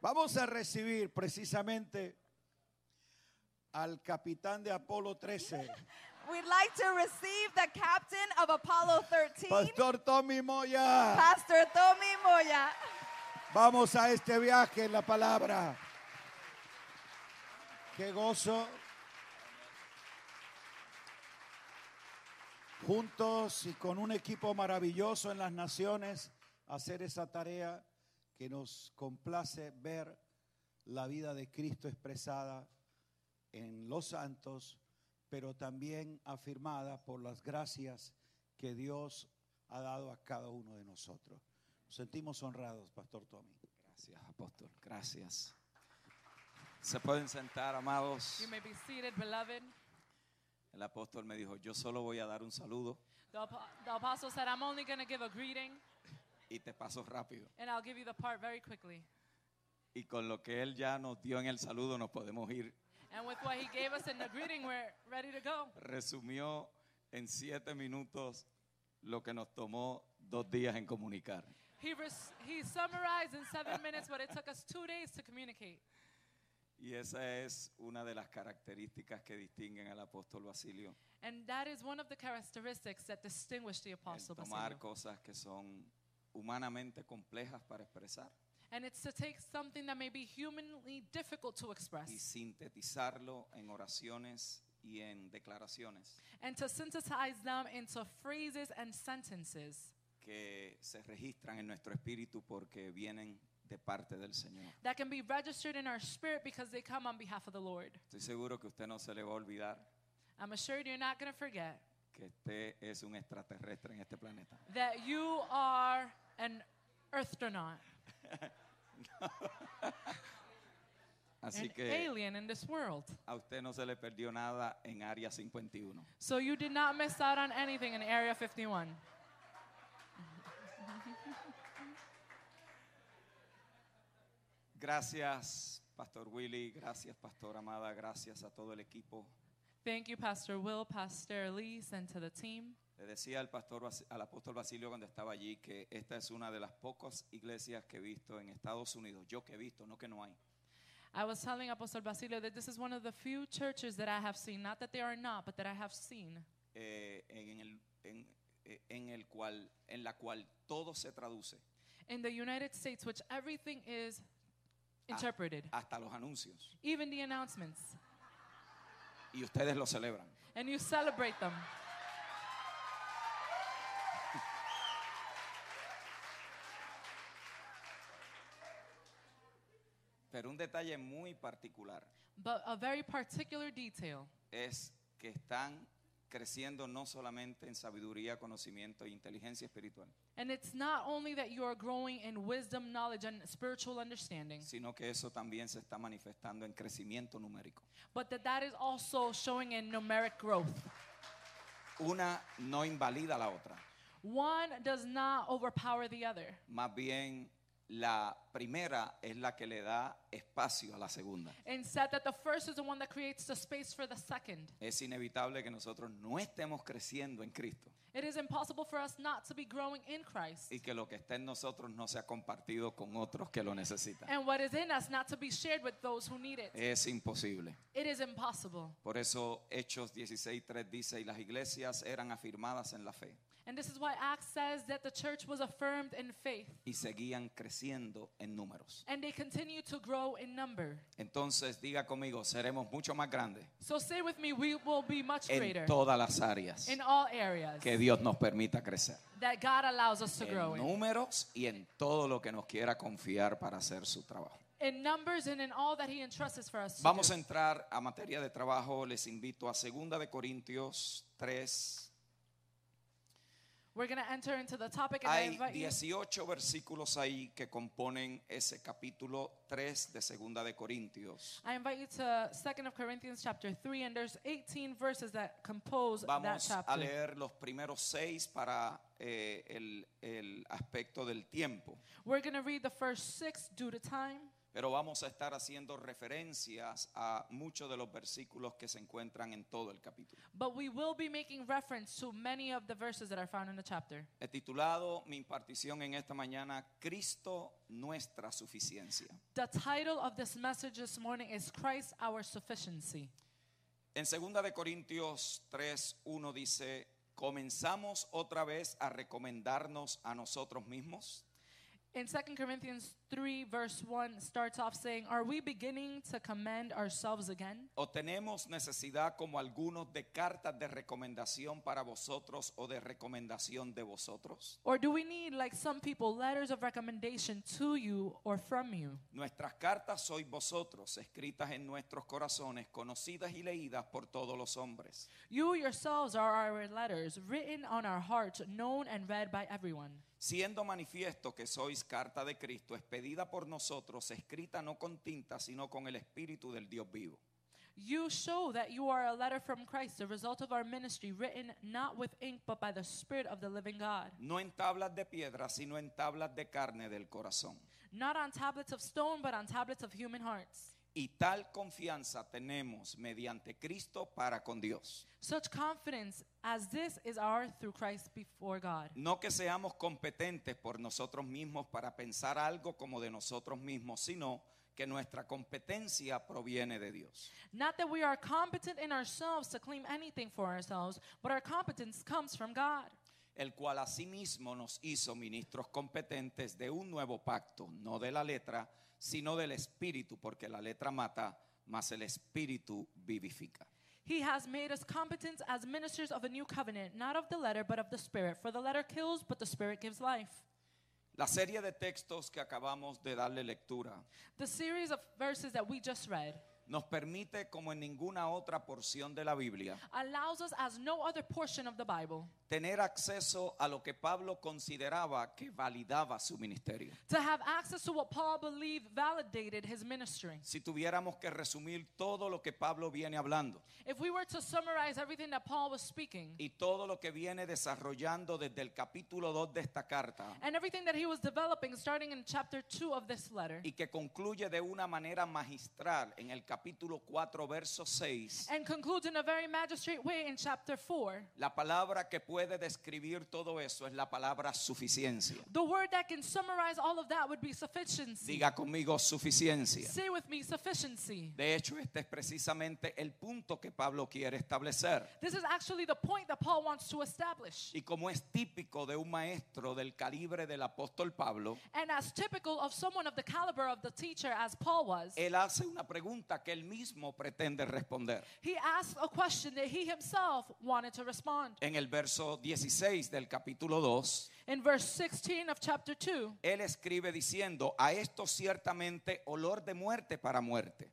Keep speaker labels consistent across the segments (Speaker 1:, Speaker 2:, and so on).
Speaker 1: Vamos a recibir precisamente al capitán de Apolo 13,
Speaker 2: We'd like to receive the captain of Apollo 13,
Speaker 1: Pastor Tommy Moya.
Speaker 2: Pastor Tommy Moya.
Speaker 1: Vamos a este viaje en la palabra. Qué gozo. Juntos y con un equipo maravilloso en las naciones, hacer esa tarea que nos complace ver la vida de Cristo expresada en los santos, pero también afirmada por las gracias que Dios ha dado a cada uno de nosotros. Nos sentimos honrados, Pastor Tommy.
Speaker 3: Gracias, apóstol. Gracias. Se pueden sentar, amados.
Speaker 4: You may be seated, beloved.
Speaker 3: El apóstol me dijo, yo solo voy a dar un saludo
Speaker 4: The, apo- the apostle said, I'm only going to give a greeting
Speaker 3: y te paso rápido.
Speaker 4: and I'll give you the part very quickly.
Speaker 3: Y con lo que él ya nos dio en el saludo nos podemos ir.
Speaker 4: And with what he gave us in the greeting, we're ready to go.
Speaker 3: Resumió en siete minutos lo que nos tomó dos días en comunicar.
Speaker 4: He, res- he summarized in seven minutes what it took us two days to communicate.
Speaker 3: Y esa es una de las características que distinguen al apóstol Basilio.
Speaker 4: And that is one of the characteristics that distinguish the
Speaker 3: el
Speaker 4: apostle
Speaker 3: tomar
Speaker 4: Basilio.
Speaker 3: cosas que son humanamente complejas para expresar
Speaker 4: And it's to take something that may be humanly difficult to
Speaker 3: y
Speaker 4: express
Speaker 3: sintetizarlo en oraciones y en declaraciones.
Speaker 4: and to synthesize them into phrases and sentences
Speaker 3: que se registran en nuestro espíritu porque vienen de parte del Señor.
Speaker 4: that can be registered in our spirit because they come on behalf of the Lord.
Speaker 3: Estoy seguro que usted no se le va a olvidar
Speaker 4: I'm assured you're not going to forget.
Speaker 3: que usted es un extraterrestre en este planeta.
Speaker 4: that you are an earthronaut,
Speaker 3: Así
Speaker 4: an
Speaker 3: que
Speaker 4: alien in this world.
Speaker 3: a usted no se le perdió nada en Área 51.
Speaker 4: So you did not miss out on anything in Area 51.
Speaker 3: Gracias, Pastor Willy, gracias, Pastor Amada, gracias a todo el equipo.
Speaker 4: Thank you, Pastor Will, Pastor Elise, and to the team.
Speaker 3: Le decía al, pastor, Bas- al apóstol Basilio cuando estaba allí que esta es una de las pocas iglesias que he visto en Estados Unidos. Yo que he visto, no que no hay.
Speaker 4: I was telling Apostle Basilio that this is one of the few churches that I have seen, not that they are not, but that I have seen,
Speaker 3: eh, en, el, en- eh, en el cual, en la cual todo se traduce,
Speaker 4: in the United States, which everything is interpreted,
Speaker 3: hasta los anuncios,
Speaker 4: even the announcements,
Speaker 3: y ustedes lo celebran.
Speaker 4: and you celebrate them.
Speaker 3: Pero un detalle muy particular
Speaker 4: But a very particular detail
Speaker 3: es que están creciendo no solamente en sabiduría, conocimiento e inteligencia espiritual,
Speaker 4: And it's not only that you are growing in wisdom, knowledge, and spiritual understanding,
Speaker 3: sino que eso también se está manifestando en crecimiento numérico.
Speaker 4: but that that is also showing in numeric growth.
Speaker 3: Una no invalida a la otra,
Speaker 4: One does not overpower the other.
Speaker 3: más bien la primera es la que le da espacio a la segunda.
Speaker 4: Instead, that the first is the one that creates the space for the second.
Speaker 3: Es inevitable que nosotros no estemos creciendo en Cristo.
Speaker 4: It is impossible for us not to be growing in Christ,
Speaker 3: y que lo que está en nosotros no sea compartido con otros que lo necesitan.
Speaker 4: and what is in us not to be shared with those who need it.
Speaker 3: Es imposible.
Speaker 4: It is impossible.
Speaker 3: Por eso Hechos 16.3 dice, y las iglesias eran afirmadas en la fe
Speaker 4: And this is why Acts says that the church was affirmed in faith,
Speaker 3: y seguían creciendo en números.
Speaker 4: and they continue to grow in number.
Speaker 3: Entonces diga conmigo, seremos mucho más grandes
Speaker 4: So say with me, we will be much greater.
Speaker 3: en todas las áreas
Speaker 4: in all areas
Speaker 3: que Dios nos permita crecer.
Speaker 4: that God allows us to
Speaker 3: En
Speaker 4: grow in.
Speaker 3: números y en todo lo que nos quiera confiar para hacer su trabajo.
Speaker 4: In numbers and in all that He entrusts us for us. to
Speaker 3: Vamos
Speaker 4: do.
Speaker 3: a entrar a materia de trabajo. Les invito a 2 de Corintios 3,
Speaker 4: We're going to enter into the topic and I
Speaker 3: Hay
Speaker 4: invite you.
Speaker 3: 18 versículos ahí que componen ese capítulo 3 de Segunda de Corintios.
Speaker 4: I invite you to 2nd of Corinthians chapter 3 and there's 18 verses that compose that
Speaker 3: Vamos a
Speaker 4: chapter.
Speaker 3: leer los primeros seis para eh, el, el aspecto del tiempo.
Speaker 4: We're going to read the first 6 due to time.
Speaker 3: Pero vamos a estar haciendo referencias a muchos de los versículos que se encuentran en todo el capítulo.
Speaker 4: But we will be making reference to many of the verses that are found in the chapter.
Speaker 3: He titulado mi impartición en esta mañana, Cristo nuestra suficiencia.
Speaker 4: The title of this message this morning is Christ Our Sufficiency.
Speaker 3: En 2 de Corintios 3, 1 dice, comenzamos otra vez a recomendarnos a nosotros mismos.
Speaker 4: In 2 Corinthians 3, verse 1 starts off saying, Are we beginning to commend ourselves again?
Speaker 3: ¿O tenemos necesidad como algunos de cartas de recomendación para vosotros o de recomendación de vosotros?
Speaker 4: Or do we need, like some people, letters of recommendation to you or from you?
Speaker 3: Nuestras cartas sois vosotros, escritas en nuestros corazones, conocidas y leídas por todos los hombres.
Speaker 4: You yourselves are our letters, written on our hearts, known and read by everyone.
Speaker 3: Siendo manifiesto que sois carta de Cristo, expedida por nosotros, escrita no con tinta, sino con el Espíritu del Dios vivo.
Speaker 4: You show that you are a letter from Christ, the result of our ministry, written not with ink, but by the Spirit of the living God.
Speaker 3: No en tablas de piedra, sino en tablas de carne del corazón.
Speaker 4: Not on tablets of stone, but on tablets of human hearts.
Speaker 3: Y tal confianza tenemos mediante Cristo para con Dios.
Speaker 4: Such confidence as this is ours through Christ before God.
Speaker 3: No que seamos competentes por nosotros mismos para pensar algo como de nosotros mismos, sino que nuestra competencia proviene de Dios.
Speaker 4: Not that we are competent in ourselves to claim anything for ourselves, but our competence comes from God,
Speaker 3: el cual asimismo nos hizo ministros competentes de un nuevo pacto, no de la letra, sino del espíritu, porque la letra mata, mas el espíritu vivifica.
Speaker 4: He has made us competent as ministers of a new covenant, not of the letter, but of the Spirit. For the letter kills, but the Spirit gives life.
Speaker 3: La serie de textos que acabamos de darle lectura
Speaker 4: The series of verses that we just read
Speaker 3: nos permite, como en ninguna otra porción de la Biblia,
Speaker 4: allows us, as no other portion of the Bible,
Speaker 3: tener acceso a lo que Pablo consideraba que validaba su ministerio.
Speaker 4: to have access to what Paul believed validated his ministry.
Speaker 3: Si tuviéramos que resumir todo lo que Pablo viene hablando
Speaker 4: If we were to summarize everything that Paul was speaking
Speaker 3: y todo lo que viene desarrollando desde el capítulo 2 de esta carta
Speaker 4: and everything that he was developing starting in chapter 2 of this letter,
Speaker 3: y que concluye de una manera magistral en el capítulo 4, verso 6,
Speaker 4: and concludes in a very magistrate way in chapter 4.
Speaker 3: la palabra que puede describir todo eso es la palabra suficiencia.
Speaker 4: The word that can summarize all of that would be sufficiency.
Speaker 3: Diga conmigo suficiencia.
Speaker 4: Say with me, sufficiency.
Speaker 3: De hecho, este es precisamente el punto que Pablo quiere establecer.
Speaker 4: This is actually the point that Paul wants to establish.
Speaker 3: Y como es típico de un maestro del calibre del apóstol Pablo,
Speaker 4: And as typical of someone of the caliber of the teacher as Paul was,
Speaker 3: él hace una pregunta que él mismo pretende responder.
Speaker 4: he asked a question that he himself wanted to respond.
Speaker 3: En el verso 16 del capítulo 2,
Speaker 4: In verse 16 of chapter 2,
Speaker 3: él escribe diciendo, a esto ciertamente olor de muerte para muerte,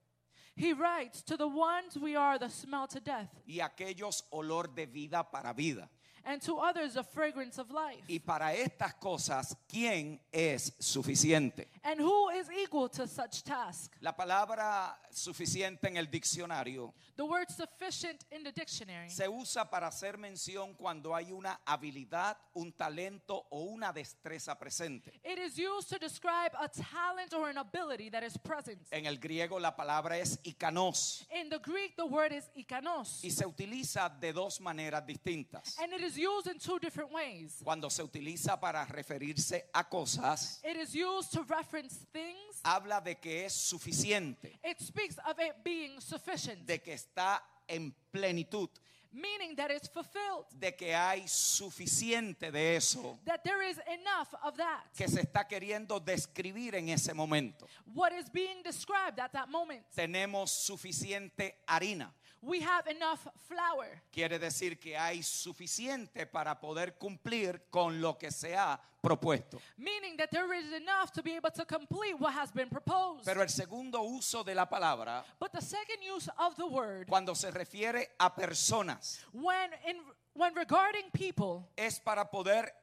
Speaker 4: he writes, To the ones we are the smell to death,
Speaker 3: y a aquellos olor de vida para vida.
Speaker 4: and to others the fragrance of life.
Speaker 3: Y para estas cosas, ¿quién es suficiente?
Speaker 4: And who is equal to such task?
Speaker 3: La palabra suficiente en el diccionario
Speaker 4: The word sufficient in the dictionary
Speaker 3: se usa para hacer mención cuando hay una habilidad, un talento o una destreza presente.
Speaker 4: It is used to describe a talent or an ability that is present.
Speaker 3: En el griego la palabra es ikanos
Speaker 4: In the Greek, the word is ikanos,
Speaker 3: y se utiliza de dos maneras distintas.
Speaker 4: and it is used in two different ways.
Speaker 3: Cuando se utiliza para referirse a cosas,
Speaker 4: It is used to reference things,
Speaker 3: habla de que es suficiente,
Speaker 4: it speaks of it being sufficient,
Speaker 3: de que está en plenitud,
Speaker 4: meaning that it's fulfilled,
Speaker 3: de que hay suficiente de eso
Speaker 4: that there is enough of that.
Speaker 3: que se está queriendo describir en ese momento.
Speaker 4: What is being described at that moment?
Speaker 3: Tenemos suficiente harina.
Speaker 4: We have enough flour.
Speaker 3: Quiere decir que hay suficiente para poder cumplir con lo que se ha propuesto.
Speaker 4: Meaning that there is enough to be able to complete what has been proposed.
Speaker 3: Pero el segundo uso de la palabra,
Speaker 4: But the second use of the word,
Speaker 3: cuando se refiere a personas,
Speaker 4: when in When regarding people,
Speaker 3: es para poder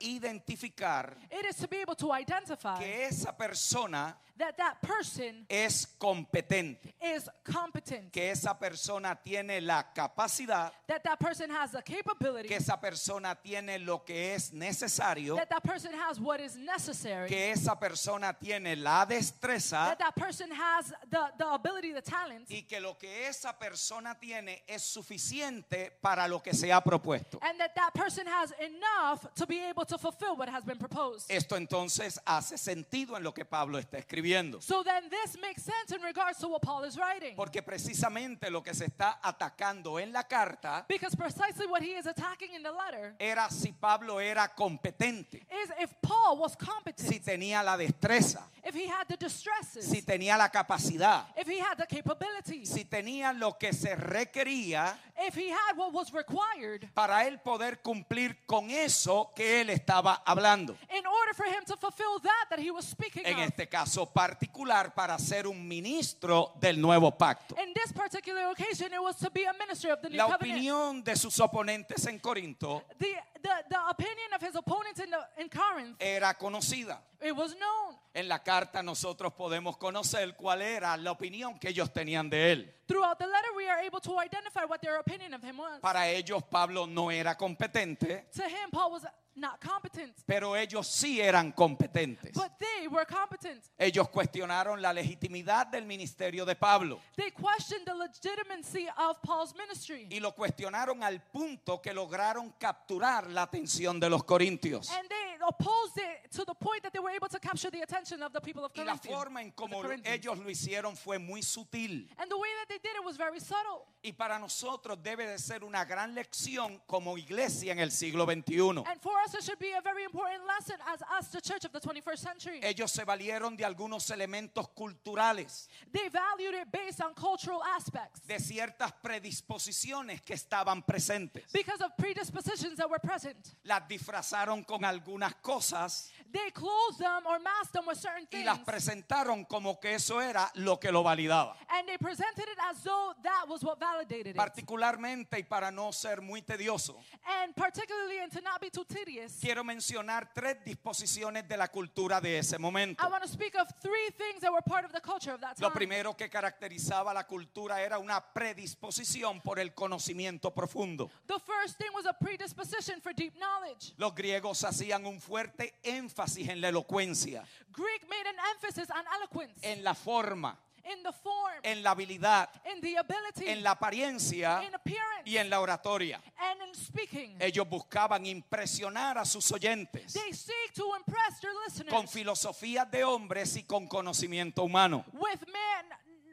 Speaker 3: identificar
Speaker 4: it is to be able to identify
Speaker 3: que esa persona
Speaker 4: that that person
Speaker 3: es competente,
Speaker 4: is competent,
Speaker 3: que esa persona tiene la capacidad,
Speaker 4: that that person has the capability,
Speaker 3: que esa persona tiene lo que es necesario,
Speaker 4: that that person has what is necessary,
Speaker 3: que esa persona tiene la destreza
Speaker 4: that that person has the, the ability, the talent,
Speaker 3: y que lo que esa persona tiene es suficiente para lo que se ha propuesto.
Speaker 4: and that that person has enough to be able to fulfill what has been proposed.
Speaker 3: Esto entonces hace sentido en lo que Pablo está escribiendo.
Speaker 4: So then this makes sense in regards to what Paul is writing.
Speaker 3: Porque precisamente lo que se está atacando en la carta
Speaker 4: Because precisely what he is attacking in the letter
Speaker 3: era si Pablo era competente,
Speaker 4: is if Paul was
Speaker 3: si
Speaker 4: competent,
Speaker 3: tenía la destreza,
Speaker 4: if he had the
Speaker 3: si
Speaker 4: distresses,
Speaker 3: tenía la capacidad,
Speaker 4: if he had the capabilities,
Speaker 3: si tenía lo que se requería
Speaker 4: if he had what was required
Speaker 3: para él poder cumplir con eso que él estaba hablando.
Speaker 4: in order for him to fulfill that that he was speaking
Speaker 3: En
Speaker 4: of.
Speaker 3: este caso particular para ser un ministro del nuevo pacto.
Speaker 4: In this particular occasion, it was to be a minister of the new
Speaker 3: La
Speaker 4: covenant.
Speaker 3: opinión de sus oponentes en Corinto
Speaker 4: The, the, the opinion of his opponents in, the, in Corinth,
Speaker 3: era conocida.
Speaker 4: it was known.
Speaker 3: En la carta nosotros podemos conocer cuál era la opinión que ellos tenían de él.
Speaker 4: Throughout the letter, we are able to identify what their opinion of him was.
Speaker 3: Para ellos Pablo no era competente,
Speaker 4: To him, Paul was not competent,
Speaker 3: pero ellos sí eran competentes.
Speaker 4: but they were competent.
Speaker 3: Ellos cuestionaron la legitimidad del ministerio de Pablo
Speaker 4: They questioned the legitimacy of Paul's ministry.
Speaker 3: y lo cuestionaron al punto que lograron capturar la atención de los corintios.
Speaker 4: And they opposed it to the point that they were able to capture the attention of the people of
Speaker 3: Y la
Speaker 4: Corinth.
Speaker 3: forma en cómo ellos lo hicieron fue muy sutil.
Speaker 4: And the way that they did it was very subtle.
Speaker 3: Y para nosotros debe de ser una gran lección como iglesia en el siglo XXI.
Speaker 4: And for us, it should be a very important lesson as us, the church of the 21st century.
Speaker 3: Ellos se valieron de algunos elementos culturales,
Speaker 4: They valued it based on cultural aspects
Speaker 3: de ciertas predisposiciones que estaban presentes.
Speaker 4: because of predispositions that were present.
Speaker 3: Las disfrazaron con algunas cosas
Speaker 4: They clothed them or masked them with certain
Speaker 3: y
Speaker 4: things.
Speaker 3: las presentaron como que eso era lo que lo validaba.
Speaker 4: And they presented it as though that was what validated it.
Speaker 3: Particularmente, y para no ser muy tedioso,
Speaker 4: And particularly, and to not be too tedious,
Speaker 3: quiero mencionar tres disposiciones de la cultura de ese
Speaker 4: I
Speaker 3: momento.
Speaker 4: want to speak of three things that were part of the culture of that time.
Speaker 3: Lo primero que caracterizaba la cultura era una predisposición por el conocimiento profundo.
Speaker 4: The first thing was a predisposition for deep knowledge.
Speaker 3: Los griegos hacían un fuerte énfasis en la elocuencia,
Speaker 4: Greek made an emphasis on eloquence
Speaker 3: en la forma,
Speaker 4: in the form,
Speaker 3: en la habilidad,
Speaker 4: in the ability,
Speaker 3: en la apariencia
Speaker 4: in appearance,
Speaker 3: y en la oratoria.
Speaker 4: and in speaking.
Speaker 3: Ellos buscaban impresionar a sus oyentes
Speaker 4: They seek to impress their listeners
Speaker 3: con filosofías de hombres y con conocimiento humano.
Speaker 4: with man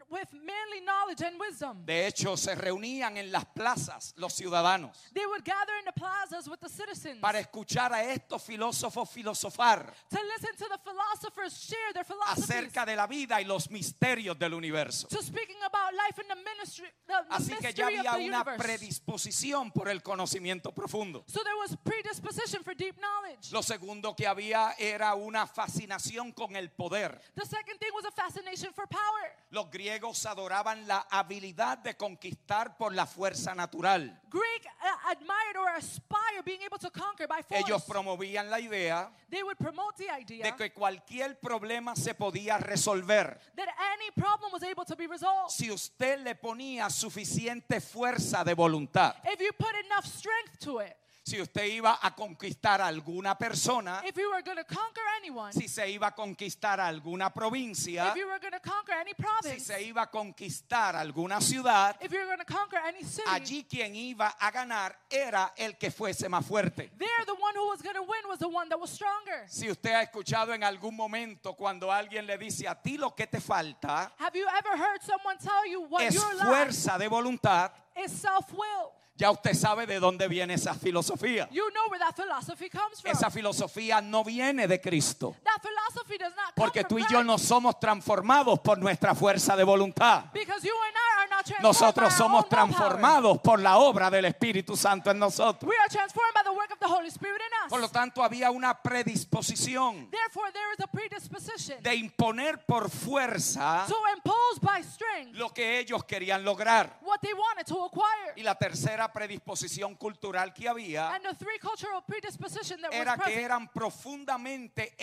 Speaker 4: with manly knowledge and wisdom.
Speaker 3: De hecho, se reunían en las plazas los ciudadanos
Speaker 4: They would gather in the plazas with the citizens
Speaker 3: para escuchar a estos filósofos filosofar
Speaker 4: to listen to the philosophers share their philosophies
Speaker 3: acerca de la vida y los misterios del universo.
Speaker 4: to speaking about life in the ministry the
Speaker 3: Así que ya
Speaker 4: mystery of
Speaker 3: había
Speaker 4: the
Speaker 3: una
Speaker 4: universe.
Speaker 3: predisposición por el conocimiento profundo.
Speaker 4: so there was predisposition for deep knowledge.
Speaker 3: Lo segundo que había era una fascinación con el poder.
Speaker 4: The second thing was a fascination for power.
Speaker 3: Los griegos adoraban la habilidad de conquistar por la fuerza natural.
Speaker 4: Greek uh, admired or aspired being able to conquer by force.
Speaker 3: Ellos promovían la idea
Speaker 4: they would promote the idea
Speaker 3: de que cualquier problema se podía resolver
Speaker 4: that any problem was able to be resolved.
Speaker 3: si usted le ponía suficiente fuerza de voluntad.
Speaker 4: If you put enough strength to it,
Speaker 3: Si usted iba a conquistar a alguna persona,
Speaker 4: if you were going to conquer anyone,
Speaker 3: si se iba a conquistar a alguna provincia,
Speaker 4: if you were going to conquer any
Speaker 3: si
Speaker 4: province,
Speaker 3: se iba a conquistar alguna ciudad,
Speaker 4: if you were going to conquer any city,
Speaker 3: allí quien iba a ganar era el que fuese más fuerte.
Speaker 4: there the one who was going to win was the one that was stronger.
Speaker 3: Si usted ha escuchado en algún momento cuando alguien le dice a ti lo que te falta
Speaker 4: Have you ever heard someone tell you what
Speaker 3: es
Speaker 4: your life
Speaker 3: fuerza de voluntad,
Speaker 4: is self-will?
Speaker 3: ya usted sabe de dónde viene esa filosofía.
Speaker 4: You know where that philosophy comes from.
Speaker 3: Esa filosofía no viene de Cristo.
Speaker 4: that philosophy does not come
Speaker 3: Porque
Speaker 4: from
Speaker 3: tú y
Speaker 4: Christ.
Speaker 3: yo no somos transformados por nuestra fuerza de voluntad.
Speaker 4: Because you and I are not transformed by
Speaker 3: Nosotros
Speaker 4: our
Speaker 3: somos
Speaker 4: own willpower.
Speaker 3: transformados por la obra del Espíritu Santo en nosotros.
Speaker 4: We are transformed by the work of the the Holy Spirit in
Speaker 3: Por lo
Speaker 4: us.
Speaker 3: tanto, había una predisposición
Speaker 4: Therefore, there is a predisposition
Speaker 3: de imponer por fuerza
Speaker 4: to impose by strength
Speaker 3: lo que ellos querían lograr.
Speaker 4: what they wanted to acquire.
Speaker 3: Y la tercera predisposición cultural que había
Speaker 4: And the three cultural predisposition that was
Speaker 3: era que
Speaker 4: present
Speaker 3: eran profundamente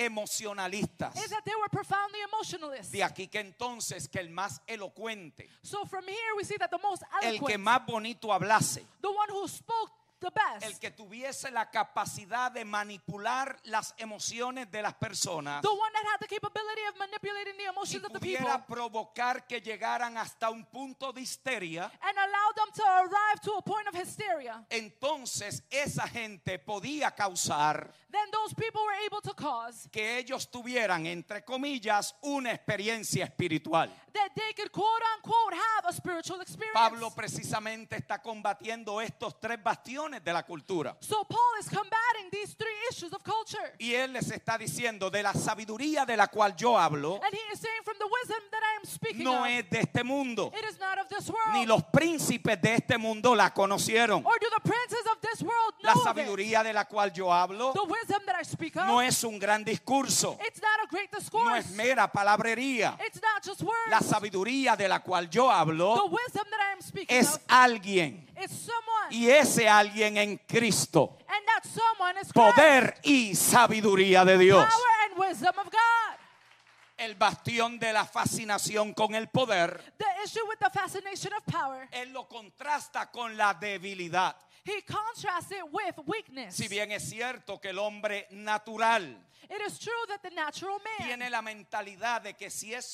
Speaker 3: emocionalistas.
Speaker 4: is that they were profoundly emotionalists.
Speaker 3: De aquí que entonces que el más elocuente,
Speaker 4: So from here we see that the most
Speaker 3: el que
Speaker 4: eloquent,
Speaker 3: más bonito hablase,
Speaker 4: the one who spoke the
Speaker 3: el
Speaker 4: best,
Speaker 3: que tuviese la capacidad de manipular las emociones de las personas
Speaker 4: the one that had the capability of manipulating the
Speaker 3: y
Speaker 4: emotions of the people
Speaker 3: pudiera provocar que llegaran hasta un punto de histeria,
Speaker 4: and allow them to arrive to a point of hysteria,
Speaker 3: entonces esa gente podía causar
Speaker 4: then those people were able to cause
Speaker 3: que ellos tuvieran, entre comillas, una experiencia espiritual.
Speaker 4: that they could quote unquote have a spiritual experience.
Speaker 3: Pablo precisamente está combatiendo estos tres bastiones de la cultura.
Speaker 4: so Paul is combating these three issues of culture.
Speaker 3: Y él les está diciendo, de la sabiduría de la cual yo hablo,
Speaker 4: And he is saying from the wisdom that I am speaking
Speaker 3: no
Speaker 4: of,
Speaker 3: es de este mundo.
Speaker 4: it is not of this
Speaker 3: Ni
Speaker 4: world.
Speaker 3: los príncipes de este mundo la conocieron.
Speaker 4: Or do the princes of this world know
Speaker 3: La
Speaker 4: of it?
Speaker 3: sabiduría de la cual yo hablo
Speaker 4: The wisdom that I speak of,
Speaker 3: no es un gran discurso,
Speaker 4: it's not a great discourse.
Speaker 3: no es mera palabrería.
Speaker 4: It's not just words.
Speaker 3: La sabiduría de la cual yo
Speaker 4: the
Speaker 3: hablo
Speaker 4: wisdom that I am speaking
Speaker 3: es
Speaker 4: of
Speaker 3: alguien.
Speaker 4: is someone,
Speaker 3: Y ese alguien en Cristo.
Speaker 4: and that someone is Christ.
Speaker 3: Poder y sabiduría de Dios.
Speaker 4: power and wisdom of God.
Speaker 3: El bastión de la fascinación con el poder.
Speaker 4: The issue with the fascination of power,
Speaker 3: Él lo contrasta con la debilidad.
Speaker 4: he contrasts it with weakness.
Speaker 3: Si bien es cierto que el hombre natural
Speaker 4: it is true that the natural man
Speaker 3: tiene la mentalidad de que si es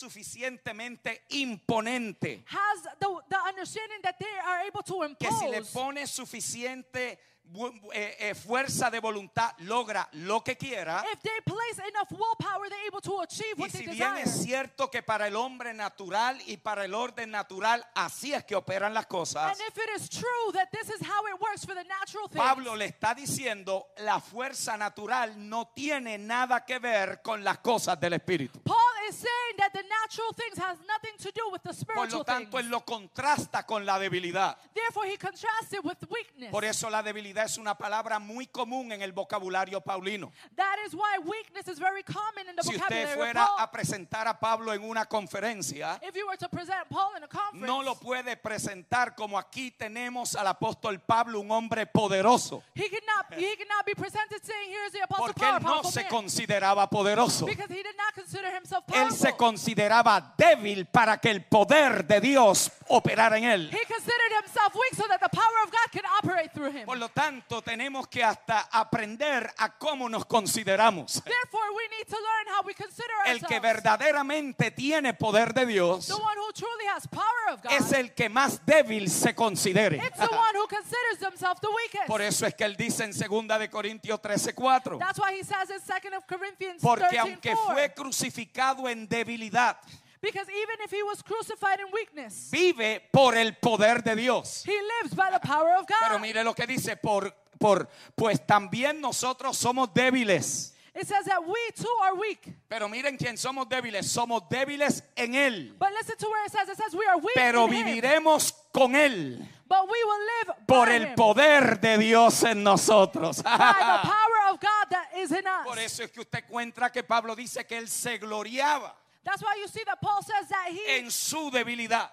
Speaker 3: suficientemente imponente,
Speaker 4: has the, the understanding that they are able to
Speaker 3: que si le
Speaker 4: impose,
Speaker 3: pone suficiente bu- eh, eh, fuerza de voluntad, logra lo que quiera.
Speaker 4: if they place enough willpower, they're able to achieve
Speaker 3: Y
Speaker 4: what
Speaker 3: si
Speaker 4: they
Speaker 3: bien
Speaker 4: desire.
Speaker 3: es cierto que para el hombre natural y para el orden natural así es que operan las
Speaker 4: And
Speaker 3: cosas,
Speaker 4: if it is true that this is how it works for the natural thing,
Speaker 3: Pablo le está diciendo, la fuerza natural no tiene nada que ver con las cosas del espíritu.
Speaker 4: Paul is saying that the natural things has nothing to do with the
Speaker 3: Por lo
Speaker 4: spiritual
Speaker 3: tanto,
Speaker 4: things.
Speaker 3: él lo contrasta con la debilidad.
Speaker 4: Therefore, he contrasts it with weakness.
Speaker 3: Por eso la debilidad es una palabra muy común en el vocabulario paulino.
Speaker 4: that is why weakness is very common in the
Speaker 3: Si usted
Speaker 4: vocabulary
Speaker 3: fuera
Speaker 4: of Paul.
Speaker 3: a presentar a Pablo en una conferencia,
Speaker 4: if you were to present Paul in a conference,
Speaker 3: no lo puede presentar como aquí tenemos al apóstol Pablo, un hombre poderoso,
Speaker 4: he cannot he cannot be presented saying, "Here is the apostle
Speaker 3: porque
Speaker 4: Paul,
Speaker 3: él no
Speaker 4: powerful
Speaker 3: se
Speaker 4: man,"
Speaker 3: consideraba poderoso.
Speaker 4: because he did not consider himself
Speaker 3: Él se
Speaker 4: powerful.
Speaker 3: consideraba débil para que el poder de Dios operara en él.
Speaker 4: he considered himself weak so that the power of God can operate through him.
Speaker 3: Por lo tanto, tenemos que hasta aprender a cómo nos consideramos.
Speaker 4: Therefore, we need to learn how we consider
Speaker 3: El que
Speaker 4: ourselves.
Speaker 3: verdaderamente tiene poder de Dios
Speaker 4: the one who truly has power of God.
Speaker 3: es el que más débil se considere.
Speaker 4: It's the one who considers himself the weakest.
Speaker 3: Por eso es que él dice en 2 de Corintios 13:4,
Speaker 4: That's why he says in 2 of Corinthians
Speaker 3: porque
Speaker 4: 13,
Speaker 3: aunque fue crucificado en debilidad,
Speaker 4: because even if he was crucified in weakness,
Speaker 3: vive por el poder de Dios.
Speaker 4: he lives by the power of
Speaker 3: Pero
Speaker 4: God.
Speaker 3: mire lo que dice, por por pues también nosotros somos débiles.
Speaker 4: It says that we too are weak.
Speaker 3: Pero miren quién somos débiles, somos débiles en él,
Speaker 4: But listen to where it says. It says we are weak,
Speaker 3: pero
Speaker 4: in him,
Speaker 3: viviremos con él
Speaker 4: but we will live
Speaker 3: por
Speaker 4: by
Speaker 3: el
Speaker 4: him,
Speaker 3: poder de Dios en nosotros.
Speaker 4: by the power of God that is in
Speaker 3: Por
Speaker 4: us.
Speaker 3: eso es que usted encuentra que Pablo dice que él se gloriaba
Speaker 4: That's why you see that Paul says that he,
Speaker 3: en su debilidad.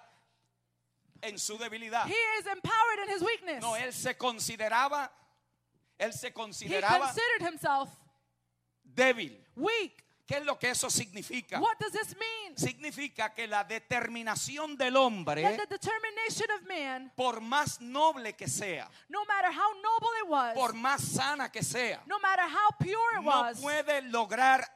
Speaker 3: En su debilidad.
Speaker 4: he is empowered in his weakness.
Speaker 3: uh, No, él se consideraba, él se
Speaker 4: he
Speaker 3: consideraba
Speaker 4: considered himself
Speaker 3: débil.
Speaker 4: weak.
Speaker 3: ¿Qué es lo que eso significa?
Speaker 4: What does this mean?
Speaker 3: Significa que la determinación del
Speaker 4: That
Speaker 3: hombre,
Speaker 4: the determination of man,
Speaker 3: por más noble que sea,
Speaker 4: no matter how noble it was,
Speaker 3: por más sana que sea,
Speaker 4: no matter how pure
Speaker 3: no
Speaker 4: it was,
Speaker 3: puede lograr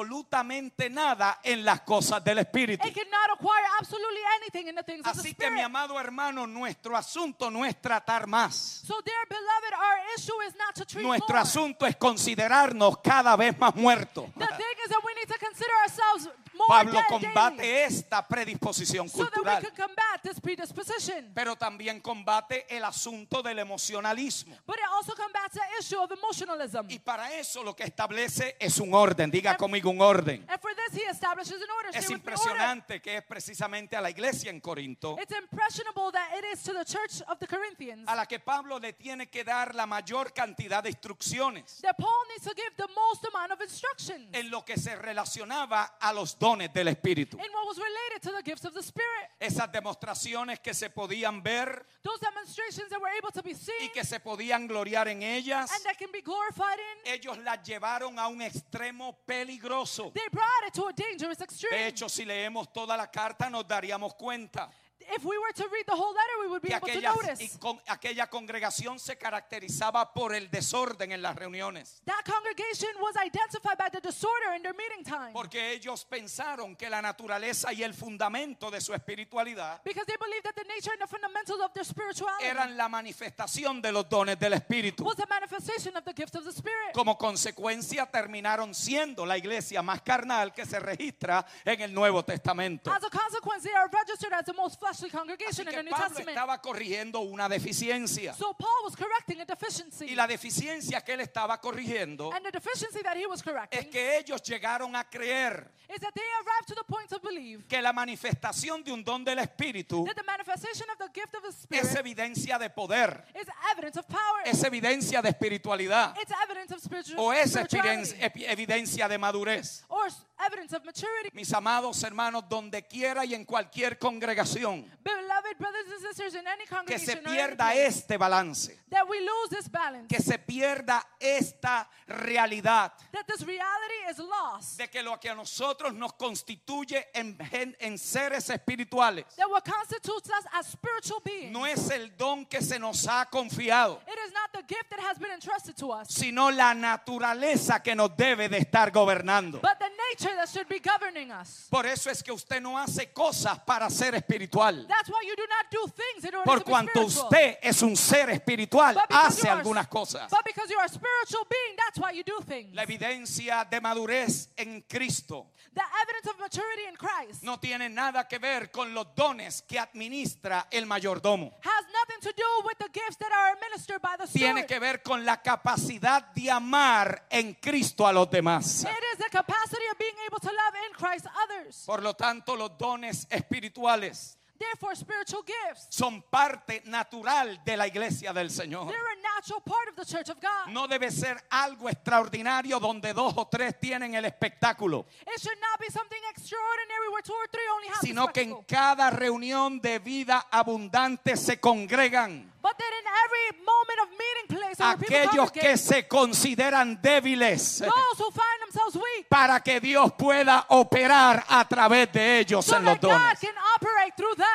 Speaker 3: absolutamente nada en las cosas del Espíritu.
Speaker 4: it cannot acquire absolutely anything in the things of the
Speaker 3: Así que mi
Speaker 4: Spirit.
Speaker 3: amado hermano, nuestro asunto no es tratar más.
Speaker 4: So, dear beloved, our issue is not to treat
Speaker 3: Nuestro
Speaker 4: more.
Speaker 3: asunto es considerarnos cada vez más muertos.
Speaker 4: The thing is that we need to consider ourselves more
Speaker 3: Pablo
Speaker 4: dead daily,
Speaker 3: combate esta predisposición
Speaker 4: so that
Speaker 3: cultural,
Speaker 4: we can combat this predisposition.
Speaker 3: pero también combate el asunto del emocionalismo.
Speaker 4: But it also combats the issue of emotionalism.
Speaker 3: Y para eso lo que establece es un orden. Diga conmigo un orden.
Speaker 4: And for this, he establishes an order.
Speaker 3: Es
Speaker 4: Say with me, order.
Speaker 3: impresionante que es precisamente a la iglesia en Corinto
Speaker 4: It's impressionable that it is to the church of the Corinthians
Speaker 3: a la que Pablo le tiene que dar la mayor cantidad de instrucciones
Speaker 4: that Paul needs to give the most amount of instruction
Speaker 3: en lo que se relacionaba a los dones del Espíritu.
Speaker 4: in what was related to the gifts of the Spirit.
Speaker 3: Esas demostraciones que se podían ver
Speaker 4: Those demonstrations that were able to be seen
Speaker 3: y que se podían gloriar en ellas,
Speaker 4: and that can be glorified in,
Speaker 3: ellos las llevaron a un extremo peligroso.
Speaker 4: they brought it to a dangerous extreme.
Speaker 3: De hecho, si leemos toda la carta nos daríamos cuenta
Speaker 4: if we were to read the whole letter, we would be
Speaker 3: que
Speaker 4: able to
Speaker 3: aquella,
Speaker 4: notice.
Speaker 3: y con- aquella congregación se caracterizaba por el desorden en las reuniones,
Speaker 4: That congregation was identified by the disorder in their meeting time.
Speaker 3: porque ellos pensaron que la naturaleza y el fundamento de su espiritualidad
Speaker 4: Because they believed that the nature and the fundamentals of their spirituality
Speaker 3: eran la manifestación de los dones del Espíritu.
Speaker 4: was a manifestation of the gift of the Spirit.
Speaker 3: Como consecuencia terminaron siendo la iglesia más carnal que se registra en el Nuevo Testamento.
Speaker 4: As a consequence, they are registered as the most fleshly
Speaker 3: Así
Speaker 4: congregation in
Speaker 3: que
Speaker 4: the New
Speaker 3: Pablo
Speaker 4: Testament.
Speaker 3: estaba corrigiendo una deficiencia.
Speaker 4: So Paul was correcting a deficiency.
Speaker 3: Y la deficiencia que él estaba corrigiendo
Speaker 4: And the deficiency that he was
Speaker 3: es
Speaker 4: correcting
Speaker 3: que ellos llegaron a creer
Speaker 4: is that they arrived to the point to believe
Speaker 3: que la manifestación de un don del Espíritu
Speaker 4: that the manifestation of the gift of the
Speaker 3: es
Speaker 4: Spirit
Speaker 3: evidencia de poder,
Speaker 4: is evidence of power.
Speaker 3: es evidencia de espiritualidad
Speaker 4: It's evidence of spiritual
Speaker 3: o es
Speaker 4: spirituality.
Speaker 3: evidencia, epi- evidencia de madurez.
Speaker 4: Or s- evidence of maturity.
Speaker 3: Mis amados hermanos, donde quiera y en cualquier congregación
Speaker 4: Beloved brothers and sisters in any
Speaker 3: que se
Speaker 4: congregation or any
Speaker 3: pierda
Speaker 4: place,
Speaker 3: este balance,
Speaker 4: that we lose this balance,
Speaker 3: que se pierda esta realidad
Speaker 4: that this reality is lost,
Speaker 3: de que lo que a nosotros nos constituye en, gen- en seres espirituales
Speaker 4: that what constitutes us as spiritual beings,
Speaker 3: no es el don que se nos ha confiado,
Speaker 4: it is not the gift that has been entrusted to us,
Speaker 3: sino la naturaleza que nos debe de estar gobernando.
Speaker 4: but the nature that should be governing us.
Speaker 3: Por eso es que usted no hace cosas para ser espiritual.
Speaker 4: That's why you do not do things in order
Speaker 3: Por
Speaker 4: to be
Speaker 3: cuanto
Speaker 4: spiritual.
Speaker 3: usted es un ser espiritual,
Speaker 4: But because
Speaker 3: hace
Speaker 4: you are-
Speaker 3: algunas cosas.
Speaker 4: But because you are a spiritual being, that's why you do things.
Speaker 3: La evidencia de madurez en Cristo
Speaker 4: The evidence of maturity in Christ
Speaker 3: no tiene nada que ver con los dones que administra el mayordomo.
Speaker 4: has nothing to do with the gifts that are administered by the
Speaker 3: Tiene
Speaker 4: Spirit.
Speaker 3: que ver con la capacidad de amar en Cristo a los demás.
Speaker 4: It is the capacity of being able to love in Christ others.
Speaker 3: Por lo tanto, los dones espirituales
Speaker 4: Therefore, spiritual gifts,
Speaker 3: son parte natural de la iglesia del Señor.
Speaker 4: they're a natural part of the church of God.
Speaker 3: No debe ser algo extraordinario donde dos o tres tienen el espectáculo,
Speaker 4: It should not be something extraordinary where two or three only have the
Speaker 3: sino que en
Speaker 4: spectacle.
Speaker 3: cada reunión de vida abundante se congregan
Speaker 4: But that in every moment of meeting place, where people
Speaker 3: aquellos que
Speaker 4: congregate,
Speaker 3: se consideran débiles
Speaker 4: those who find themselves weak,
Speaker 3: para que Dios pueda operar a través de ellos
Speaker 4: so
Speaker 3: en los
Speaker 4: that God
Speaker 3: dones.
Speaker 4: can operate through them.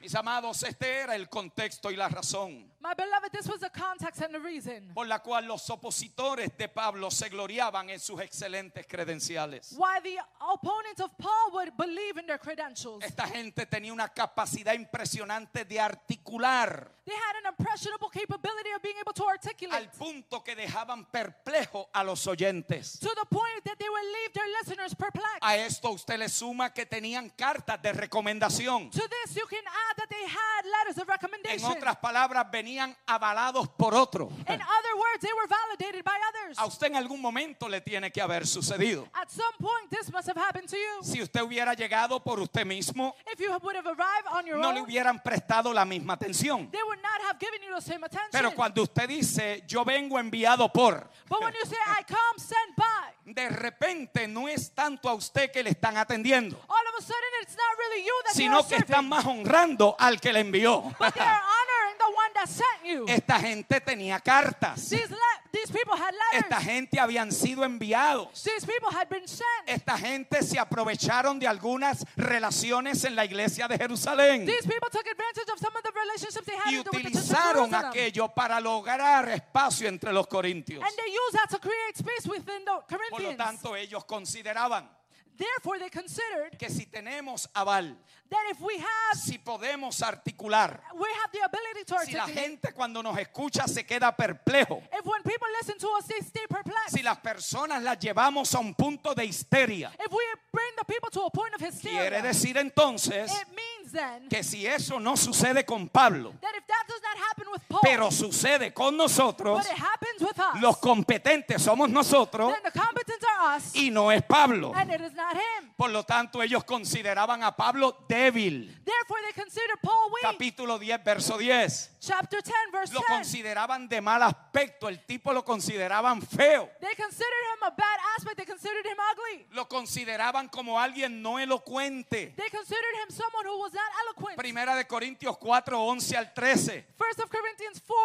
Speaker 3: Mis amados, este era el contexto y la razón
Speaker 4: My beloved, this was the context and the reason
Speaker 3: por la cual los opositores de Pablo se gloriaban en sus excelentes credenciales.
Speaker 4: why the opponents of Paul would believe in their credentials.
Speaker 3: Esta gente tenía una capacidad impresionante de articular
Speaker 4: They had an impressionable capability of being able to
Speaker 3: al
Speaker 4: articulate
Speaker 3: punto que dejaban perplejo a los oyentes.
Speaker 4: to the point that they would leave their listeners perplexed.
Speaker 3: A esto usted le suma que tenían cartas de recomendación.
Speaker 4: To this, you can add that they had letters of
Speaker 3: En
Speaker 4: recommendation.
Speaker 3: otras palabras, venían avalados por otro.
Speaker 4: In other words, they were validated by others.
Speaker 3: A usted en algún momento le tiene que haber sucedido.
Speaker 4: At some point, this must have happened to you.
Speaker 3: Si usted hubiera llegado por usted mismo,
Speaker 4: If you would have arrived on your
Speaker 3: no le
Speaker 4: own,
Speaker 3: hubieran prestado la misma atención.
Speaker 4: they would not have given you the same attention.
Speaker 3: Pero cuando usted dice, yo vengo enviado por,
Speaker 4: but when you say, I come sent by,
Speaker 3: de repente no es tanto a usted que le están atendiendo,
Speaker 4: all of a sudden it's not really you that they are
Speaker 3: sino que están
Speaker 4: serving,
Speaker 3: más honrando al que le envió.
Speaker 4: but they are honoring the one that sent you.
Speaker 3: Esta gente tenía cartas.
Speaker 4: These, le- these people had
Speaker 3: Esta
Speaker 4: letters.
Speaker 3: gente habían sido enviados.
Speaker 4: These people had been sent.
Speaker 3: Esta gente se aprovecharon de algunas relaciones en la iglesia de Jerusalén
Speaker 4: These people took advantage of some of the relationships they had
Speaker 3: y
Speaker 4: in the wicked church of
Speaker 3: utilizaron
Speaker 4: Jerusalem.
Speaker 3: aquello para lograr espacio entre los corintios.
Speaker 4: And they use that to create space within the
Speaker 3: Por lo
Speaker 4: Corinthians.
Speaker 3: tanto, ellos consideraban
Speaker 4: Therefore, they considered
Speaker 3: que si tenemos aval,
Speaker 4: that if we have
Speaker 3: si podemos articular,
Speaker 4: we have the ability to
Speaker 3: si la
Speaker 4: articulate,
Speaker 3: gente cuando nos escucha se queda perplejo,
Speaker 4: if when people listen to us, they stay perplexed,
Speaker 3: si las personas las llevamos a un punto de histeria,
Speaker 4: if we bring the people to a point of
Speaker 3: quiere
Speaker 4: hysteria,
Speaker 3: decir entonces
Speaker 4: it means then
Speaker 3: que si eso no sucede con Pablo,
Speaker 4: that if that does not happen with Paul,
Speaker 3: pero sucede con nosotros,
Speaker 4: but it happens with us,
Speaker 3: los competentes somos nosotros
Speaker 4: then the combatants are us,
Speaker 3: y no es Pablo.
Speaker 4: and it is not him.
Speaker 3: Por lo tanto, ellos consideraban a Pablo débil.
Speaker 4: Therefore, they considered Paul weak.
Speaker 3: Capítulo 10, verso 10.
Speaker 4: Chapter 10, verse
Speaker 3: Lo
Speaker 4: 10.
Speaker 3: consideraban de mal aspecto, el tipo lo consideraban feo.
Speaker 4: They considered him a bad aspect. They considered him ugly.
Speaker 3: Lo consideraban como alguien no elocuente.
Speaker 4: They considered him someone who was not eloquent.
Speaker 3: Primera de Corintios 4, 11 al 13.
Speaker 4: First of Corinthians 4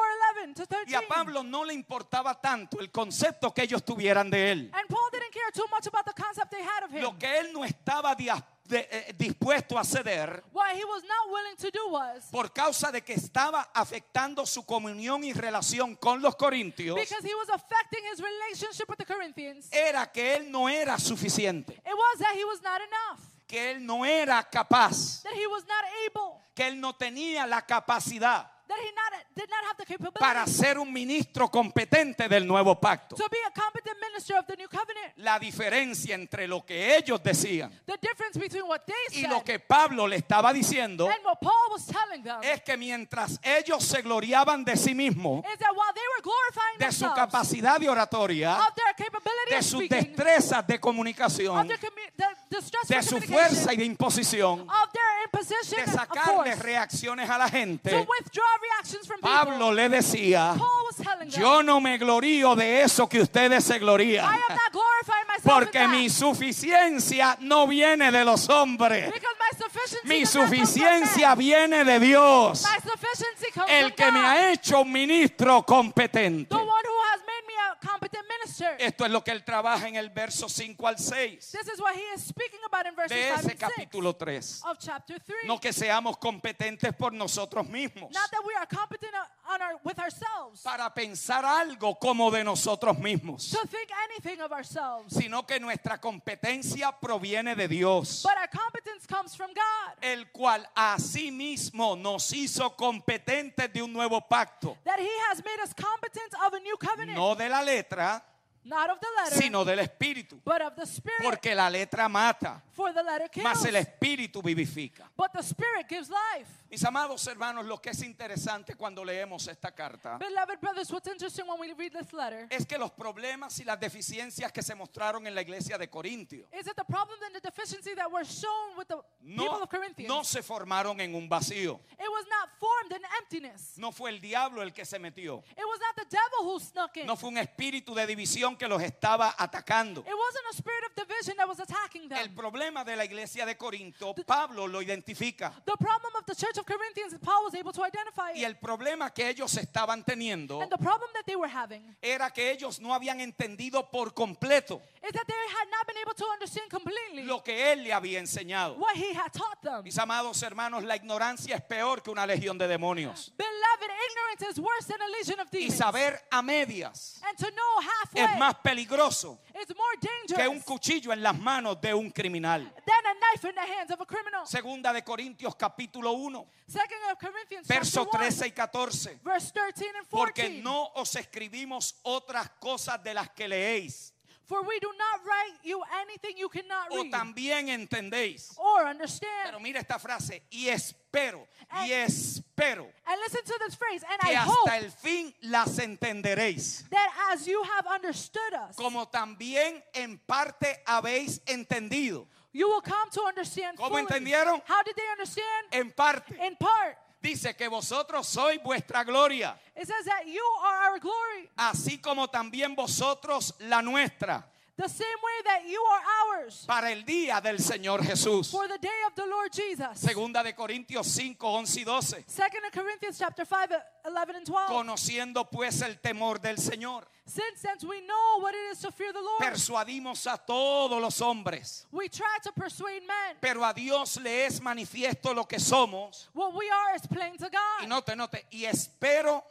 Speaker 4: 11 to 13.
Speaker 3: Y a Pablo no le importaba tanto el concepto que ellos tuvieran de él.
Speaker 4: And Paul didn't care too much about the concept they had of him.
Speaker 3: Lo que él no estaba di- de- eh, dispuesto a ceder
Speaker 4: what he was not willing to do was
Speaker 3: por causa de que estaba afectando su comunión y relación con los corintios
Speaker 4: because he was affecting his relationship with the Corinthians.
Speaker 3: era que él no era suficiente,
Speaker 4: It was that he was not enough,
Speaker 3: que él no era capaz,
Speaker 4: that he was not able,
Speaker 3: que él no tenía la capacidad
Speaker 4: that he not did not have the capability
Speaker 3: para ser un ministro competente del nuevo pacto.
Speaker 4: to be a competent minister of the new covenant.
Speaker 3: La diferencia entre lo que ellos decían
Speaker 4: The difference between what they
Speaker 3: y
Speaker 4: said
Speaker 3: lo que Pablo le estaba diciendo
Speaker 4: and what Paul was telling them
Speaker 3: es que mientras ellos se gloriaban de sí mismos,
Speaker 4: is that while they were glorifying
Speaker 3: de su
Speaker 4: themselves
Speaker 3: capacidad de oratoria,
Speaker 4: of their capability
Speaker 3: de
Speaker 4: of
Speaker 3: sus
Speaker 4: speaking,
Speaker 3: destrezas de
Speaker 4: of
Speaker 3: comunicación,
Speaker 4: their commu- the, the stressful
Speaker 3: de su
Speaker 4: communication,
Speaker 3: fuerza y de imposición,
Speaker 4: of their imposition
Speaker 3: de
Speaker 4: of force,
Speaker 3: sacarle reacciones a la
Speaker 4: to
Speaker 3: gente,
Speaker 4: withdraw reactions from
Speaker 3: Pablo
Speaker 4: people.
Speaker 3: le decía,
Speaker 4: Paul was telling them,
Speaker 3: yo no me glorío de eso que ustedes se glorían,
Speaker 4: I am not glorifying myself
Speaker 3: porque
Speaker 4: in that,
Speaker 3: mi suficiencia no viene de los hombres,
Speaker 4: because my sufficiency
Speaker 3: mi
Speaker 4: does not come from
Speaker 3: suficiencia
Speaker 4: man.
Speaker 3: viene de Dios,
Speaker 4: my sufficiency comes
Speaker 3: el
Speaker 4: from
Speaker 3: que me
Speaker 4: God,
Speaker 3: ha hecho un ministro competente.
Speaker 4: the one who has made me a competent minister.
Speaker 3: Esto es lo que él trabaja en el verso 5 al 6
Speaker 4: this is what he is speaking about in verses
Speaker 3: de
Speaker 4: 5
Speaker 3: ese
Speaker 4: and 6
Speaker 3: capítulo 3.
Speaker 4: of chapter 3.
Speaker 3: No que seamos competentes por nosotros mismos.
Speaker 4: Not that we are competent on our, with ourselves
Speaker 3: para pensar algo como de nosotros mismos,
Speaker 4: to think anything of ourselves,
Speaker 3: sino que nuestra competencia proviene de Dios,
Speaker 4: but our competence comes from God.
Speaker 3: el cual a sí mismo nos hizo competentes de un nuevo pacto,
Speaker 4: That He has made us competent of a new covenant,
Speaker 3: no de la letra,
Speaker 4: not of the letter,
Speaker 3: sino del espíritu,
Speaker 4: but of the Spirit.
Speaker 3: porque la letra mata,
Speaker 4: For the letter
Speaker 3: mas
Speaker 4: kills,
Speaker 3: el espíritu vivifica.
Speaker 4: but the Spirit gives life.
Speaker 3: Mis amados hermanos, lo que es interesante cuando leemos esta carta
Speaker 4: Beloved brothers, what's interesting when we read this letter
Speaker 3: es que los problemas y las deficiencias que se mostraron en la iglesia de Corintio
Speaker 4: is that the problem and the deficiency that were shown with the people
Speaker 3: no,
Speaker 4: of Corinthians,
Speaker 3: no se formaron en un vacío.
Speaker 4: it was not formed in emptiness.
Speaker 3: No fue el diablo el que se metió.
Speaker 4: It was not the devil who snuck in.
Speaker 3: No fue un espíritu de división que los estaba atacando.
Speaker 4: It wasn't a spirit of division that was attacking them.
Speaker 3: El problema de la iglesia de Corinto, Pablo lo identifica.
Speaker 4: The problem of the church of Corinthians, Paul was able to identify
Speaker 3: Y
Speaker 4: it.
Speaker 3: el problema que ellos estaban teniendo
Speaker 4: And the problem that they were having
Speaker 3: era que ellos no habían entendido por completo
Speaker 4: is that they had not been able to understand completely
Speaker 3: lo que él le había enseñado.
Speaker 4: what he had taught them.
Speaker 3: Mis amados hermanos, la ignorancia es peor que una legión de demonios.
Speaker 4: Beloved, ignorance is worse than a legion of
Speaker 3: Y
Speaker 4: demons.
Speaker 3: saber a medias
Speaker 4: And to know halfway
Speaker 3: es más peligroso
Speaker 4: is more
Speaker 3: que un
Speaker 4: dangerous
Speaker 3: cuchillo en las manos de un criminal.
Speaker 4: than a knife in the hands of a criminal.
Speaker 3: Segunda de Corintios capítulo 1.
Speaker 4: Second of Corinthians
Speaker 3: verso
Speaker 4: chapter 1,
Speaker 3: 13 y 14.
Speaker 4: verse 13 and 14.
Speaker 3: Porque no os escribimos otras cosas de las que leéis
Speaker 4: For we do not write you anything you cannot
Speaker 3: o
Speaker 4: read
Speaker 3: también entendéis.
Speaker 4: or understand.
Speaker 3: Pero mira esta frase, y espero, y espero
Speaker 4: and listen to this phrase, and I
Speaker 3: que
Speaker 4: hope
Speaker 3: hasta el fin las entenderéis,
Speaker 4: that as you have understood us,
Speaker 3: como también en parte habéis entendido,
Speaker 4: You will come to understand
Speaker 3: ¿Cómo
Speaker 4: fully.
Speaker 3: entendieron?
Speaker 4: How did they understand?
Speaker 3: en parte.
Speaker 4: In part.
Speaker 3: Dice que vosotros sois vuestra gloria,
Speaker 4: It says that you are our glory,
Speaker 3: así como también vosotros la nuestra,
Speaker 4: the same way that you are ours
Speaker 3: para el día del Señor Jesús.
Speaker 4: for the day of the Lord Jesus.
Speaker 3: Segunda de Corintios 5, 11 y 12.
Speaker 4: Second of Corinthians chapter 5, 11 and 12.
Speaker 3: Conociendo pues el temor del Señor,
Speaker 4: Since since we know what it is to fear the Lord,
Speaker 3: persuadimos a todos los hombres.
Speaker 4: we try to persuade men.
Speaker 3: Pero a Dios le es manifiesto lo que somos.
Speaker 4: What we are is plain to
Speaker 3: Y
Speaker 4: God.
Speaker 3: note, note, y espero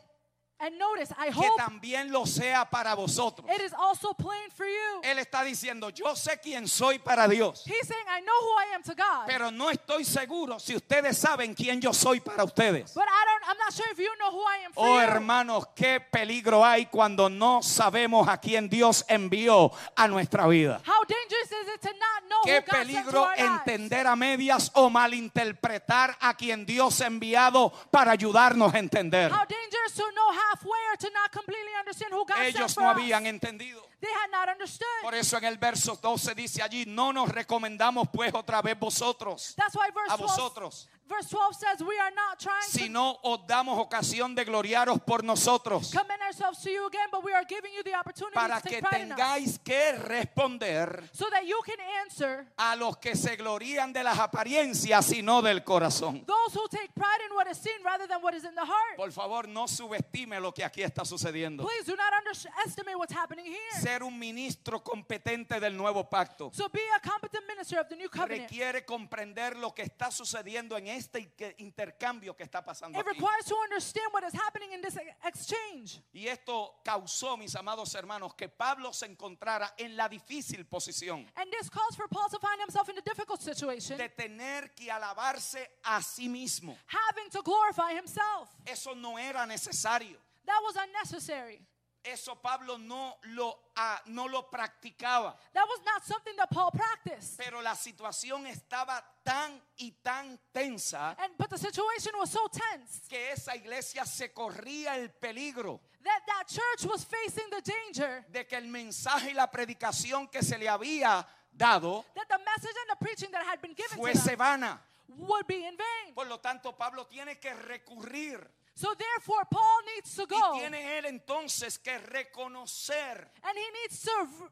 Speaker 4: And notice, I
Speaker 3: que
Speaker 4: hope
Speaker 3: también lo sea para vosotros.
Speaker 4: it is also plain for you.
Speaker 3: Él está diciendo, yo sé quién soy para Dios,
Speaker 4: He's saying, I know who I am to God.
Speaker 3: pero no estoy seguro si ustedes saben quién yo soy para ustedes.
Speaker 4: but I don't, I'm not sure if you know who I am for
Speaker 3: Oh
Speaker 4: you.
Speaker 3: hermanos, qué peligro hay cuando no sabemos a quién Dios envió a nuestra vida.
Speaker 4: How dangerous is it to not know
Speaker 3: Qué
Speaker 4: who God sent to
Speaker 3: peligro
Speaker 4: our lives?
Speaker 3: entender a medias o malinterpretar a quien Dios ha enviado para ayudarnos a entender.
Speaker 4: How dangerous to know halfway or to not completely understand who God sent
Speaker 3: Ellos
Speaker 4: for
Speaker 3: no
Speaker 4: us.
Speaker 3: habían entendido.
Speaker 4: They had not understood.
Speaker 3: Por eso en el verso 12 dice allí, no nos recomendamos pues otra vez vosotros,
Speaker 4: That's why verse
Speaker 3: a
Speaker 4: 12,
Speaker 3: vosotros,
Speaker 4: verse 12 says, we are not trying
Speaker 3: si
Speaker 4: to
Speaker 3: no os damos ocasión de gloriaros por nosotros,
Speaker 4: commend ourselves to you again, but we are giving you the opportunity
Speaker 3: para
Speaker 4: to take
Speaker 3: que
Speaker 4: pride in us.
Speaker 3: tengáis que responder
Speaker 4: So that you can answer
Speaker 3: a los que se glorían de las apariencias y no del corazón.
Speaker 4: those who take pride in what is seen rather than what is in the heart.
Speaker 3: Por favor, no subestime lo que aquí está sucediendo.
Speaker 4: Please do not underestimate what's happening here.
Speaker 3: Ser un ministro competente del nuevo pacto
Speaker 4: So be a competent minister of the new covenant.
Speaker 3: requiere comprender lo que está sucediendo en este inque- intercambio que está pasando.
Speaker 4: It
Speaker 3: aquí.
Speaker 4: requires to understand what is happening in this e- exchange.
Speaker 3: Y esto causó, mis amados hermanos, que Pablo se encontrara en la difícil posición
Speaker 4: And this calls for Paul to find himself in a difficult situation,
Speaker 3: de tener que alabarse a sí mismo.
Speaker 4: having to glorify himself.
Speaker 3: Eso no era necesario.
Speaker 4: That was unnecessary.
Speaker 3: Eso Pablo no lo, ah, no lo practicaba.
Speaker 4: That was not something that Paul practiced.
Speaker 3: Pero la situación estaba tan y tan tensa
Speaker 4: And but the situation was so tense
Speaker 3: que esa iglesia se corría el peligro
Speaker 4: that that church was facing the danger
Speaker 3: de que el mensaje y la predicación que se le había dado
Speaker 4: that the message and the preaching that had been given to
Speaker 3: fuese
Speaker 4: them
Speaker 3: vana.
Speaker 4: would be in vain.
Speaker 3: Por lo tanto, Pablo tiene que recurrir
Speaker 4: So therefore, Paul needs to
Speaker 3: y
Speaker 4: go,
Speaker 3: tiene él entonces que reconocer
Speaker 4: and he needs to r-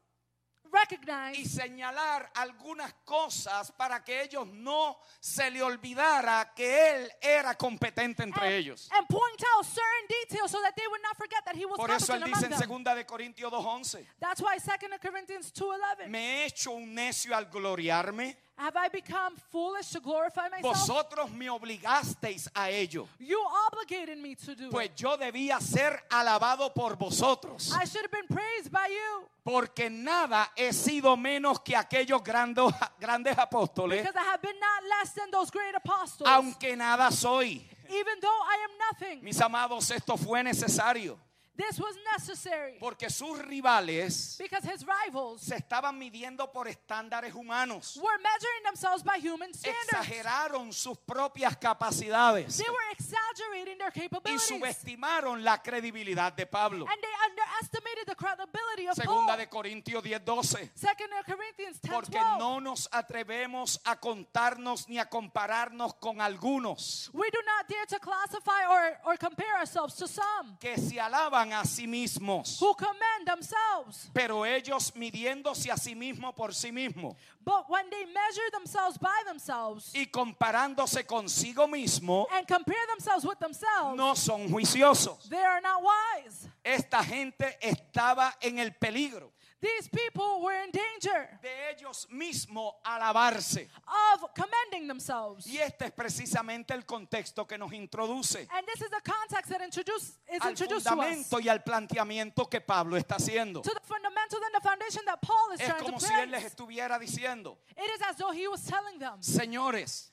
Speaker 3: y
Speaker 4: recognize
Speaker 3: señalar algunas cosas para que ellos no se le olvidara que él era competente entre
Speaker 4: and,
Speaker 3: ellos.
Speaker 4: and point out certain details so that they would not forget that he was
Speaker 3: Por eso él
Speaker 4: competent
Speaker 3: dice
Speaker 4: among
Speaker 3: en
Speaker 4: them.
Speaker 3: 2 de Corintios 2:11.
Speaker 4: That's why 2 Corinthians 2.11
Speaker 3: ¿Me he hecho un necio al gloriarme?
Speaker 4: Have I become foolish to glorify myself?
Speaker 3: Vosotros me obligasteis a ello.
Speaker 4: You obligated me to do
Speaker 3: Pues
Speaker 4: it.
Speaker 3: yo debía ser alabado por vosotros.
Speaker 4: I should have been praised by you
Speaker 3: Porque nada he sido menos que aquellos grandos- grandes apóstoles.
Speaker 4: because I have been not less than those great apostles.
Speaker 3: Aunque nada soy.
Speaker 4: Even though I am nothing,
Speaker 3: Mis amados, esto fue necesario.
Speaker 4: this was necessary
Speaker 3: Porque sus rivales
Speaker 4: because his rivals
Speaker 3: se estaban midiendo por estándares humanos.
Speaker 4: were measuring themselves by human standards.
Speaker 3: Exageraron sus propias capacidades.
Speaker 4: They were exaggerating their
Speaker 3: Y
Speaker 4: capabilities and
Speaker 3: subestimaron la credibilidad de Pablo.
Speaker 4: they underestimated the credibility of
Speaker 3: Segunda
Speaker 4: Paul.
Speaker 3: de Corintios 10:12.
Speaker 4: Second Corinthians 10
Speaker 3: Porque no nos atrevemos a contarnos ni a compararnos con algunos
Speaker 4: We do not dare to classify or, or compare ourselves to some.
Speaker 3: que se alaban a sí mismos.
Speaker 4: who commend themselves.
Speaker 3: Pero ellos midiéndose a sí mismos por sí mismos
Speaker 4: But when they measure themselves by themselves
Speaker 3: y comparándose consigo mismo,
Speaker 4: and compare themselves with themselves,
Speaker 3: no son juiciosos.
Speaker 4: they are not wise.
Speaker 3: Esta gente estaba en el peligro
Speaker 4: These people were in danger
Speaker 3: de ellos mismos alabarse.
Speaker 4: of commending themselves.
Speaker 3: Y este es precisamente el contexto que nos introduce
Speaker 4: And this is the context that introduce, is
Speaker 3: al
Speaker 4: introduced to us.
Speaker 3: fundamento y al planteamiento que Pablo está haciendo.
Speaker 4: To the fundamental and the foundation that Paul is
Speaker 3: Es
Speaker 4: trying to
Speaker 3: como
Speaker 4: place.
Speaker 3: si él les estuviera diciendo,
Speaker 4: It is as though he was telling them,
Speaker 3: señores,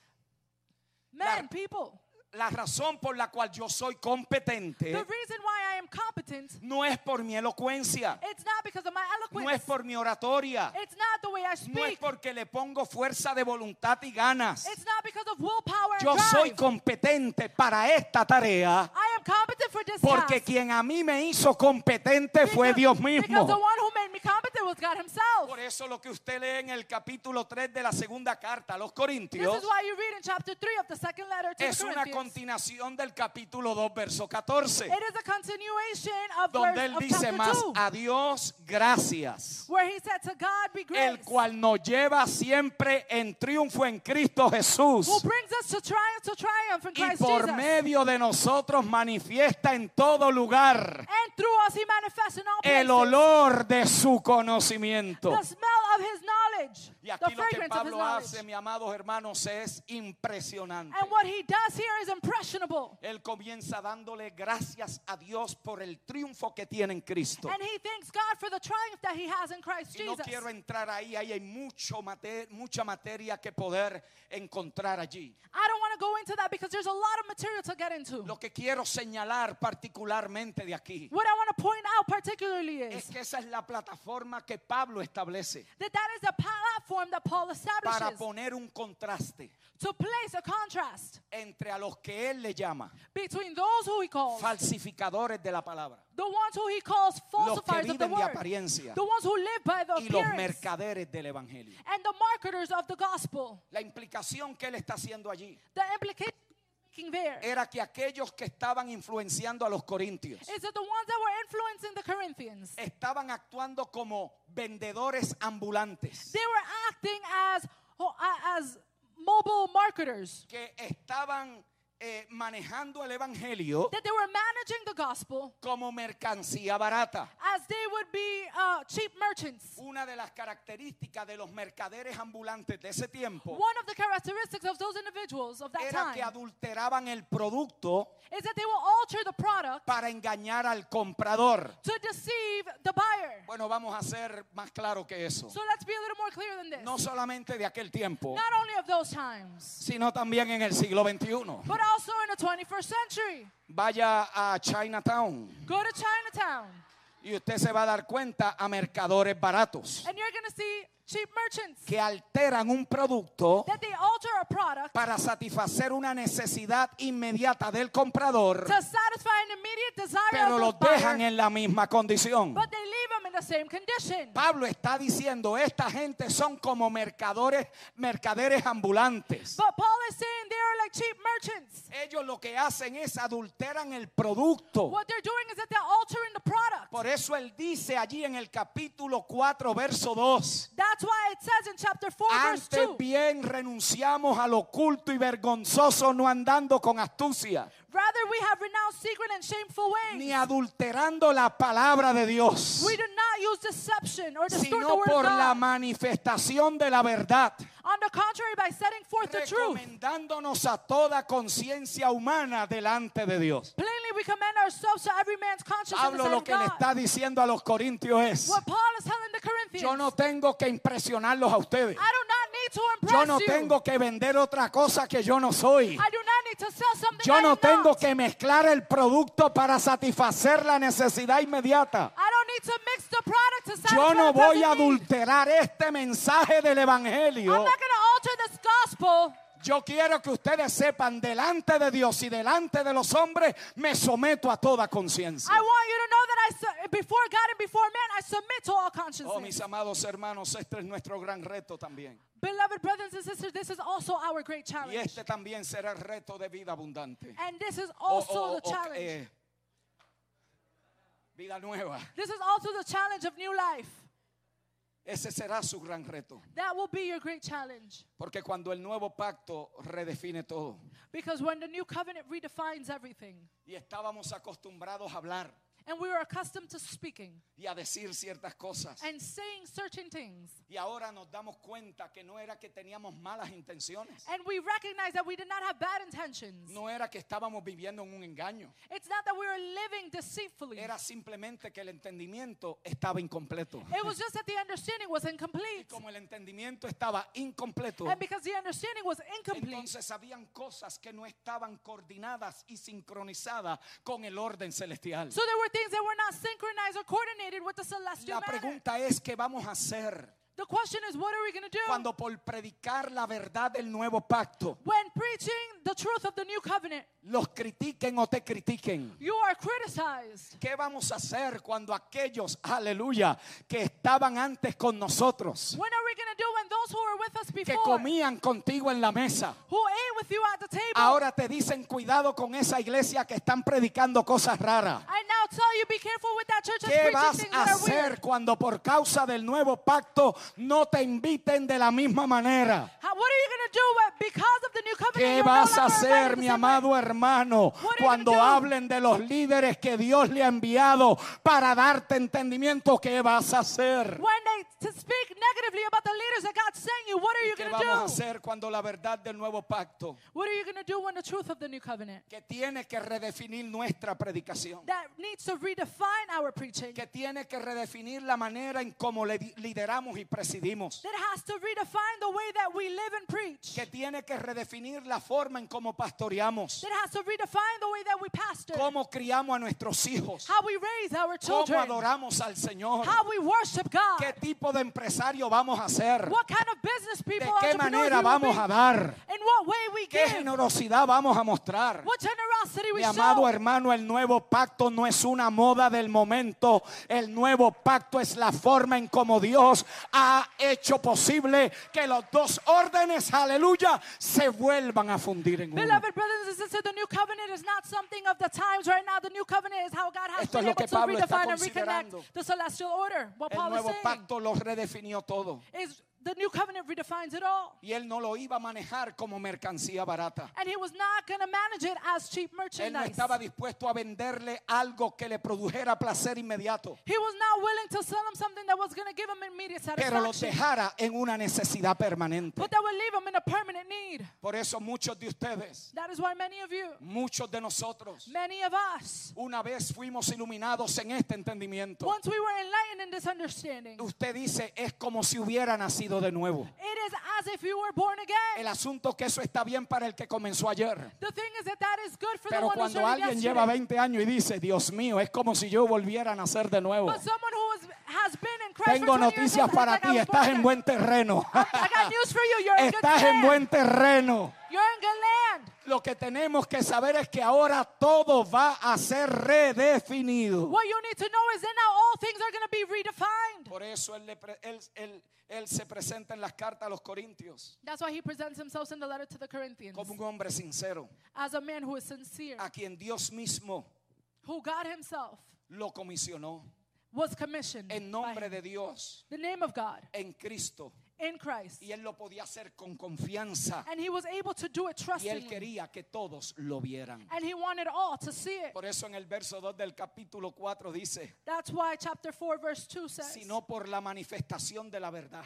Speaker 4: men,
Speaker 3: la-
Speaker 4: people,
Speaker 3: la razón por la cual yo soy competente
Speaker 4: the reason why I am competent,
Speaker 3: no es por mi elocuencia,
Speaker 4: it's not because of my
Speaker 3: no es
Speaker 4: eloquence.
Speaker 3: por mi oratoria,
Speaker 4: It's not the way I speak.
Speaker 3: no es porque le pongo fuerza de voluntad y ganas.
Speaker 4: It's not because of willpower
Speaker 3: Yo
Speaker 4: and drive.
Speaker 3: soy competente para esta tarea
Speaker 4: I am competent for this
Speaker 3: porque
Speaker 4: task.
Speaker 3: quien a mí me hizo competente fue Dios
Speaker 4: Because the
Speaker 3: mismo.
Speaker 4: one who made me competent was God himself.
Speaker 3: Por eso lo que usted lee en el capítulo 3 de la segunda carta a los
Speaker 4: This
Speaker 3: Corintios
Speaker 4: is why you read in chapter 3 of the second letter to
Speaker 3: es
Speaker 4: the
Speaker 3: una
Speaker 4: Corinthians.
Speaker 3: continuación del capítulo 2, verso 14.
Speaker 4: It is a continuation of,
Speaker 3: donde
Speaker 4: verse,
Speaker 3: él
Speaker 4: of
Speaker 3: dice
Speaker 4: chapter
Speaker 3: más
Speaker 4: 2.
Speaker 3: a Dios gracias
Speaker 4: Where he said, to God be
Speaker 3: el
Speaker 4: grace.
Speaker 3: cual nos lleva siempre en triunfo en Cristo Jesús
Speaker 4: Who brings us to triumph, to triumph in
Speaker 3: y
Speaker 4: Christ
Speaker 3: por
Speaker 4: Jesus.
Speaker 3: medio de nosotros manifiesta en todo lugar
Speaker 4: and through us he manifests in all
Speaker 3: el
Speaker 4: places
Speaker 3: olor de su conocimiento
Speaker 4: the smell of his knowledge,
Speaker 3: Y
Speaker 4: the
Speaker 3: aquí lo que
Speaker 4: fragrance of his
Speaker 3: Pablo
Speaker 4: knowledge.
Speaker 3: hace, mis amados hermanos, es impresionante.
Speaker 4: And what he does here is impressionable.
Speaker 3: Él comienza dándole gracias a Dios por el triunfo que tiene en Cristo.
Speaker 4: And he thanks God for the triumph that he has in Christ
Speaker 3: Y no
Speaker 4: Jesus.
Speaker 3: quiero entrar ahí, ahí hay mucho mate- mucha materia que poder encontrar allí.
Speaker 4: I don't want to go into that because there's a lot of material to get into.
Speaker 3: Lo que quiero señalar particularmente de aquí
Speaker 4: What I want to point out particularly
Speaker 3: es
Speaker 4: is
Speaker 3: que esa es la plataforma que Pablo establece
Speaker 4: that that is the platform that Paul
Speaker 3: para
Speaker 4: establishes
Speaker 3: poner un contraste
Speaker 4: to place a contrast
Speaker 3: entre a los que él le llama
Speaker 4: between those who he calls,
Speaker 3: falsificadores de la palabra
Speaker 4: the ones who he calls
Speaker 3: Los que
Speaker 4: falsifiers of the
Speaker 3: viven de
Speaker 4: word,
Speaker 3: apariencia.
Speaker 4: the ones who live by the
Speaker 3: y los
Speaker 4: appearance,
Speaker 3: mercaderes del evangelio.
Speaker 4: and the marketers of the gospel.
Speaker 3: La implicación que él está haciendo allí
Speaker 4: The implication making there
Speaker 3: era que aquellos que estaban influenciando a los corintios
Speaker 4: is that the ones that were influencing the Corinthians,
Speaker 3: estaban actuando como vendedores ambulantes.
Speaker 4: they were acting as oh, as mobile marketers.
Speaker 3: que estaban eh, manejando el evangelio
Speaker 4: That they were managing the gospel
Speaker 3: como mercancía barata.
Speaker 4: as they would be uh, cheap merchants.
Speaker 3: Una de las características de los mercaderes ambulantes de ese tiempo
Speaker 4: One of the characteristics of those individuals of that
Speaker 3: era que
Speaker 4: time
Speaker 3: adulteraban el producto
Speaker 4: is that they will alter the product
Speaker 3: para engañar al comprador.
Speaker 4: to deceive the buyer.
Speaker 3: Bueno, vamos a ser más claro que eso.
Speaker 4: So let's be a little more clear than
Speaker 3: No
Speaker 4: this.
Speaker 3: solamente de aquel tiempo,
Speaker 4: Not only of those times,
Speaker 3: sino también en el siglo XXI.
Speaker 4: but also in the 21st century.
Speaker 3: Vaya a Chinatown
Speaker 4: Go to Chinatown
Speaker 3: y usted se va a dar cuenta a mercadores baratos
Speaker 4: and you're going to see cheap merchants
Speaker 3: que alteran un producto
Speaker 4: that they alter a product
Speaker 3: para satisfacer una necesidad inmediata del comprador,
Speaker 4: to satisfy an immediate desire
Speaker 3: pero
Speaker 4: of
Speaker 3: los
Speaker 4: the buyer,
Speaker 3: dejan en la misma condición.
Speaker 4: but they leave them in the same condition.
Speaker 3: Pablo está diciendo, esta gente son como mercadores, mercaderes ambulantes.
Speaker 4: But Paul is saying they are like cheap merchants.
Speaker 3: Ellos lo que hacen es adulteran el producto.
Speaker 4: What they're doing is that they're altering the product.
Speaker 3: Por eso él dice allí en el capítulo 4, verso 2.
Speaker 4: That's why it says in chapter 4, verse
Speaker 3: Antes
Speaker 4: 2
Speaker 3: bien renunciamos al oculto y vergonzoso, no andando con astucia,
Speaker 4: Rather, we have renounced secret and shameful
Speaker 3: ni
Speaker 4: ways.
Speaker 3: adulterando la palabra de Dios.
Speaker 4: We do not use deception or distort the
Speaker 3: sino
Speaker 4: word of
Speaker 3: por la
Speaker 4: God.
Speaker 3: manifestación de la verdad,
Speaker 4: On the contrary, by setting forth the truth,
Speaker 3: recomendándonos a toda conciencia humana delante de Dios.
Speaker 4: plainly we commend ourselves to every man's conscience in the
Speaker 3: Pablo
Speaker 4: sight
Speaker 3: lo
Speaker 4: of
Speaker 3: que le
Speaker 4: God.
Speaker 3: está diciendo a los corintios es,
Speaker 4: What Paul is telling the Corinthians,
Speaker 3: yo no tengo que impresionarlos a ustedes,
Speaker 4: I do not need to
Speaker 3: yo
Speaker 4: impress
Speaker 3: no
Speaker 4: you.
Speaker 3: tengo que vender otra cosa que yo no soy.
Speaker 4: I do not need to sell something I
Speaker 3: Yo no
Speaker 4: am
Speaker 3: tengo
Speaker 4: not.
Speaker 3: que mezclar el producto para satisfacer la necesidad inmediata.
Speaker 4: I don't need to mix the product to satisfy
Speaker 3: Yo no
Speaker 4: the
Speaker 3: voy a
Speaker 4: present need.
Speaker 3: adulterar este mensaje del
Speaker 4: I'm
Speaker 3: Evangelio.
Speaker 4: not going to alter this gospel.
Speaker 3: Yo quiero que ustedes sepan delante de Dios y delante de los hombres me someto a toda conciencia.
Speaker 4: I want you to know that I su- before God and before man, I submit to all consciences.
Speaker 3: Oh, mis amados hermanos, este es nuestro gran reto también.
Speaker 4: Beloved brothers and sisters, this is also our great
Speaker 3: Y
Speaker 4: challenge.
Speaker 3: este también será el reto de vida abundante.
Speaker 4: And this is
Speaker 3: O-
Speaker 4: also
Speaker 3: o-
Speaker 4: the
Speaker 3: o-
Speaker 4: challenge.
Speaker 3: eh, vida nueva.
Speaker 4: this is also the challenge of new life.
Speaker 3: Ese será su gran reto.
Speaker 4: That will be your great challenge.
Speaker 3: Porque cuando el nuevo pacto redefine todo.
Speaker 4: Because when the new covenant redefines everything,
Speaker 3: Y estábamos acostumbrados a hablar
Speaker 4: and we were accustomed to speaking
Speaker 3: y a decir ciertas cosas.
Speaker 4: and saying certain things,
Speaker 3: Y ahora nos damos cuenta que no era que teníamos malas intenciones.
Speaker 4: and we recognize that we did not have bad intentions,
Speaker 3: No era que estábamos viviendo en un engaño.
Speaker 4: it's not that we were living deceitfully.
Speaker 3: Era simplemente que el entendimiento estaba incompleto.
Speaker 4: it was just that the understanding was
Speaker 3: Y
Speaker 4: incomplete.
Speaker 3: como el entendimiento estaba incompleto,
Speaker 4: And because the understanding was incomplete,
Speaker 3: entonces habían cosas que no estaban coordinadas y sincronizadas con el orden celestial.
Speaker 4: So there were things that were not synchronized or coordinated with the
Speaker 3: La
Speaker 4: celestial manner.
Speaker 3: pregunta es, ¿qué vamos a hacer
Speaker 4: The question is, what are we going to do
Speaker 3: cuando por predicar la verdad del nuevo pacto
Speaker 4: when preaching the truth of the new covenant?
Speaker 3: los critiquen o te critiquen?
Speaker 4: You are criticized.
Speaker 3: ¿Qué vamos a hacer cuando aquellos, aleluya, que estaban antes con nosotros,
Speaker 4: When are we going to do when those who were with us
Speaker 3: que
Speaker 4: before,
Speaker 3: comían contigo en la mesa,
Speaker 4: who ate with you at the table,
Speaker 3: Ahora te dicen cuidado con esa iglesia que están predicando cosas raras.
Speaker 4: and now now tell you, be careful with that church that's
Speaker 3: ¿Qué
Speaker 4: preaching
Speaker 3: vas
Speaker 4: things
Speaker 3: a
Speaker 4: that are weird.
Speaker 3: hacer cuando por causa del nuevo pacto no te inviten de la misma manera?
Speaker 4: How, what are you going to do when- because of the new covenant?
Speaker 3: ¿Qué
Speaker 4: you're no
Speaker 3: vas a
Speaker 4: longer invited
Speaker 3: hacer,
Speaker 4: to
Speaker 3: mi
Speaker 4: sit by?
Speaker 3: amado hermano,
Speaker 4: gonna
Speaker 3: cuando
Speaker 4: do?
Speaker 3: hablen de los líderes que Dios le ha enviado para darte entendimiento? ¿Qué vas a hacer?
Speaker 4: When they to speak negatively about the leaders that God sent you, what are you
Speaker 3: ¿Qué
Speaker 4: going
Speaker 3: vamos a
Speaker 4: to do?
Speaker 3: hacer cuando la verdad del nuevo pacto,
Speaker 4: What are you going to do when the truth of the new covenant
Speaker 3: que tiene que redefinir nuestra predicación,
Speaker 4: that needs to redefine our preaching,
Speaker 3: que tiene que redefinir la manera en cómo le- lideramos y presidimos?
Speaker 4: that has to redefine the way that we live and preach,
Speaker 3: que tiene que redefinir la forma en cómo pastoreamos,
Speaker 4: that has to redefine the way that we pastor,
Speaker 3: cómo criamos a nuestros hijos,
Speaker 4: how we raise our
Speaker 3: cómo
Speaker 4: children,
Speaker 3: adoramos al Señor,
Speaker 4: how we worship
Speaker 3: qué
Speaker 4: God,
Speaker 3: tipo de empresario vamos a ser,
Speaker 4: what kind of business
Speaker 3: de
Speaker 4: people,
Speaker 3: qué
Speaker 4: entrepreneurs
Speaker 3: manera
Speaker 4: we will
Speaker 3: vamos
Speaker 4: be,
Speaker 3: a dar,
Speaker 4: in what way we
Speaker 3: qué
Speaker 4: give,
Speaker 3: generosidad vamos a mostrar.
Speaker 4: what generosity we
Speaker 3: Mi amado
Speaker 4: show.
Speaker 3: hermano, el nuevo pacto no es una moda del momento. El nuevo pacto es la forma en cómo Dios ha hecho posible que los dos órdenes, aleluya, se vuelvan a fundir en uno.
Speaker 4: Beloved brothers and sisters, the new covenant is not something of the times right now. The new covenant is how God has
Speaker 3: Esto es
Speaker 4: been
Speaker 3: lo
Speaker 4: able
Speaker 3: que
Speaker 4: to
Speaker 3: Pablo está
Speaker 4: redefine and reconnect
Speaker 3: considerando.
Speaker 4: the celestial order. What
Speaker 3: El
Speaker 4: Paul is
Speaker 3: nuevo
Speaker 4: saying
Speaker 3: pacto lo redefinió todo.
Speaker 4: is the new covenant redefines it all.
Speaker 3: Y él no lo iba a manejar como mercancía barata.
Speaker 4: And he was not going to manage it as cheap
Speaker 3: Él no
Speaker 4: merchandise.
Speaker 3: estaba dispuesto a venderle algo que le produjera placer inmediato,
Speaker 4: He was not willing to sell him something that was going to give him immediate
Speaker 3: pero lo
Speaker 4: satisfaction,
Speaker 3: dejara en una necesidad permanente.
Speaker 4: but that would leave him in a permanent need.
Speaker 3: Por eso muchos de ustedes,
Speaker 4: That is why many of you,
Speaker 3: muchos de nosotros,
Speaker 4: many of us,
Speaker 3: una vez fuimos iluminados en este entendimiento.
Speaker 4: once we were enlightened in this understanding,
Speaker 3: Usted dice, es como si hubiera nacido de nuevo.
Speaker 4: it is as if you were born
Speaker 3: El
Speaker 4: again.
Speaker 3: asunto que eso está bien para el que comenzó ayer.
Speaker 4: The thing is that that is good for the
Speaker 3: Pero
Speaker 4: one who
Speaker 3: cuando
Speaker 4: started
Speaker 3: alguien lleva
Speaker 4: yesterday.
Speaker 3: 20 años y dice, Dios mío, es como si yo volviera a nacer de nuevo.
Speaker 4: But someone who is, has been in Christ
Speaker 3: Tengo
Speaker 4: Oh, for 20 years
Speaker 3: noticias
Speaker 4: is
Speaker 3: para
Speaker 4: like
Speaker 3: ti,
Speaker 4: I was
Speaker 3: estás
Speaker 4: born
Speaker 3: en
Speaker 4: again.
Speaker 3: buen terreno.
Speaker 4: I got news for you. You're in good
Speaker 3: Estás en
Speaker 4: land.
Speaker 3: buen terreno.
Speaker 4: You're in good land.
Speaker 3: Lo que tenemos que saber es que ahora todo va a ser redefinido.
Speaker 4: What you need to know is that now all things are going to be redefined.
Speaker 3: Por eso él, le pre- él- él- él se presenta en las cartas a los Corintios
Speaker 4: That's why he presents himself in the letter to the Corinthians
Speaker 3: como un hombre sincero,
Speaker 4: as a man who is sincere,
Speaker 3: a quien Dios mismo
Speaker 4: who God himself
Speaker 3: lo comisionó
Speaker 4: was commissioned
Speaker 3: en
Speaker 4: by
Speaker 3: nombre
Speaker 4: him.
Speaker 3: de Dios,
Speaker 4: the name of God
Speaker 3: en Cristo.
Speaker 4: in Christ.
Speaker 3: Y él lo podía hacer con confianza.
Speaker 4: And he was able to do it
Speaker 3: Y él
Speaker 4: trustingly.
Speaker 3: quería que todos lo vieran.
Speaker 4: And he wanted all to see it.
Speaker 3: Por eso en el verso 2 del capítulo 4 dice,
Speaker 4: That's why chapter 4 verse 2 says,
Speaker 3: sino por la manifestación de la verdad,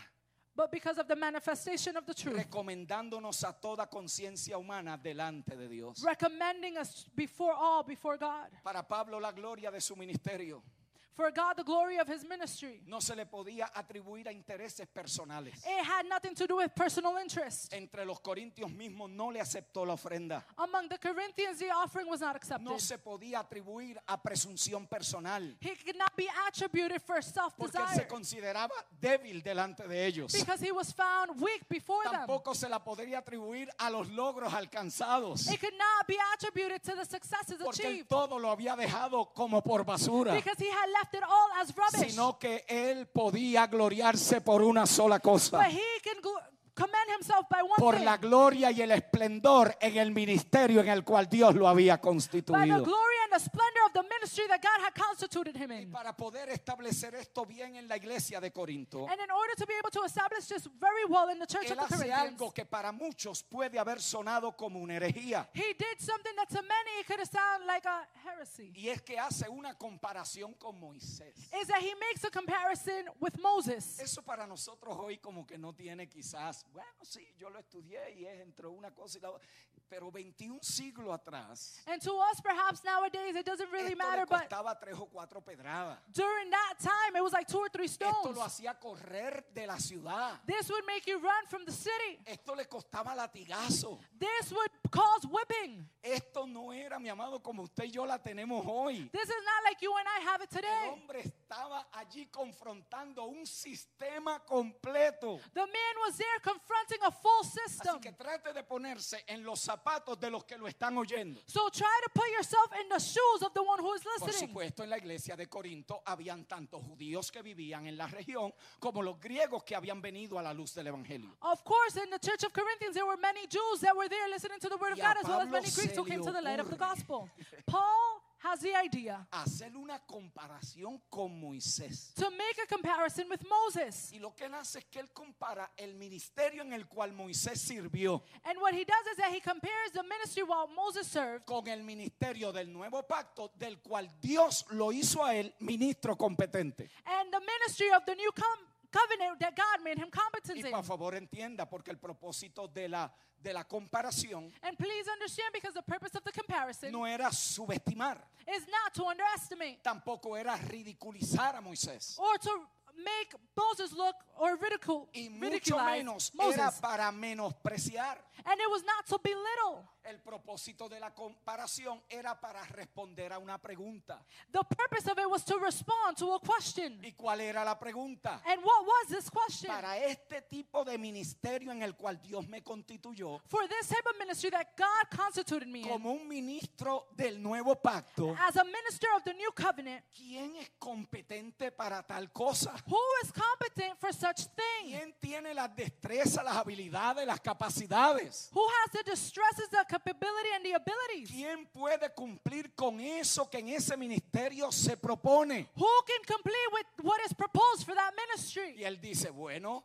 Speaker 4: but because of the manifestation of the truth.
Speaker 3: recomendándonos a toda conciencia humana delante de Dios.
Speaker 4: recommending us before all before God.
Speaker 3: Para Pablo la gloria de su ministerio
Speaker 4: For God, the glory of his ministry.
Speaker 3: no se le podía atribuir a intereses personales.
Speaker 4: It had nothing to do with personal interest.
Speaker 3: Entre los corintios mismos no le aceptó la ofrenda.
Speaker 4: Among the Corinthians, the offering was not accepted.
Speaker 3: No se podía atribuir a presunción personal
Speaker 4: He could not be attributed for self
Speaker 3: porque él se
Speaker 4: desire
Speaker 3: consideraba débil delante de ellos.
Speaker 4: because he was found weak before them.
Speaker 3: Tampoco se la podría atribuir a los logros alcanzados.
Speaker 4: It could not be attributed to the successes
Speaker 3: Porque él
Speaker 4: achieved
Speaker 3: todo lo había dejado como por basura.
Speaker 4: because he had left it all as rubbish.
Speaker 3: Sino que él podía gloriarse por una sola cosa.
Speaker 4: But he can gl- commend himself by one
Speaker 3: Por
Speaker 4: thing
Speaker 3: la gloria y el esplendor en el ministerio en el cual Dios lo había
Speaker 4: by the
Speaker 3: constituido.
Speaker 4: glory and the splendor of the ministry that God had constituted him
Speaker 3: Y
Speaker 4: in.
Speaker 3: para poder establecer esto bien en la iglesia de Corinto,
Speaker 4: And in order to be able to establish this very well in the church of
Speaker 3: él
Speaker 4: the
Speaker 3: hace algo
Speaker 4: Corinthians,
Speaker 3: que para muchos puede haber sonado como una herejía.
Speaker 4: he did something that to many it could have sounded like a heresy.
Speaker 3: Y es que hace una comparación con Moisés.
Speaker 4: Is that he makes a comparison with Moses.
Speaker 3: Eso para nosotros hoy como que no tiene quizás, bueno, sí, yo lo estudié y es entre una cosa y la otra, pero 21 siglos atrás
Speaker 4: And to us, perhaps nowadays, it doesn't really
Speaker 3: esto
Speaker 4: matter,
Speaker 3: le
Speaker 4: but
Speaker 3: costaba tres o cuatro pedradas.
Speaker 4: during that time, it was like two or three
Speaker 3: Esto
Speaker 4: stones.
Speaker 3: lo hacía correr de la ciudad.
Speaker 4: This would make you run from the city.
Speaker 3: Esto le costaba latigazo.
Speaker 4: This would cause whipping.
Speaker 3: Esto no era, mi amado, como usted y yo la tenemos hoy.
Speaker 4: This is not like you and I have it
Speaker 3: El
Speaker 4: today.
Speaker 3: hombre estaba allí confrontando un sistema completo.
Speaker 4: The man was there confronting a full
Speaker 3: Así que
Speaker 4: system.
Speaker 3: trate de ponerse en los zapatos de los que lo están oyendo.
Speaker 4: So try to put yourself in the shoes of the one who is
Speaker 3: Por
Speaker 4: listening.
Speaker 3: supuesto, en la iglesia de Corinto habían tanto judíos que vivían en la región como los griegos que habían venido a la luz del evangelio.
Speaker 4: Of course, in the church of Corinthians, there were many Jews that were there listening to the word of
Speaker 3: Y a
Speaker 4: God, as well as
Speaker 3: Pablo
Speaker 4: many
Speaker 3: se
Speaker 4: Greeks who
Speaker 3: le
Speaker 4: came to the light of the
Speaker 3: ocurre.
Speaker 4: gospel. Paul has the idea
Speaker 3: hacer una comparación con Moisés.
Speaker 4: to make a comparison with Moses.
Speaker 3: Y lo que él hace es que él compara el ministerio en el cual Moisés sirvió
Speaker 4: And what he does is that he compares the ministry while Moses served
Speaker 3: con el ministerio del nuevo pacto del cual Dios lo hizo a él ministro competente.
Speaker 4: and the ministry of the new com- covenant that God made him competent
Speaker 3: Y
Speaker 4: in.
Speaker 3: por favor entienda, porque el propósito de la, de la comparación
Speaker 4: And please understand because the purpose of the comparison
Speaker 3: no era subestimar,
Speaker 4: is not to underestimate
Speaker 3: tampoco era ridiculizar a Moisés.
Speaker 4: or to make Moses look or ridicule
Speaker 3: Y mucho
Speaker 4: ridiculize
Speaker 3: menos era
Speaker 4: Moses.
Speaker 3: para menospreciar.
Speaker 4: And it was not to belittle.
Speaker 3: El propósito de la comparación era para responder a una pregunta.
Speaker 4: The purpose of it was to respond to a question.
Speaker 3: ¿Y cuál era la pregunta?
Speaker 4: And what was this question?
Speaker 3: Para este tipo de ministerio en el cual Dios me constituyó,
Speaker 4: For this type of ministry that God constituted me in,
Speaker 3: como un ministro del nuevo pacto,
Speaker 4: as a minister of the new covenant,
Speaker 3: ¿quién es competente para tal cosa?
Speaker 4: who is competent for such thing?
Speaker 3: ¿Quién tiene las destrezas, las habilidades, las capacidades?
Speaker 4: Who has the distresses, the capability, and the abilities?
Speaker 3: ¿Quién puede cumplir con eso que en ese ministerio se propone?
Speaker 4: Who can complete with what is proposed for that
Speaker 3: Y
Speaker 4: ministry?
Speaker 3: él dice, bueno,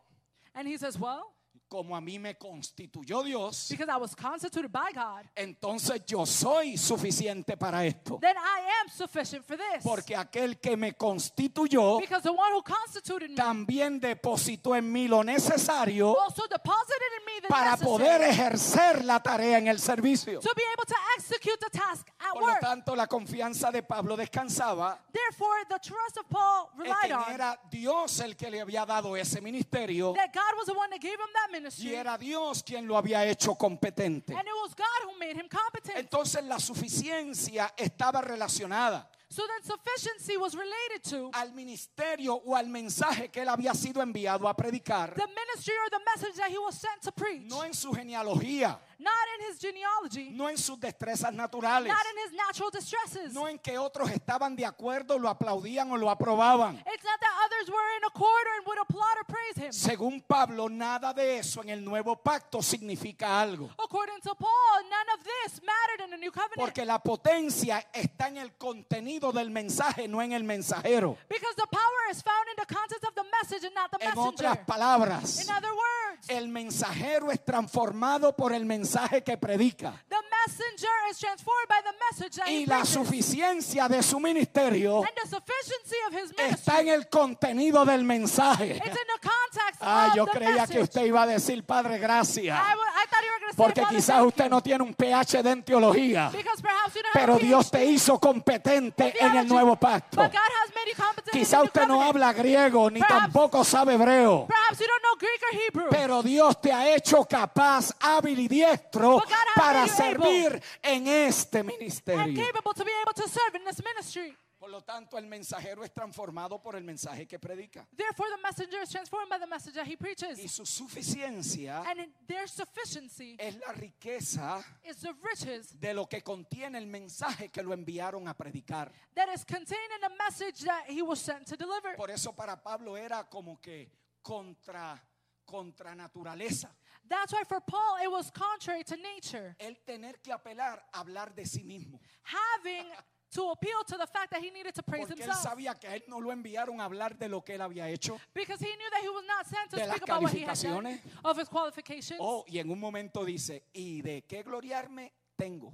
Speaker 4: And he says, Well,
Speaker 3: como a mí me constituyó Dios,
Speaker 4: because I was constituted by God,
Speaker 3: entonces yo soy suficiente para esto.
Speaker 4: then I am sufficient for this.
Speaker 3: Porque aquel que me constituyó
Speaker 4: Because the one who constituted me
Speaker 3: también depositó en mí lo necesario
Speaker 4: also deposited in me the
Speaker 3: para poder
Speaker 4: necessary
Speaker 3: ejercer la tarea en el servicio.
Speaker 4: to be able to execute the task at
Speaker 3: Por lo
Speaker 4: work.
Speaker 3: tanto, la confianza de Pablo descansaba
Speaker 4: Therefore, the trust of Paul
Speaker 3: en
Speaker 4: relied
Speaker 3: que
Speaker 4: on
Speaker 3: era Dios el que le había dado ese ministerio
Speaker 4: that God was the one that gave him that
Speaker 3: y
Speaker 4: ministry, and
Speaker 3: era Dios quien lo había hecho competente.
Speaker 4: it was God who made him competent.
Speaker 3: Entonces la suficiencia estaba relacionada
Speaker 4: So then sufficiency was related to
Speaker 3: al ministerio o al mensaje que él había sido enviado a predicar,
Speaker 4: the ministry or the message that he was sent to preach,
Speaker 3: no en su genealogía,
Speaker 4: not in his genealogy,
Speaker 3: no en sus destrezas naturales,
Speaker 4: not in his natural distresses.
Speaker 3: no en que otros estaban de acuerdo, lo aplaudían o lo aprobaban.
Speaker 4: It's not that others were in accord and would applaud or praise him.
Speaker 3: Según Pablo, nada de eso en el nuevo pacto significa algo.
Speaker 4: According to Paul, none of this mattered in the new covenant
Speaker 3: Porque la potencia está en el contenido del mensaje, no en el mensajero.
Speaker 4: because the power is found in the content of the message and not the
Speaker 3: En otras
Speaker 4: messenger.
Speaker 3: palabras,
Speaker 4: In other words,
Speaker 3: el mensajero es transformado por el mensaje que predica.
Speaker 4: the messenger is transformed by the message that
Speaker 3: Y
Speaker 4: he
Speaker 3: la
Speaker 4: preaches.
Speaker 3: suficiencia de su ministerio
Speaker 4: And the sufficiency of his
Speaker 3: está en
Speaker 4: ministry
Speaker 3: el contenido del mensaje.
Speaker 4: it's in the context
Speaker 3: Ah,
Speaker 4: of
Speaker 3: yo
Speaker 4: the
Speaker 3: creía
Speaker 4: message.
Speaker 3: que usted iba a decir, Padre, gracias.
Speaker 4: I, wa- I thought you were going to
Speaker 3: Porque
Speaker 4: say, "Father,
Speaker 3: quizás
Speaker 4: thank
Speaker 3: usted
Speaker 4: you,"
Speaker 3: no tiene un PhD en teología.
Speaker 4: because perhaps you don't
Speaker 3: Pero
Speaker 4: have a
Speaker 3: Dios te
Speaker 4: PhD
Speaker 3: hizo competente
Speaker 4: in
Speaker 3: en el
Speaker 4: theology,
Speaker 3: nuevo pacto.
Speaker 4: But God has made you competent in the
Speaker 3: Quizá
Speaker 4: new
Speaker 3: usted no
Speaker 4: covenant.
Speaker 3: habla griego ni
Speaker 4: Perhaps-
Speaker 3: tampoco sabe hebreo.
Speaker 4: Perhaps you don't know Greek or Hebrew.
Speaker 3: Pero Dios te ha hecho capaz, hábil y diestro
Speaker 4: But God has
Speaker 3: para
Speaker 4: made you able.
Speaker 3: servir en este
Speaker 4: and
Speaker 3: ministerio.
Speaker 4: capable to be able to serve in this ministry.
Speaker 3: Por lo tanto, el mensajero es transformado por el mensaje que predica.
Speaker 4: Therefore, the messenger is transformed by the message that he
Speaker 3: Y
Speaker 4: preaches.
Speaker 3: su suficiencia
Speaker 4: And in their sufficiency
Speaker 3: es la riqueza
Speaker 4: is the riches
Speaker 3: de lo que contiene el mensaje que lo enviaron a predicar.
Speaker 4: that is contained in the message that he was sent to deliver.
Speaker 3: Por eso para Pablo era como que contra contra naturaleza
Speaker 4: That's why for Paul it was contrary to nature,
Speaker 3: el tener que apelar a hablar de sí mismo.
Speaker 4: having to appeal to the fact that he needed to praise
Speaker 3: Porque él
Speaker 4: himself.
Speaker 3: sabía que a él no lo enviaron a hablar de lo que él había hecho.
Speaker 4: Because he knew that he was not sent to
Speaker 3: De
Speaker 4: speak
Speaker 3: las
Speaker 4: about what he had done,
Speaker 3: calificaciones.
Speaker 4: of his qualifications.
Speaker 3: Oh, y en un momento dice, ¿y de qué gloriarme tengo?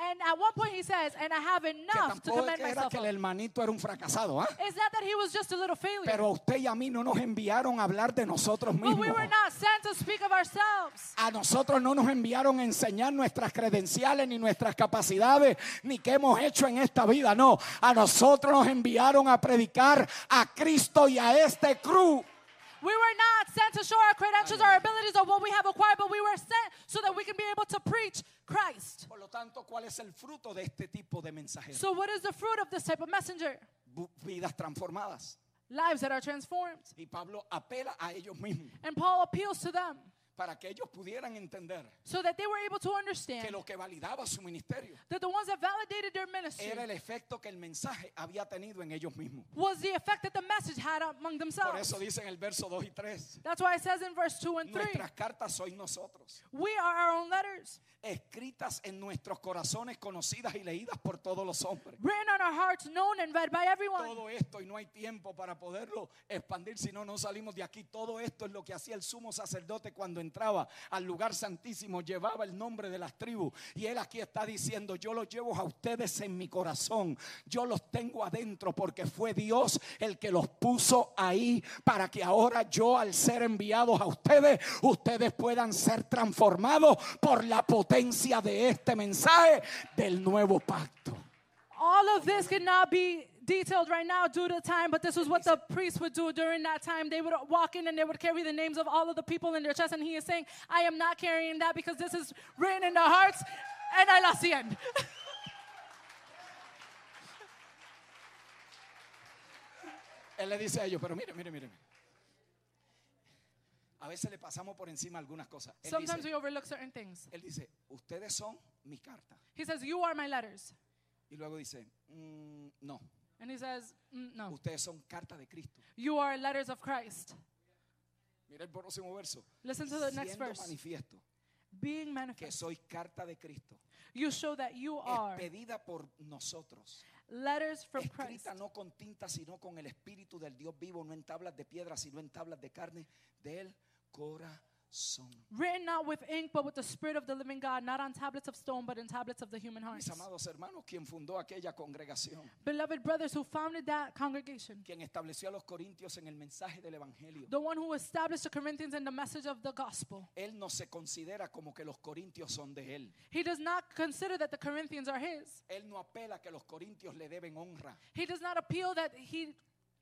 Speaker 4: And at one point he says, and I have
Speaker 3: Que
Speaker 4: enough to
Speaker 3: tampoco
Speaker 4: commend
Speaker 3: era
Speaker 4: myself.
Speaker 3: que el
Speaker 4: of."
Speaker 3: hermanito era un fracasado, ¿ah?
Speaker 4: It's not that he was just a little failure,
Speaker 3: Pero a usted y a mí no nos enviaron a hablar de nosotros
Speaker 4: but
Speaker 3: mismos.
Speaker 4: we were not sent to speak of ourselves.
Speaker 3: A nosotros no nos enviaron a enseñar nuestras credenciales, ni nuestras capacidades, ni qué hemos hecho en esta vida. No, a nosotros nos enviaron a predicar a Cristo y a este cruz.
Speaker 4: We were not sent to show our credentials, our abilities, or what we have acquired, but we were sent so that we can be able to preach Christ.
Speaker 3: Por lo tanto, ¿cuál es el fruto de este tipo de mensajeros?
Speaker 4: So, what is the fruit of this type of messenger?
Speaker 3: Bu- Vidas transformadas.
Speaker 4: Lives that are transformed.
Speaker 3: Y Pablo apela a ellos mismos.
Speaker 4: And Paul appeals to them.
Speaker 3: para que ellos pudieran entender
Speaker 4: so that they were able to
Speaker 3: que
Speaker 4: understand
Speaker 3: lo que validaba su ministerio
Speaker 4: that the ones that validated their ministry
Speaker 3: era el efecto que el mensaje había tenido en ellos mismos.
Speaker 4: was the effect that the message had among
Speaker 3: Por
Speaker 4: themselves.
Speaker 3: eso dice en el verso 2 y 3,
Speaker 4: That's why it says in verse 2 and 3
Speaker 3: nuestras cartas sois nosotros,
Speaker 4: we are our own letters,
Speaker 3: escritas en nuestros corazones, conocidas y leídas por todos los hombres.
Speaker 4: written on our hearts, known and read by everyone.
Speaker 3: Todo esto, y no hay tiempo para poderlo expandir, si no, no salimos de aquí. Todo esto es lo que hacía el sumo sacerdote cuando entraba al lugar santísimo, llevaba el nombre de las tribus. Y él aquí está diciendo, yo los llevo a ustedes en mi corazón, yo los tengo adentro porque fue Dios el que los puso ahí para que ahora yo al ser enviados a ustedes, ustedes puedan ser transformados por la potencia de este mensaje del nuevo pacto.
Speaker 4: All of this could not be detailed right now due to time, but this was what the priests would do during that time. They would walk in and they would carry the names of all of the people in their chest, and he is saying, I am not carrying that because this is written in their hearts, and I lost the end.
Speaker 3: Él le dice a ellos, pero mire, mire, mire. mire. A veces le pasamos por encima algunas cosas. Él
Speaker 4: Sometimes
Speaker 3: dice,
Speaker 4: we overlook certain things.
Speaker 3: él dice, ustedes son mi carta.
Speaker 4: He says, You are my letters.
Speaker 3: Y luego dice, "Mm, no,
Speaker 4: And he says, "Mm, No,
Speaker 3: ustedes son carta de Cristo.
Speaker 4: you are letters of Christ.
Speaker 3: Mira el próximo verso.
Speaker 4: Listen to the next
Speaker 3: Siendo
Speaker 4: verse.
Speaker 3: manifiesto
Speaker 4: Being
Speaker 3: que
Speaker 4: manifest,
Speaker 3: soy carta de Cristo,
Speaker 4: you show that you are
Speaker 3: es pedida por nosotros,
Speaker 4: letters from Christ.
Speaker 3: escrita no con tinta, sino con el Espíritu del Dios vivo, no en tablas de piedra, sino en tablas de carne del corazón.
Speaker 4: Written not with ink, but with the Spirit of the living God, not on tablets of stone, but in tablets of the human
Speaker 3: Mis
Speaker 4: hearts.
Speaker 3: amados hermanos, quien fundó aquella congregación,
Speaker 4: Beloved brothers who founded that congregation,
Speaker 3: quien estableció a los corintios en el mensaje del evangelio.
Speaker 4: the one who established the Corinthians in the message of the gospel,
Speaker 3: Él no se considera como que los corintios son de él.
Speaker 4: he does not consider that the Corinthians are his.
Speaker 3: Él no apela que los corintios le deben honra.
Speaker 4: He does not appeal that he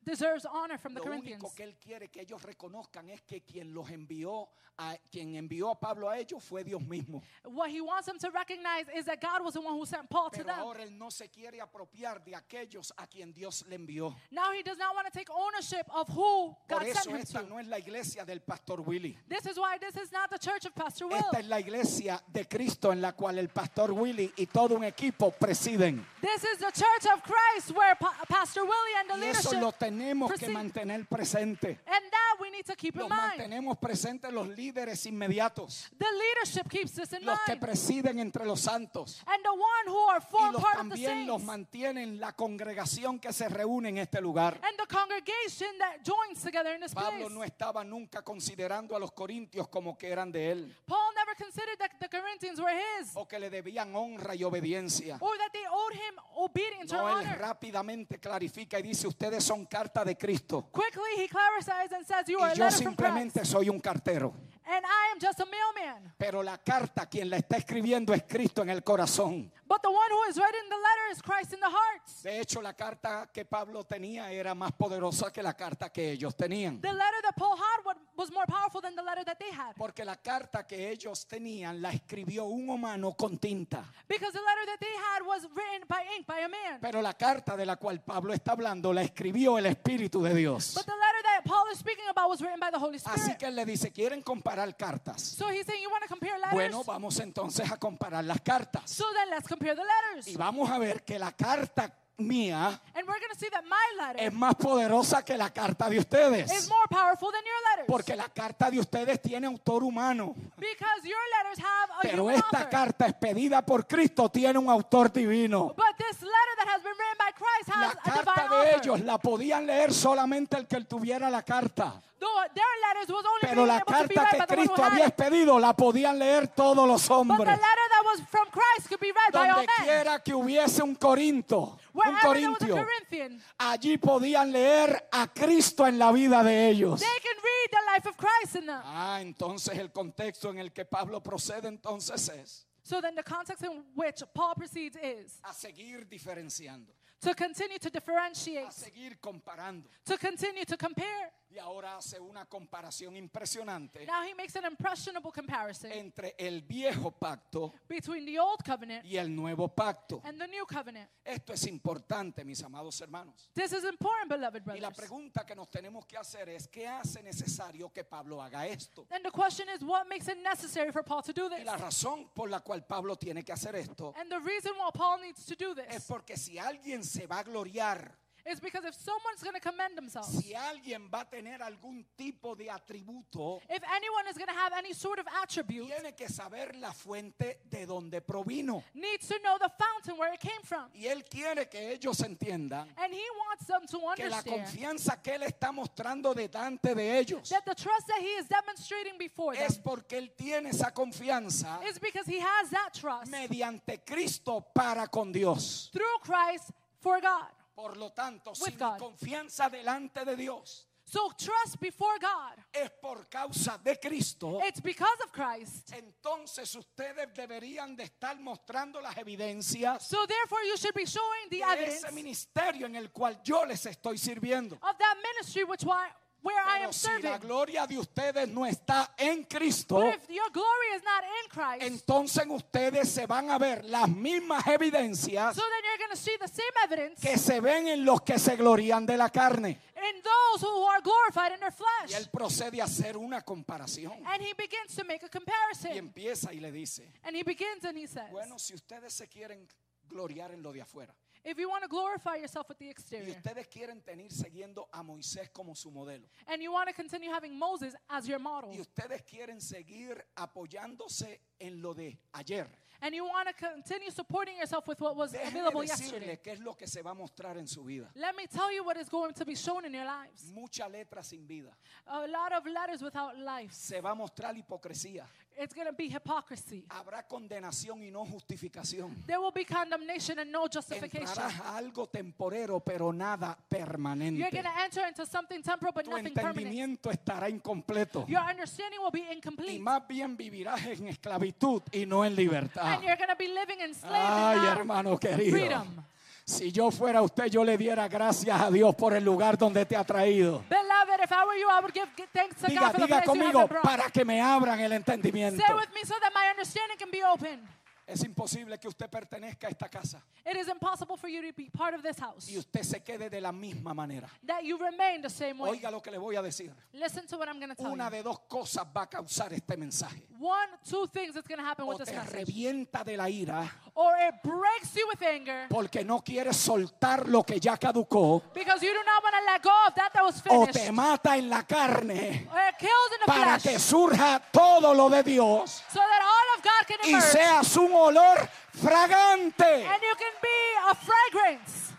Speaker 4: deserves honor from the
Speaker 3: Lo
Speaker 4: Corinthians.
Speaker 3: único que él quiere que ellos reconozcan es que quien los envió, a, quien envió a Pablo a ellos fue Dios mismo.
Speaker 4: What he wants them to recognize is that God was the one who sent Paul
Speaker 3: Pero
Speaker 4: to them.
Speaker 3: ahora él no se quiere apropiar de aquellos a quien Dios le envió.
Speaker 4: Now he does not want to take ownership of who
Speaker 3: Por
Speaker 4: God sent
Speaker 3: eso
Speaker 4: him
Speaker 3: esta
Speaker 4: to.
Speaker 3: no es la iglesia del pastor Willy.
Speaker 4: This is why this is not the church of Pastor Will.
Speaker 3: Esta es la iglesia de Cristo en la cual el pastor Willy y todo un equipo presiden.
Speaker 4: This is the church of Christ where Pa- Pastor Willie and the
Speaker 3: Y eso lo
Speaker 4: leadership.
Speaker 3: tenemos que
Speaker 4: proceed.
Speaker 3: mantener presente.
Speaker 4: And that we need to keep in
Speaker 3: Los
Speaker 4: mind.
Speaker 3: mantenemos presentes los líderes inmediatos,
Speaker 4: The leadership keeps this in
Speaker 3: los
Speaker 4: mind.
Speaker 3: que presiden entre los santos
Speaker 4: And the one who are
Speaker 3: y
Speaker 4: formed
Speaker 3: los
Speaker 4: part of the
Speaker 3: también
Speaker 4: saints.
Speaker 3: los mantienen la congregación que se reúne en este lugar.
Speaker 4: And the congregation that joins together in this
Speaker 3: Pablo
Speaker 4: place.
Speaker 3: no estaba nunca considerando a los corintios como que eran de él
Speaker 4: Paul never considered that the Corinthians were his
Speaker 3: o que le debían honra y obediencia.
Speaker 4: or that they owed him obedience or
Speaker 3: No, él
Speaker 4: Oh, honor.
Speaker 3: rápidamente clarifica y dice, ustedes son carta de Cristo
Speaker 4: Quickly he clarifies and says, You are a
Speaker 3: y yo
Speaker 4: letter from Christ.
Speaker 3: simplemente soy un cartero.
Speaker 4: And I am just a mailman.
Speaker 3: Pero la carta quien la está escribiendo es Cristo en el corazón.
Speaker 4: But the one who is writing the letter is Christ in the hearts.
Speaker 3: De hecho, la carta que Pablo tenía era más poderosa que la carta que ellos tenían.
Speaker 4: The letter that Paul had wa- was more powerful than the letter that they had.
Speaker 3: Porque la carta que ellos tenían la escribió un humano con tinta.
Speaker 4: Because the letter that they had was written by ink, by a man.
Speaker 3: Pero la carta de la cual Pablo está hablando la escribió el Espíritu de Dios.
Speaker 4: But the letter that Paul is speaking about was written by the Holy Spirit.
Speaker 3: Así Ah, que él le dice, ¿quieren comparar cartas?
Speaker 4: so he's saying, You want to compare letters?
Speaker 3: Bueno, vamos entonces a comparar las cartas.
Speaker 4: so then let's compare the letters.
Speaker 3: Y vamos a ver que la carta mía
Speaker 4: And we're going to see that my
Speaker 3: es
Speaker 4: letter
Speaker 3: más poderosa que la carta de
Speaker 4: is
Speaker 3: ustedes.
Speaker 4: more powerful than your letters.
Speaker 3: Porque la carta de ustedes tiene autor humano.
Speaker 4: because your letters have a
Speaker 3: Pero
Speaker 4: human
Speaker 3: esta
Speaker 4: author.
Speaker 3: carta expedida por Cristo tiene un autor divino.
Speaker 4: But this letter that has been written by Christ
Speaker 3: La
Speaker 4: has a
Speaker 3: carta
Speaker 4: divine
Speaker 3: de
Speaker 4: author.
Speaker 3: ellos la podían leer solamente el que tuviera la carta.
Speaker 4: Though their letters was only
Speaker 3: Pero
Speaker 4: being
Speaker 3: la
Speaker 4: able to be
Speaker 3: carta
Speaker 4: read
Speaker 3: que
Speaker 4: by the one
Speaker 3: Cristo
Speaker 4: who had
Speaker 3: había
Speaker 4: it.
Speaker 3: expedido la podían leer todos los
Speaker 4: But the
Speaker 3: hombres.
Speaker 4: letter that was from Christ could be read by all
Speaker 3: Donde
Speaker 4: men.
Speaker 3: quiera que hubiese un Corinto, un
Speaker 4: Wherever there was a
Speaker 3: Corintio,
Speaker 4: Corinthian,
Speaker 3: allí podían leer a Cristo en la vida de ellos.
Speaker 4: they can read the life of Christ in them.
Speaker 3: Ah, entonces el contexto en el que Pablo procede entonces es
Speaker 4: So then the context in which Paul proceeds is
Speaker 3: a seguir diferenciando,
Speaker 4: to continue to differentiate,
Speaker 3: a seguir comparando.
Speaker 4: to continue to compare.
Speaker 3: Y ahora hace una comparación impresionante
Speaker 4: Now he makes an impressionable comparison
Speaker 3: entre el viejo pacto
Speaker 4: between the old covenant
Speaker 3: y el nuevo pacto.
Speaker 4: and the new covenant.
Speaker 3: Esto es importante, mis amados hermanos.
Speaker 4: This is important, beloved
Speaker 3: Y la
Speaker 4: brothers.
Speaker 3: pregunta que nos tenemos que hacer es, ¿qué hace necesario que Pablo haga esto?
Speaker 4: And the question is, what makes it necessary for Paul to do
Speaker 3: Y
Speaker 4: this?
Speaker 3: la razón por la cual Pablo tiene que hacer esto
Speaker 4: And the reason why Paul needs to do
Speaker 3: es
Speaker 4: this
Speaker 3: porque si alguien se va a gloriar,
Speaker 4: is because if someone's going to commend themselves,
Speaker 3: si alguien va a tener algún tipo de atributo,
Speaker 4: if anyone is going to have any sort of attribute,
Speaker 3: tiene que saber la fuente de donde provino.
Speaker 4: needs to know the fountain where it came from.
Speaker 3: Y él quiere que ellos entiendan
Speaker 4: And he wants them to
Speaker 3: que la
Speaker 4: understand
Speaker 3: confianza que él está mostrando delante de ellos
Speaker 4: that the trust that he is demonstrating before them
Speaker 3: es porque él tiene esa confianza
Speaker 4: is because he has that trust
Speaker 3: mediante Cristo para con Dios.
Speaker 4: through Christ for God.
Speaker 3: Por lo tanto, si
Speaker 4: With
Speaker 3: mi
Speaker 4: God.
Speaker 3: confianza delante de Dios
Speaker 4: So trust before God.
Speaker 3: es por causa de Cristo,
Speaker 4: It's because of Christ.
Speaker 3: entonces ustedes deberían de estar mostrando las evidencias
Speaker 4: So therefore you should be showing the
Speaker 3: de
Speaker 4: evidence
Speaker 3: ese ministerio en el cual yo les estoy sirviendo.
Speaker 4: of that ministry which why, where I
Speaker 3: Pero
Speaker 4: am
Speaker 3: si la Oh.
Speaker 4: serving.
Speaker 3: gloria de ustedes no está en Cristo,
Speaker 4: But if your glory is not in Christ,
Speaker 3: entonces ustedes se van a ver las mismas evidencias
Speaker 4: so then you're going to see the same evidence
Speaker 3: que se ven en los que se glorían de la carne.
Speaker 4: in those who are glorified in
Speaker 3: Y
Speaker 4: their flesh.
Speaker 3: él procede a hacer una comparación
Speaker 4: And he begins to make a
Speaker 3: y
Speaker 4: comparison.
Speaker 3: empieza y le dice,
Speaker 4: And he begins and he says,
Speaker 3: bueno, si ustedes se quieren gloriar en lo de afuera
Speaker 4: If you want to glorify yourself with the
Speaker 3: y
Speaker 4: exterior
Speaker 3: ustedes quieren tener siguiendo a Moisés como su modelo
Speaker 4: and you want to continue having Moses as your model
Speaker 3: y ustedes quieren seguir apoyándose en lo de ayer,
Speaker 4: and you want to continue supporting yourself with what was
Speaker 3: déjenme
Speaker 4: available yesterday,
Speaker 3: decirle qué es lo que se va a mostrar en su vida.
Speaker 4: let me tell you what is going to be shown in your lives.
Speaker 3: Mucha letra sin vida.
Speaker 4: A lot of letters without life.
Speaker 3: Se va a mostrar hipocresía.
Speaker 4: It's going to be hypocrisy.
Speaker 3: Habrá condenación y no justificación.
Speaker 4: There will be condemnation and no justification.
Speaker 3: Entrarás a algo temporero, pero nada permanente.
Speaker 4: You're going to enter into something temporal but
Speaker 3: tu
Speaker 4: nothing permanent.
Speaker 3: entendimiento estará incompleto.
Speaker 4: Your understanding will be
Speaker 3: Y
Speaker 4: incomplete.
Speaker 3: más bien vivirás en esclavitud y no en libertad.
Speaker 4: And you're going to be living in slavery.
Speaker 3: Ay,
Speaker 4: not
Speaker 3: hermano querido.
Speaker 4: freedom.
Speaker 3: Si yo fuera usted, yo le diera gracias a Dios por el lugar donde te ha traído.
Speaker 4: Beloved, if I were you, I would give g- thanks to
Speaker 3: Diga,
Speaker 4: God for the
Speaker 3: diga
Speaker 4: place you
Speaker 3: conmigo
Speaker 4: have been brought.
Speaker 3: para que me abran el entendimiento.
Speaker 4: Stay with me so that my understanding can be open.
Speaker 3: Es imposible que usted pertenezca a esta casa
Speaker 4: It is impossible for you to be part of this house.
Speaker 3: y usted se quede de la misma manera.
Speaker 4: That you remain the same way.
Speaker 3: Oiga lo que le voy a decir.
Speaker 4: Listen to what I'm going to tell
Speaker 3: Una
Speaker 4: you.
Speaker 3: de dos cosas va a causar este mensaje.
Speaker 4: One, two things that's going to happen
Speaker 3: O
Speaker 4: with this
Speaker 3: te
Speaker 4: message.
Speaker 3: revienta de la ira
Speaker 4: Or it breaks you with anger
Speaker 3: porque no quieres soltar lo que ya caducó.
Speaker 4: because you do not want to let go of that that was
Speaker 3: O
Speaker 4: finished.
Speaker 3: te mata en la carne
Speaker 4: Or it kills in the
Speaker 3: para
Speaker 4: flesh
Speaker 3: que surja todo lo de Dios
Speaker 4: so that all of God can
Speaker 3: y
Speaker 4: emerge.
Speaker 3: seas un olor fragante.
Speaker 4: And you can be a fragrance.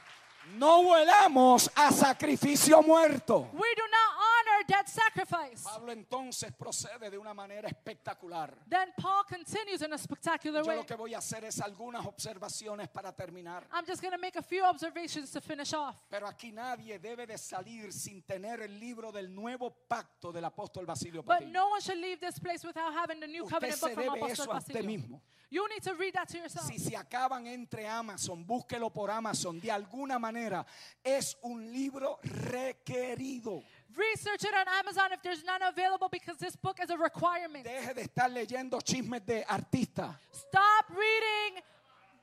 Speaker 3: No huelamos a sacrificio muerto.
Speaker 4: We do not honor that sacrifice.
Speaker 3: Pablo entonces procede de una manera espectacular.
Speaker 4: Then Paul continues in a spectacular
Speaker 3: Yo
Speaker 4: way.
Speaker 3: lo que voy a hacer es algunas observaciones para terminar.
Speaker 4: I'm just going to make a few observations to finish off.
Speaker 3: Pero aquí nadie debe de salir sin tener el libro del nuevo pacto del apóstol Basilio
Speaker 4: But
Speaker 3: Patiño.
Speaker 4: no one should leave this place without having the new
Speaker 3: Usted
Speaker 4: covenant book
Speaker 3: se
Speaker 4: from
Speaker 3: debe
Speaker 4: Apostle
Speaker 3: eso a usted
Speaker 4: Basilio.
Speaker 3: mismo.
Speaker 4: You need to read that to yourself.
Speaker 3: Si se acaban entre Amazon, búsquelo por Amazon. De alguna manera es un libro requerido.
Speaker 4: Research it on Amazon if there's none available because this book is a requirement.
Speaker 3: Deje de estar leyendo chismes de artistas
Speaker 4: Stop reading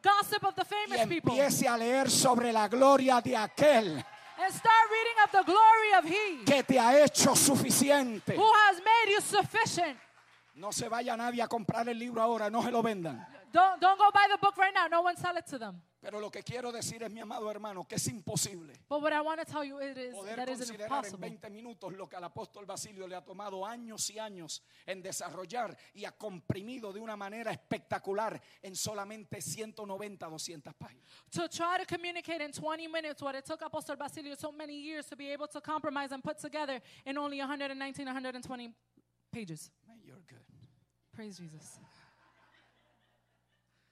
Speaker 4: gossip of the
Speaker 3: y
Speaker 4: famous people and
Speaker 3: empiece a leer sobre la gloria de aquel
Speaker 4: start reading of the glory of He
Speaker 3: que te ha hecho suficiente.
Speaker 4: who has made you sufficient.
Speaker 3: No se vaya nadie a comprar el libro ahora, no se lo vendan.
Speaker 4: Don't, don't go buy the book right now. No one sell it to them.
Speaker 3: Pero lo que quiero decir es, mi amado hermano, que es imposible
Speaker 4: But what I want to tell you it is
Speaker 3: poder
Speaker 4: that is
Speaker 3: considerar en
Speaker 4: impossible.
Speaker 3: 20 minutos lo que al apóstol Basilio le ha tomado años y años en desarrollar y ha comprimido de una manera espectacular en solamente 190, 200 páginas.
Speaker 4: to try to communicate in 20 minutes what it took Apostle Basilio so many years to be able to compromise and put together in only 119, 120 pages.
Speaker 3: Man, you're good.
Speaker 4: Praise Jesus.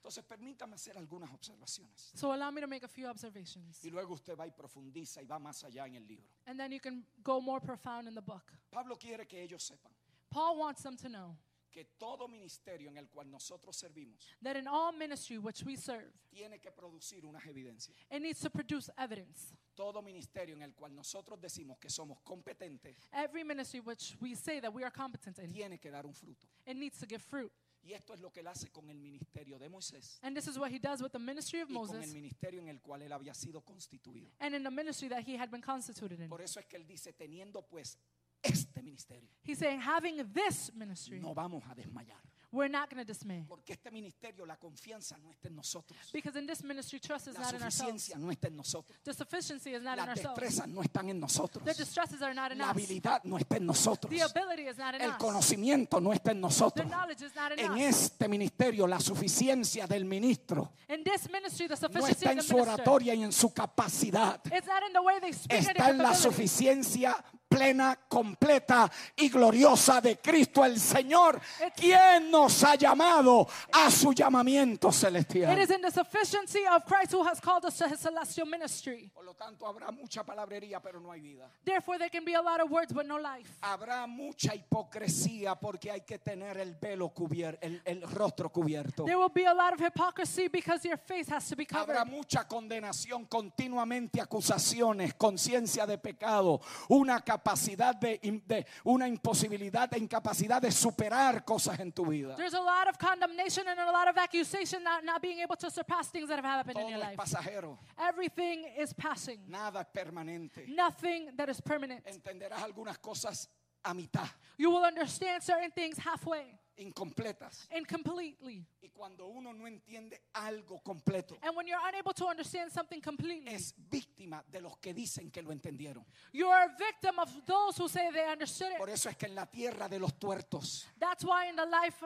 Speaker 3: Entonces permítame hacer algunas observaciones.
Speaker 4: So allow me to make a few observations,
Speaker 3: Y luego usted va y profundiza y va más allá en el libro.
Speaker 4: and then you can go more profound in the book.
Speaker 3: Pablo quiere que ellos sepan
Speaker 4: Paul wants them to know
Speaker 3: que todo ministerio en el cual nosotros servimos
Speaker 4: that in all ministry which we serve,
Speaker 3: tiene que producir unas evidencias.
Speaker 4: it needs to produce evidence.
Speaker 3: Todo ministerio en el cual nosotros decimos que somos competentes
Speaker 4: Every ministry which we say that we are competent in,
Speaker 3: tiene que dar un fruto.
Speaker 4: it needs to give fruit.
Speaker 3: Y esto es lo que él hace con el ministerio de Moisés
Speaker 4: And this is what he does with the ministry of
Speaker 3: y con el
Speaker 4: Moses
Speaker 3: ministerio en el cual él había sido constituido.
Speaker 4: and in the ministry that he had been constituted in.
Speaker 3: Por eso es que él dice, teniendo pues este ministerio,
Speaker 4: He's saying, having this ministry,
Speaker 3: no vamos a desmayar.
Speaker 4: we're not going to dismay.
Speaker 3: Porque este ministerio, la confianza no está en nosotros.
Speaker 4: Because in this ministry, trust is
Speaker 3: La
Speaker 4: not in ourselves.
Speaker 3: suficiencia no está en nosotros.
Speaker 4: The sufficiency is not in
Speaker 3: Las
Speaker 4: ourselves.
Speaker 3: destrezas no están en nosotros.
Speaker 4: The distresses are not in
Speaker 3: La
Speaker 4: us.
Speaker 3: habilidad no está en nosotros.
Speaker 4: The ability is not in
Speaker 3: El
Speaker 4: us.
Speaker 3: conocimiento no está en
Speaker 4: The
Speaker 3: nosotros.
Speaker 4: knowledge is not in
Speaker 3: En
Speaker 4: us.
Speaker 3: este ministerio, la suficiencia del ministro
Speaker 4: In this ministry, the
Speaker 3: no
Speaker 4: sufficiency
Speaker 3: está
Speaker 4: of
Speaker 3: en
Speaker 4: the
Speaker 3: su
Speaker 4: minister.
Speaker 3: oratoria y en su capacidad.
Speaker 4: It's not in the way they speak or
Speaker 3: Está en
Speaker 4: their
Speaker 3: la
Speaker 4: capability.
Speaker 3: suficiencia plena, completa y gloriosa de Cristo el Señor, quien nos ha llamado a su llamamiento
Speaker 4: It is
Speaker 3: celestial.
Speaker 4: in the sufficiency of Christ who has called us to his celestial ministry.
Speaker 3: Por lo tanto, habrá mucha palabrería, pero no hay vida.
Speaker 4: Therefore, there can be a lot of words, but no life.
Speaker 3: Habrá mucha hipocresía porque hay que tener el velo cubierto, el, el rostro cubierto.
Speaker 4: There will be a lot of hypocrisy because your face has to be covered.
Speaker 3: Habrá mucha condenación, continuamente acusaciones, conciencia de pecado, una capacidad de, de- una imposibilidad de incapacidad de superar cosas en tu vida.
Speaker 4: There's a lot of condemnation and a lot of accusation not, not being able to surpass things that have happened in
Speaker 3: Todo
Speaker 4: your
Speaker 3: es
Speaker 4: life.
Speaker 3: pasajero,
Speaker 4: Everything is passing.
Speaker 3: nada es permanente.
Speaker 4: Nothing that is permanent.
Speaker 3: Entenderás algunas cosas a mitad,
Speaker 4: You will understand certain things halfway,
Speaker 3: incompletas.
Speaker 4: incompletely.
Speaker 3: Y cuando uno no entiende algo completo,
Speaker 4: And when you're unable to understand something completely,
Speaker 3: es víctima de los que dicen que lo entendieron.
Speaker 4: you are a victim of those who say they understood
Speaker 3: Por
Speaker 4: it.
Speaker 3: eso es que en la tierra de los tuertos,
Speaker 4: That's why in the life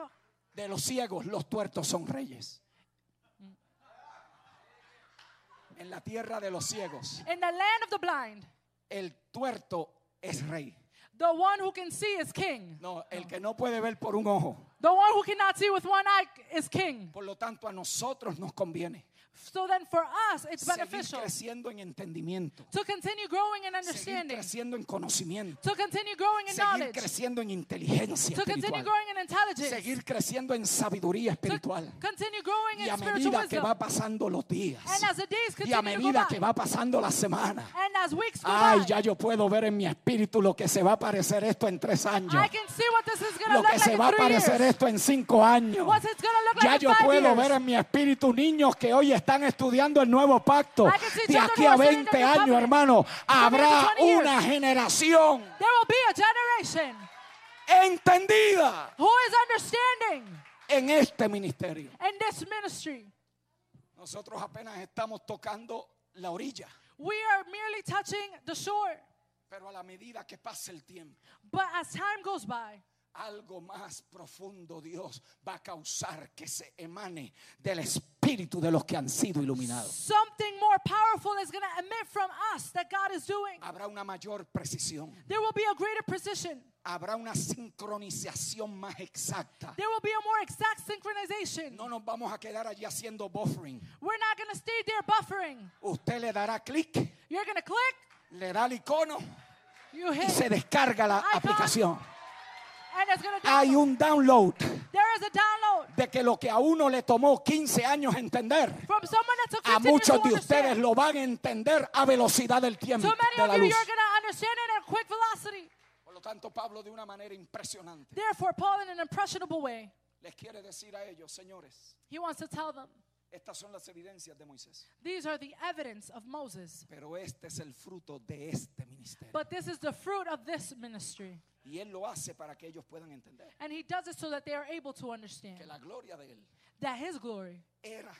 Speaker 3: de los ciegos, los tuertos son reyes. En la tierra de los ciegos,
Speaker 4: in the land of the blind,
Speaker 3: el tuerto es rey.
Speaker 4: the one who can see is king.
Speaker 3: No, el que no puede ver por un ojo.
Speaker 4: The one who cannot see with one eye is king.
Speaker 3: Por lo tanto, a nosotros nos conviene
Speaker 4: So then for us it's
Speaker 3: seguir
Speaker 4: beneficial
Speaker 3: creciendo en entendimiento,
Speaker 4: to continue growing in
Speaker 3: seguir
Speaker 4: understanding,
Speaker 3: creciendo en conocimiento,
Speaker 4: to continue growing in
Speaker 3: seguir
Speaker 4: knowledge,
Speaker 3: creciendo en inteligencia
Speaker 4: to continue
Speaker 3: espiritual,
Speaker 4: growing in intelligence,
Speaker 3: seguir creciendo en sabiduría
Speaker 4: to
Speaker 3: espiritual.
Speaker 4: continue growing
Speaker 3: Y a
Speaker 4: in spiritual
Speaker 3: medida que
Speaker 4: wisdom.
Speaker 3: va pasando los días,
Speaker 4: And as the days
Speaker 3: y a
Speaker 4: continue to go
Speaker 3: medida
Speaker 4: by,
Speaker 3: que va pasando la semana,
Speaker 4: and as weeks go
Speaker 3: Ay,
Speaker 4: by,
Speaker 3: ya yo puedo ver en mi espíritu lo que se va a parecer esto en tres años.
Speaker 4: I can see what this is going to
Speaker 3: Lo
Speaker 4: look
Speaker 3: que
Speaker 4: like
Speaker 3: se
Speaker 4: in
Speaker 3: va a
Speaker 4: three
Speaker 3: parecer
Speaker 4: years.
Speaker 3: esto en cinco años.
Speaker 4: What's it's gonna look like
Speaker 3: Ya
Speaker 4: in
Speaker 3: yo
Speaker 4: five
Speaker 3: puedo
Speaker 4: years.
Speaker 3: ver en mi espíritu niños que hoy están estudiando el nuevo pacto.
Speaker 4: I can see
Speaker 3: De
Speaker 4: children
Speaker 3: aquí
Speaker 4: who
Speaker 3: a
Speaker 4: are studying
Speaker 3: 20
Speaker 4: the new
Speaker 3: años,
Speaker 4: covenant.
Speaker 3: hermano, habrá
Speaker 4: 20 years.
Speaker 3: una generación
Speaker 4: There will be a generation
Speaker 3: entendida
Speaker 4: who is understanding
Speaker 3: en este ministerio.
Speaker 4: in this ministry.
Speaker 3: Nosotros apenas estamos tocando la orilla,
Speaker 4: We are merely touching the shore,
Speaker 3: pero a la medida que pase el tiempo,
Speaker 4: but as time goes by,
Speaker 3: algo más profundo Dios va a causar que se emane del espíritu de los que han sido iluminados.
Speaker 4: something more powerful is going to emit from us that God is doing.
Speaker 3: Habrá una mayor precisión,
Speaker 4: There will be a greater precision.
Speaker 3: habrá una sincronización más exacta.
Speaker 4: There will be a more exact synchronization.
Speaker 3: No nos vamos a quedar allí haciendo buffering.
Speaker 4: We're not going to stay there buffering.
Speaker 3: Usted le dará clic,
Speaker 4: You're going to click,
Speaker 3: le da el icono
Speaker 4: you
Speaker 3: y se
Speaker 4: hit,
Speaker 3: descarga la
Speaker 4: Icon.
Speaker 3: aplicación.
Speaker 4: and it's going to
Speaker 3: Hay
Speaker 4: download.
Speaker 3: un download
Speaker 4: There is a download
Speaker 3: de que lo que a uno le tomó 15 años entender,
Speaker 4: from someone that took
Speaker 3: a
Speaker 4: 15 years to
Speaker 3: muchos de ustedes
Speaker 4: understand.
Speaker 3: lo van a entender a velocidad del tiempo,
Speaker 4: So many
Speaker 3: de
Speaker 4: of
Speaker 3: la
Speaker 4: you,
Speaker 3: luz.
Speaker 4: you're going to understand it at quick velocity.
Speaker 3: Por lo tanto, Pablo de una manera impresionante
Speaker 4: Therefore, Paul, in an impressionable way,
Speaker 3: les quiere decir a ellos, señores,
Speaker 4: he wants to tell them
Speaker 3: estas son las evidencias de Moisés,
Speaker 4: these are the evidence of Moses,
Speaker 3: pero este es el fruto de este ministerio.
Speaker 4: but this is the fruit of this ministry.
Speaker 3: y él lo hace para que ellos puedan entender
Speaker 4: And he does it so that they are able to understand
Speaker 3: que la gloria de él
Speaker 4: that his glory
Speaker 3: era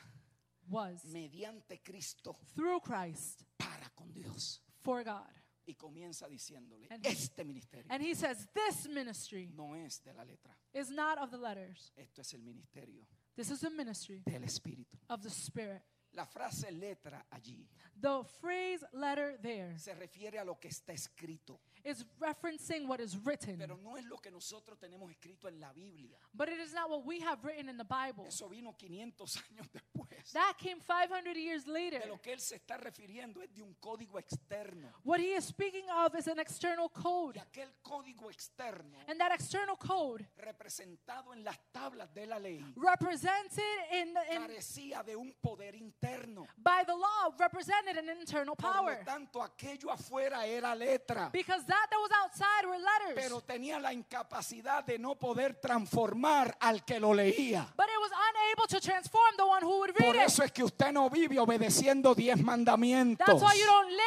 Speaker 4: was
Speaker 3: mediante Cristo
Speaker 4: through Christ
Speaker 3: para con Dios.
Speaker 4: for God.
Speaker 3: Y comienza diciéndole,
Speaker 4: And-
Speaker 3: este ministerio
Speaker 4: And he says, This ministry
Speaker 3: no es de la letra,
Speaker 4: is not of the letters,
Speaker 3: esto es el ministerio
Speaker 4: this is the ministry
Speaker 3: del Espíritu.
Speaker 4: of the Spirit.
Speaker 3: La frase letra allí
Speaker 4: The phrase letter there
Speaker 3: se refiere a lo que está escrito,
Speaker 4: is referencing what is written,
Speaker 3: pero no es lo que nosotros tenemos escrito en la Biblia.
Speaker 4: but it is not what we have written in the Bible.
Speaker 3: Eso vino 500 años después.
Speaker 4: That came 500 years later.
Speaker 3: De lo que él se está refiriendo es de un código externo.
Speaker 4: What he is speaking of is an external
Speaker 3: Y
Speaker 4: code,
Speaker 3: aquel código externo
Speaker 4: and that external code,
Speaker 3: representado en las tablas de la ley
Speaker 4: represented in, the- in
Speaker 3: carecía de un poder interno.
Speaker 4: by the law, represented an internal
Speaker 3: Por lo
Speaker 4: power,
Speaker 3: tanto, aquello afuera era letra,
Speaker 4: because that that was outside were letters,
Speaker 3: pero tenía la incapacidad de no poder transformar al que lo leía.
Speaker 4: but it was unable to transform the one who would read
Speaker 3: Por
Speaker 4: it.
Speaker 3: eso es que usted no vive obedeciendo diez mandamientos.
Speaker 4: That's why you don't live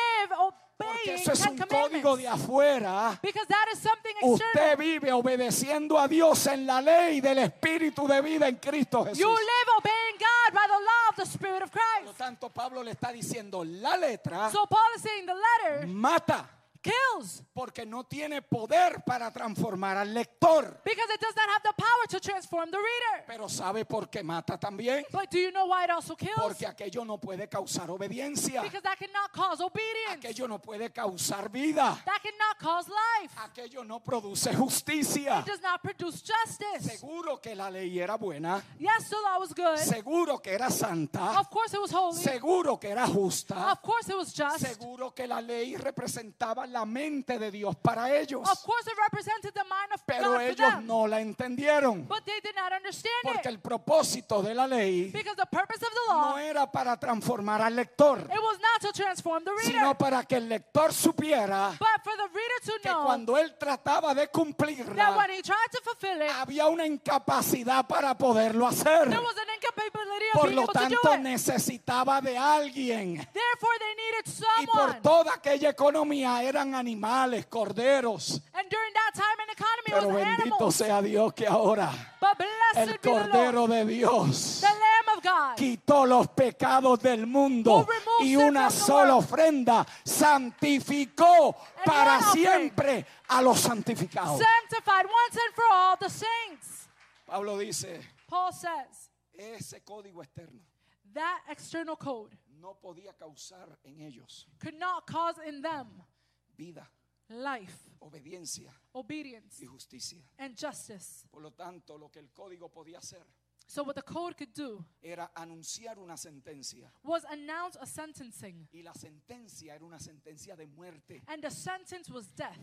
Speaker 3: Porque
Speaker 4: obeying
Speaker 3: eso es
Speaker 4: Ten
Speaker 3: un código de
Speaker 4: Commandments,
Speaker 3: afuera.
Speaker 4: because that is something external.
Speaker 3: Usted vive obedeciendo a Dios en la ley del Espíritu de vida en Cristo Jesús.
Speaker 4: You live obeying God by the law of the Spirit of
Speaker 3: Por lo
Speaker 4: Christ.
Speaker 3: tanto, Pablo le está diciendo, la letra
Speaker 4: So Paul is saying the letter
Speaker 3: mata
Speaker 4: kills
Speaker 3: porque no tiene poder para transformar al lector.
Speaker 4: because it does not have the power to transform the reader.
Speaker 3: Pero ¿sabe por qué mata también?
Speaker 4: But do you know why it also kills?
Speaker 3: Porque aquello no puede causar obediencia.
Speaker 4: Because that cannot cause obedience.
Speaker 3: Aquello no puede causar vida.
Speaker 4: That cannot cause life.
Speaker 3: Aquello no produce justicia.
Speaker 4: It does not produce justice.
Speaker 3: Seguro que la ley era buena.
Speaker 4: Yes, the law was good.
Speaker 3: Seguro que era santa.
Speaker 4: Of course, it was holy.
Speaker 3: Seguro que era justa.
Speaker 4: Of course, it was just.
Speaker 3: Seguro que la ley representaba la mente de Dios para ellos,
Speaker 4: Of course, it represented the mind of
Speaker 3: pero
Speaker 4: God for
Speaker 3: ellos
Speaker 4: them.
Speaker 3: no la entendieron,
Speaker 4: But they did not understand
Speaker 3: porque
Speaker 4: it
Speaker 3: el propósito de la ley
Speaker 4: because the purpose of the
Speaker 3: no
Speaker 4: law it
Speaker 3: era para transformar al lector,
Speaker 4: was not to transform the reader,
Speaker 3: sino para que el lector supiera
Speaker 4: but for the reader to
Speaker 3: que
Speaker 4: know
Speaker 3: cuando él trataba de
Speaker 4: that
Speaker 3: cumplirla
Speaker 4: when he tried to fulfill it,
Speaker 3: había una incapacidad para poderlo hacer.
Speaker 4: there was an incapability of
Speaker 3: Por
Speaker 4: being
Speaker 3: lo
Speaker 4: able to do
Speaker 3: tanto,
Speaker 4: it.
Speaker 3: necesitaba de alguien.
Speaker 4: Therefore, they needed
Speaker 3: Y por
Speaker 4: someone.
Speaker 3: toda aquella economía eran animales, corderos.
Speaker 4: And during that time in
Speaker 3: Pero
Speaker 4: economy, it was
Speaker 3: bendito
Speaker 4: animals.
Speaker 3: sea Dios que ahora
Speaker 4: But blessed
Speaker 3: El
Speaker 4: be the Lord.
Speaker 3: Cordero de Dios
Speaker 4: The Lamb of God
Speaker 3: quitó los pecados del mundo
Speaker 4: Who removes
Speaker 3: y
Speaker 4: sin
Speaker 3: una
Speaker 4: from the
Speaker 3: sola
Speaker 4: world.
Speaker 3: ofrenda santificó para
Speaker 4: one offering.
Speaker 3: siempre a los santificados.
Speaker 4: sanctified once and for all the saints.
Speaker 3: Pablo dice,
Speaker 4: Paul says
Speaker 3: ese código externo
Speaker 4: that external code
Speaker 3: no podía causar en ellos
Speaker 4: could not cause in them
Speaker 3: vida,
Speaker 4: life,
Speaker 3: obediencia
Speaker 4: obedience,
Speaker 3: y justicia.
Speaker 4: and justice.
Speaker 3: Por lo tanto, lo que el código podía hacer
Speaker 4: So, what the code could do
Speaker 3: era anunciar una sentencia.
Speaker 4: was announce a sentencing,
Speaker 3: Y la sentencia era una sentencia de muerte
Speaker 4: and the sentence was death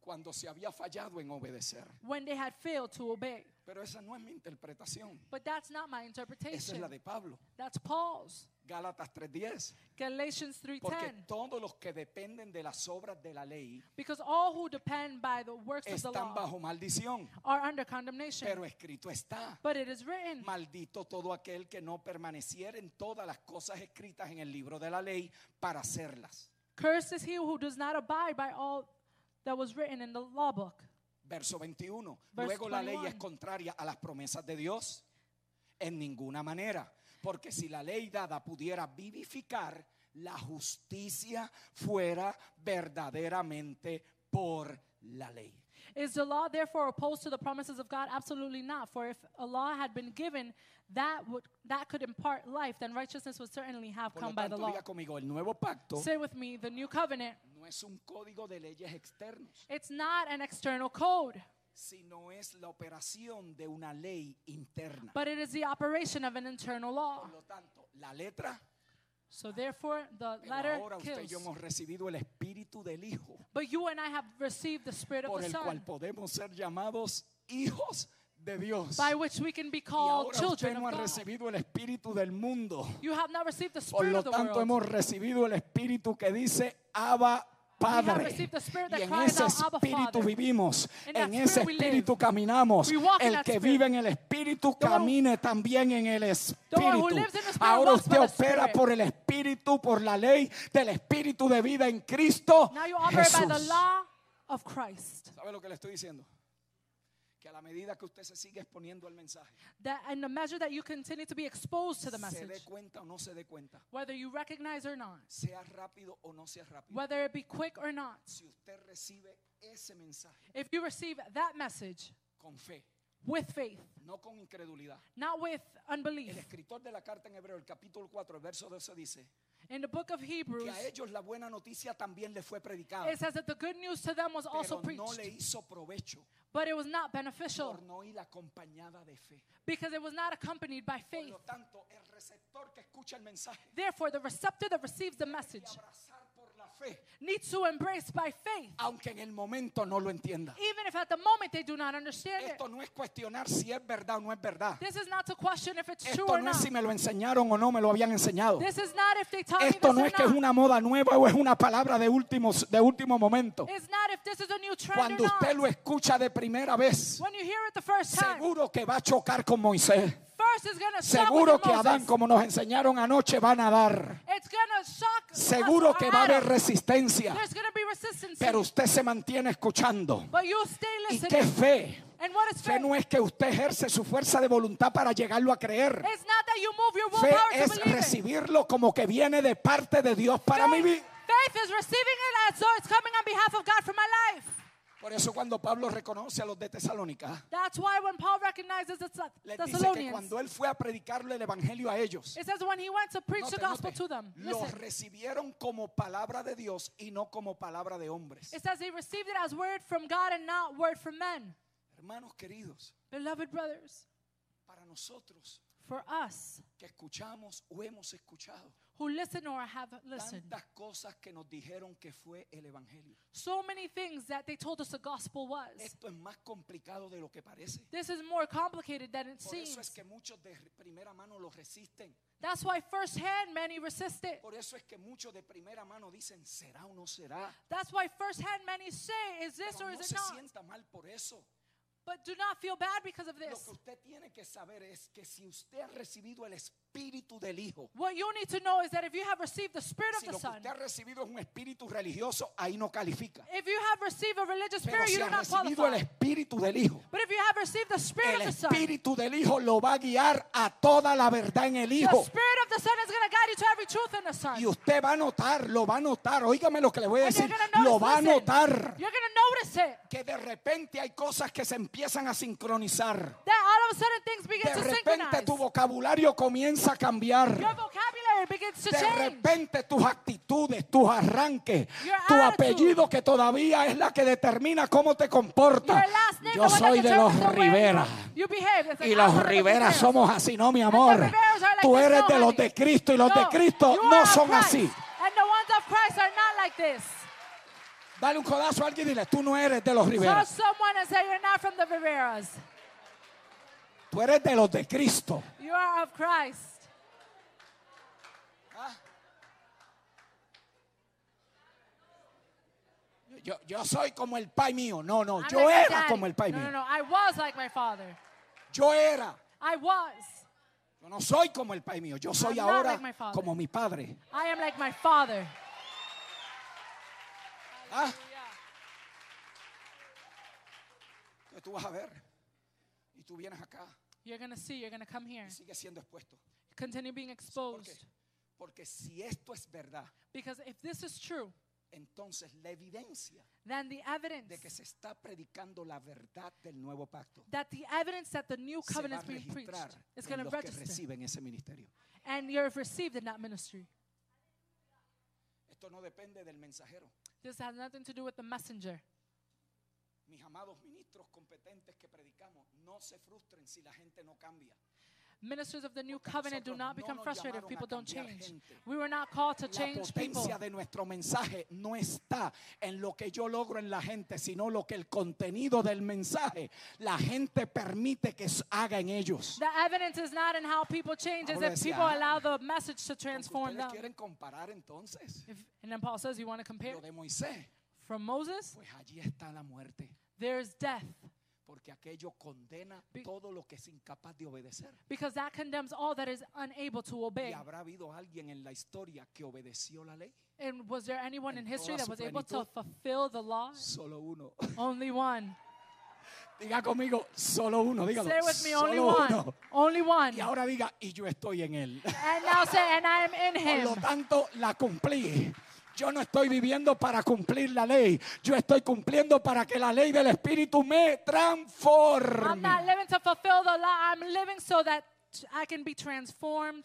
Speaker 3: cuando se había fallado en obedecer.
Speaker 4: when they had failed to obey.
Speaker 3: Pero esa no es mi interpretación.
Speaker 4: But that's not my
Speaker 3: Esa es
Speaker 4: interpretation.
Speaker 3: la de Pablo.
Speaker 4: That's Paul's.
Speaker 3: Gálatas 3:10.
Speaker 4: Galatians 3:10.
Speaker 3: Porque todos los que dependen de las obras de la ley
Speaker 4: Because all who depend by the works of the
Speaker 3: están
Speaker 4: law
Speaker 3: bajo maldición.
Speaker 4: are under condemnation.
Speaker 3: Pero escrito está.
Speaker 4: But it is written,
Speaker 3: Maldito todo aquel que no permaneciera en todas las cosas escritas en el libro de la ley para hacerlas.
Speaker 4: Cursed is he who does not abide by all that was written in the law book.
Speaker 3: Verso 21.
Speaker 4: Verse
Speaker 3: Luego la ley es
Speaker 4: 21.
Speaker 3: contraria a las promesas de Dios. En ninguna manera. Porque si la ley dada pudiera vivificar, la justicia fuera verdaderamente por la ley.
Speaker 4: Is the law therefore opposed to the promises of God? Absolutely not. For if a law had been given that would that could impart life, then righteousness would certainly have
Speaker 3: Por lo
Speaker 4: come by the
Speaker 3: tanto,
Speaker 4: law.
Speaker 3: diga conmigo, el nuevo pacto
Speaker 4: Say with me, the new covenant.
Speaker 3: no es un código de leyes externos,
Speaker 4: It's not an external code,
Speaker 3: sino es la operación de una ley interna.
Speaker 4: but it is the operation of an internal law.
Speaker 3: Por lo tanto, la letra,
Speaker 4: So therefore, the
Speaker 3: pero
Speaker 4: letter
Speaker 3: ahora usted y yo
Speaker 4: kills.
Speaker 3: hemos recibido el espíritu del Hijo,
Speaker 4: But you and I have received the Spirit of
Speaker 3: por
Speaker 4: the
Speaker 3: el cual
Speaker 4: pues Son,
Speaker 3: podemos ser llamados hijos de Dios.
Speaker 4: by which we can be
Speaker 3: Y
Speaker 4: called
Speaker 3: ahora usted
Speaker 4: children
Speaker 3: no ha
Speaker 4: of God.
Speaker 3: recibido el espíritu del mundo.
Speaker 4: You have not received the
Speaker 3: Por
Speaker 4: spirit
Speaker 3: lo
Speaker 4: of the
Speaker 3: tanto,
Speaker 4: world.
Speaker 3: hemos recibido el espíritu que dice Abba Padre.
Speaker 4: received the spirit that
Speaker 3: Y en
Speaker 4: cries
Speaker 3: ese
Speaker 4: out, "Abba,
Speaker 3: espíritu
Speaker 4: Father".
Speaker 3: vivimos,
Speaker 4: In that
Speaker 3: en ese
Speaker 4: spirit we live.
Speaker 3: espíritu caminamos.
Speaker 4: We walk in
Speaker 3: El
Speaker 4: that
Speaker 3: que
Speaker 4: spirit.
Speaker 3: vive en el espíritu
Speaker 4: one-
Speaker 3: camine también en el
Speaker 4: one who
Speaker 3: espíritu.
Speaker 4: lives in the spirit
Speaker 3: Ahora
Speaker 4: walks by
Speaker 3: usted
Speaker 4: the
Speaker 3: opera
Speaker 4: spirit.
Speaker 3: por el espíritu, por la ley del espíritu de vida en Cristo
Speaker 4: Now you operate by the
Speaker 3: Jesús.
Speaker 4: law of Christ.
Speaker 3: ¿Sabe lo que le estoy diciendo? Que a la medida que usted se sigue exponiendo al mensaje,
Speaker 4: That in the measure that you continue to be exposed to the
Speaker 3: se dé
Speaker 4: message,
Speaker 3: cuenta o no se dé cuenta,
Speaker 4: whether you recognize or not,
Speaker 3: sea rápido o no sea rápido.
Speaker 4: whether it be quick or not,
Speaker 3: si usted recibe ese mensaje
Speaker 4: if you receive that message
Speaker 3: con fe,
Speaker 4: with faith,
Speaker 3: no con incredulidad.
Speaker 4: not with
Speaker 3: El
Speaker 4: unbelief.
Speaker 3: escritor de la carta en hebreo, el capítulo 4, el verso 12 dice
Speaker 4: In the book of Hebrews,
Speaker 3: que a ellos la buena noticia también les fue predicada,
Speaker 4: it says that the good news to them was also
Speaker 3: pero no le
Speaker 4: preached,
Speaker 3: hizo provecho
Speaker 4: but it was not
Speaker 3: por
Speaker 4: beneficial
Speaker 3: no ir acompañada de fe.
Speaker 4: because it was not accompanied by
Speaker 3: Por
Speaker 4: faith.
Speaker 3: lo tanto, el receptor que escucha el mensaje
Speaker 4: Therefore, the receptor that receives the message
Speaker 3: y abrazar por la fe,
Speaker 4: needs to embrace by faith,
Speaker 3: aunque en el momento no lo entienda.
Speaker 4: even if at the moment they do not understand it.
Speaker 3: Esto no es cuestionar si es verdad o no es verdad.
Speaker 4: This is not to question if it's true
Speaker 3: Esto
Speaker 4: or
Speaker 3: no es
Speaker 4: not.
Speaker 3: si me lo enseñaron o no me lo habían enseñado.
Speaker 4: This is not if they taught me this
Speaker 3: Esto no
Speaker 4: or
Speaker 3: es que es
Speaker 4: not.
Speaker 3: una moda nueva o es una palabra de último, de último momento.
Speaker 4: It's not if this is a new trend
Speaker 3: Cuando
Speaker 4: or not.
Speaker 3: usted lo escucha de primera vez,
Speaker 4: when you hear it the first time,
Speaker 3: seguro que va a chocar con Moisés.
Speaker 4: first it's going to shock
Speaker 3: Seguro
Speaker 4: with
Speaker 3: que Adán,
Speaker 4: Moses.
Speaker 3: como nos enseñaron anoche, va a nadar.
Speaker 4: It's going to shock us,
Speaker 3: Seguro que va a haber
Speaker 4: Adam.
Speaker 3: resistencia.
Speaker 4: There's going to be resistance.
Speaker 3: Pero usted se mantiene escuchando.
Speaker 4: but you stay
Speaker 3: ¿Y qué
Speaker 4: listening.
Speaker 3: fe?
Speaker 4: and what is
Speaker 3: Fe
Speaker 4: faith?
Speaker 3: no es que usted ejerce su fuerza de voluntad para llegarlo a creer.
Speaker 4: it's not that you move your
Speaker 3: Fe
Speaker 4: willpower to
Speaker 3: es
Speaker 4: believe it.
Speaker 3: recibirlo como que viene de parte de Dios para mi
Speaker 4: Faith,
Speaker 3: vida.
Speaker 4: faith is receiving it as though it's coming on behalf of God for my life.
Speaker 3: Por eso cuando Pablo reconoce a los de Tesalónica,
Speaker 4: That's why when Paul recognizes the Thess-
Speaker 3: les dice que
Speaker 4: Thessalonians,
Speaker 3: cuando él fue a predicarle el evangelio a ellos,
Speaker 4: it says when he went to preach
Speaker 3: note,
Speaker 4: the gospel
Speaker 3: note,
Speaker 4: to them,
Speaker 3: los
Speaker 4: listen,
Speaker 3: recibieron como palabra de Dios y no como palabra de hombres.
Speaker 4: it says they received it as word from God and not word from men.
Speaker 3: Hermanos queridos,
Speaker 4: Beloved brothers,
Speaker 3: para nosotros
Speaker 4: for us
Speaker 3: que escuchamos o hemos escuchado
Speaker 4: who listen or have listened,
Speaker 3: tantas cosas que nos dijeron que fue el evangelio.
Speaker 4: so many things that they told us the gospel was.
Speaker 3: Esto es más complicado de lo que parece.
Speaker 4: This is more complicated than it
Speaker 3: Por eso
Speaker 4: seems.
Speaker 3: es que muchos de primera mano lo resisten.
Speaker 4: That's why firsthand many resist it.
Speaker 3: Por eso es que muchos de primera mano dicen, ¿será o no será?
Speaker 4: That's why firsthand many say, is this
Speaker 3: Pero
Speaker 4: or
Speaker 3: no
Speaker 4: is
Speaker 3: se
Speaker 4: it not?
Speaker 3: sienta mal por eso.
Speaker 4: But do not feel bad because of
Speaker 3: Lo
Speaker 4: this.
Speaker 3: que usted tiene que saber es que si usted ha recibido el espíritu del Hijo,
Speaker 4: What you need to know is that if you have received the Spirit
Speaker 3: si lo
Speaker 4: of the
Speaker 3: que
Speaker 4: Son,
Speaker 3: usted ha recibido es un espíritu religioso, ahí no califica.
Speaker 4: if you have received a religious
Speaker 3: Pero
Speaker 4: spirit,
Speaker 3: si
Speaker 4: you
Speaker 3: ha
Speaker 4: do not
Speaker 3: recibido el
Speaker 4: qualify.
Speaker 3: espíritu del Hijo,
Speaker 4: But if you have received the Spirit
Speaker 3: el
Speaker 4: of the Son, the
Speaker 3: espíritu del Hijo lo va a guiar a toda la verdad en el Hijo.
Speaker 4: Spirit of the Son is going to guide you to every truth in the Son.
Speaker 3: Y usted va a notar, lo va a notar. Óigame lo que le voy a
Speaker 4: And you're
Speaker 3: decir.
Speaker 4: going to notice,
Speaker 3: Lo va a
Speaker 4: listen,
Speaker 3: notar.
Speaker 4: You're going to notice it.
Speaker 3: Que de repente hay cosas que se empiezan a sincronizar.
Speaker 4: That all of a sudden things
Speaker 3: De
Speaker 4: begin to
Speaker 3: repente
Speaker 4: synchronize.
Speaker 3: tu vocabulario comienza a
Speaker 4: Your
Speaker 3: cambiar.
Speaker 4: vocabulary begins to
Speaker 3: De
Speaker 4: change.
Speaker 3: repente tus actitudes, tus arranques,
Speaker 4: Your
Speaker 3: tu
Speaker 4: attitude.
Speaker 3: apellido que todavía es la que determina cómo te comportas.
Speaker 4: Your last name,
Speaker 3: Yo
Speaker 4: the one that
Speaker 3: soy de los
Speaker 4: determines the way
Speaker 3: Rivera.
Speaker 4: You behave. It's like,
Speaker 3: Y
Speaker 4: I'm
Speaker 3: los
Speaker 4: one of the
Speaker 3: Rivera
Speaker 4: Riveras.
Speaker 3: somos así, no, mi amor.
Speaker 4: Riveras are like
Speaker 3: Tú
Speaker 4: this,
Speaker 3: eres
Speaker 4: no,
Speaker 3: de los
Speaker 4: honey.
Speaker 3: de Cristo y los de
Speaker 4: No,
Speaker 3: Cristo
Speaker 4: you are
Speaker 3: no
Speaker 4: of
Speaker 3: son
Speaker 4: Christ,
Speaker 3: así.
Speaker 4: And the ones of Christ are not like this.
Speaker 3: Dale un codazo a alguien y dile, tú no eres de los Rivera.
Speaker 4: Tell someone and say you're not from the Riveras.
Speaker 3: Tú eres de los de Cristo.
Speaker 4: You are of Christ.
Speaker 3: Yo, yo soy como el pai mío. No, no,
Speaker 4: I'm
Speaker 3: yo
Speaker 4: like my
Speaker 3: era
Speaker 4: daddy.
Speaker 3: como el pai
Speaker 4: No, no,
Speaker 3: mío.
Speaker 4: no. I was like my father.
Speaker 3: Yo era.
Speaker 4: I was.
Speaker 3: Yo no soy como el pai mío. Yo soy
Speaker 4: I'm not
Speaker 3: ahora
Speaker 4: like my father.
Speaker 3: como mi padre.
Speaker 4: I am like my father.
Speaker 3: ¿Ah? Entonces tú vas a ver. Y tú vienes acá
Speaker 4: You're going to see. You're going to come here.
Speaker 3: y sigues siendo expuesto.
Speaker 4: Continue being
Speaker 3: ¿Por qué?
Speaker 4: exposed.
Speaker 3: Porque si esto es verdad,
Speaker 4: Because if this is true,
Speaker 3: entonces la evidencia
Speaker 4: then the
Speaker 3: de que
Speaker 4: evidence
Speaker 3: se está predicando la verdad del nuevo pacto
Speaker 4: that the evidence that the new
Speaker 3: se va
Speaker 4: covenant
Speaker 3: a
Speaker 4: is being preached
Speaker 3: registrar
Speaker 4: is
Speaker 3: en
Speaker 4: going to
Speaker 3: los que
Speaker 4: register.
Speaker 3: reciben ese ministerio.
Speaker 4: And you're received in that ministry.
Speaker 3: Esto no depende del mensajero.
Speaker 4: This has nothing to do with the messenger.
Speaker 3: Mis amados ministros competentes que predicamos, no se frustren si la gente no cambia.
Speaker 4: Ministers of the new
Speaker 3: Porque
Speaker 4: covenant do
Speaker 3: nosotros
Speaker 4: not
Speaker 3: no
Speaker 4: become
Speaker 3: nos
Speaker 4: frustrated
Speaker 3: llamaron
Speaker 4: if
Speaker 3: a
Speaker 4: people don't
Speaker 3: cambiar
Speaker 4: change.
Speaker 3: gente.
Speaker 4: We were not called to
Speaker 3: La
Speaker 4: change people.
Speaker 3: potencia de nuestro mensaje no está en lo que yo logro en la gente, sino lo que el contenido del mensaje la gente permite que s- haga en ellos.
Speaker 4: The evidence is not in how people change, it's
Speaker 3: Pablo
Speaker 4: if
Speaker 3: decía,
Speaker 4: people
Speaker 3: "Ah,
Speaker 4: allow the message to
Speaker 3: Porque
Speaker 4: transform
Speaker 3: ustedes
Speaker 4: them.
Speaker 3: quieren comparar entonces
Speaker 4: If, and then Paul says, You want to compare?
Speaker 3: lo de Moisés,
Speaker 4: From Moses,
Speaker 3: pues allí está la muerte,
Speaker 4: there's death,
Speaker 3: porque aquello condena
Speaker 4: Be-
Speaker 3: todo lo que es incapaz de obedecer.
Speaker 4: because that condemns all that is unable to
Speaker 3: Y
Speaker 4: obey.
Speaker 3: habrá habido alguien en la historia que obedeció la ley,
Speaker 4: And was there anyone
Speaker 3: En
Speaker 4: in history
Speaker 3: toda
Speaker 4: that
Speaker 3: su
Speaker 4: was able to
Speaker 3: plenitud.
Speaker 4: fulfill the law?
Speaker 3: solo uno.
Speaker 4: Only one.
Speaker 3: Diga conmigo, solo uno, dígalo.
Speaker 4: Say with me, only
Speaker 3: solo
Speaker 4: one.
Speaker 3: uno.
Speaker 4: Only one.
Speaker 3: Y ahora diga, y yo estoy en él.
Speaker 4: And now say, And I am in
Speaker 3: Por
Speaker 4: him.
Speaker 3: lo tanto, la cumplí.
Speaker 5: Yo no estoy viviendo para cumplir la ley. Yo estoy cumpliendo para que la ley del Espíritu me
Speaker 4: I'm not
Speaker 5: transforme.
Speaker 4: living to fulfill the law. I'm living so that I can be transformed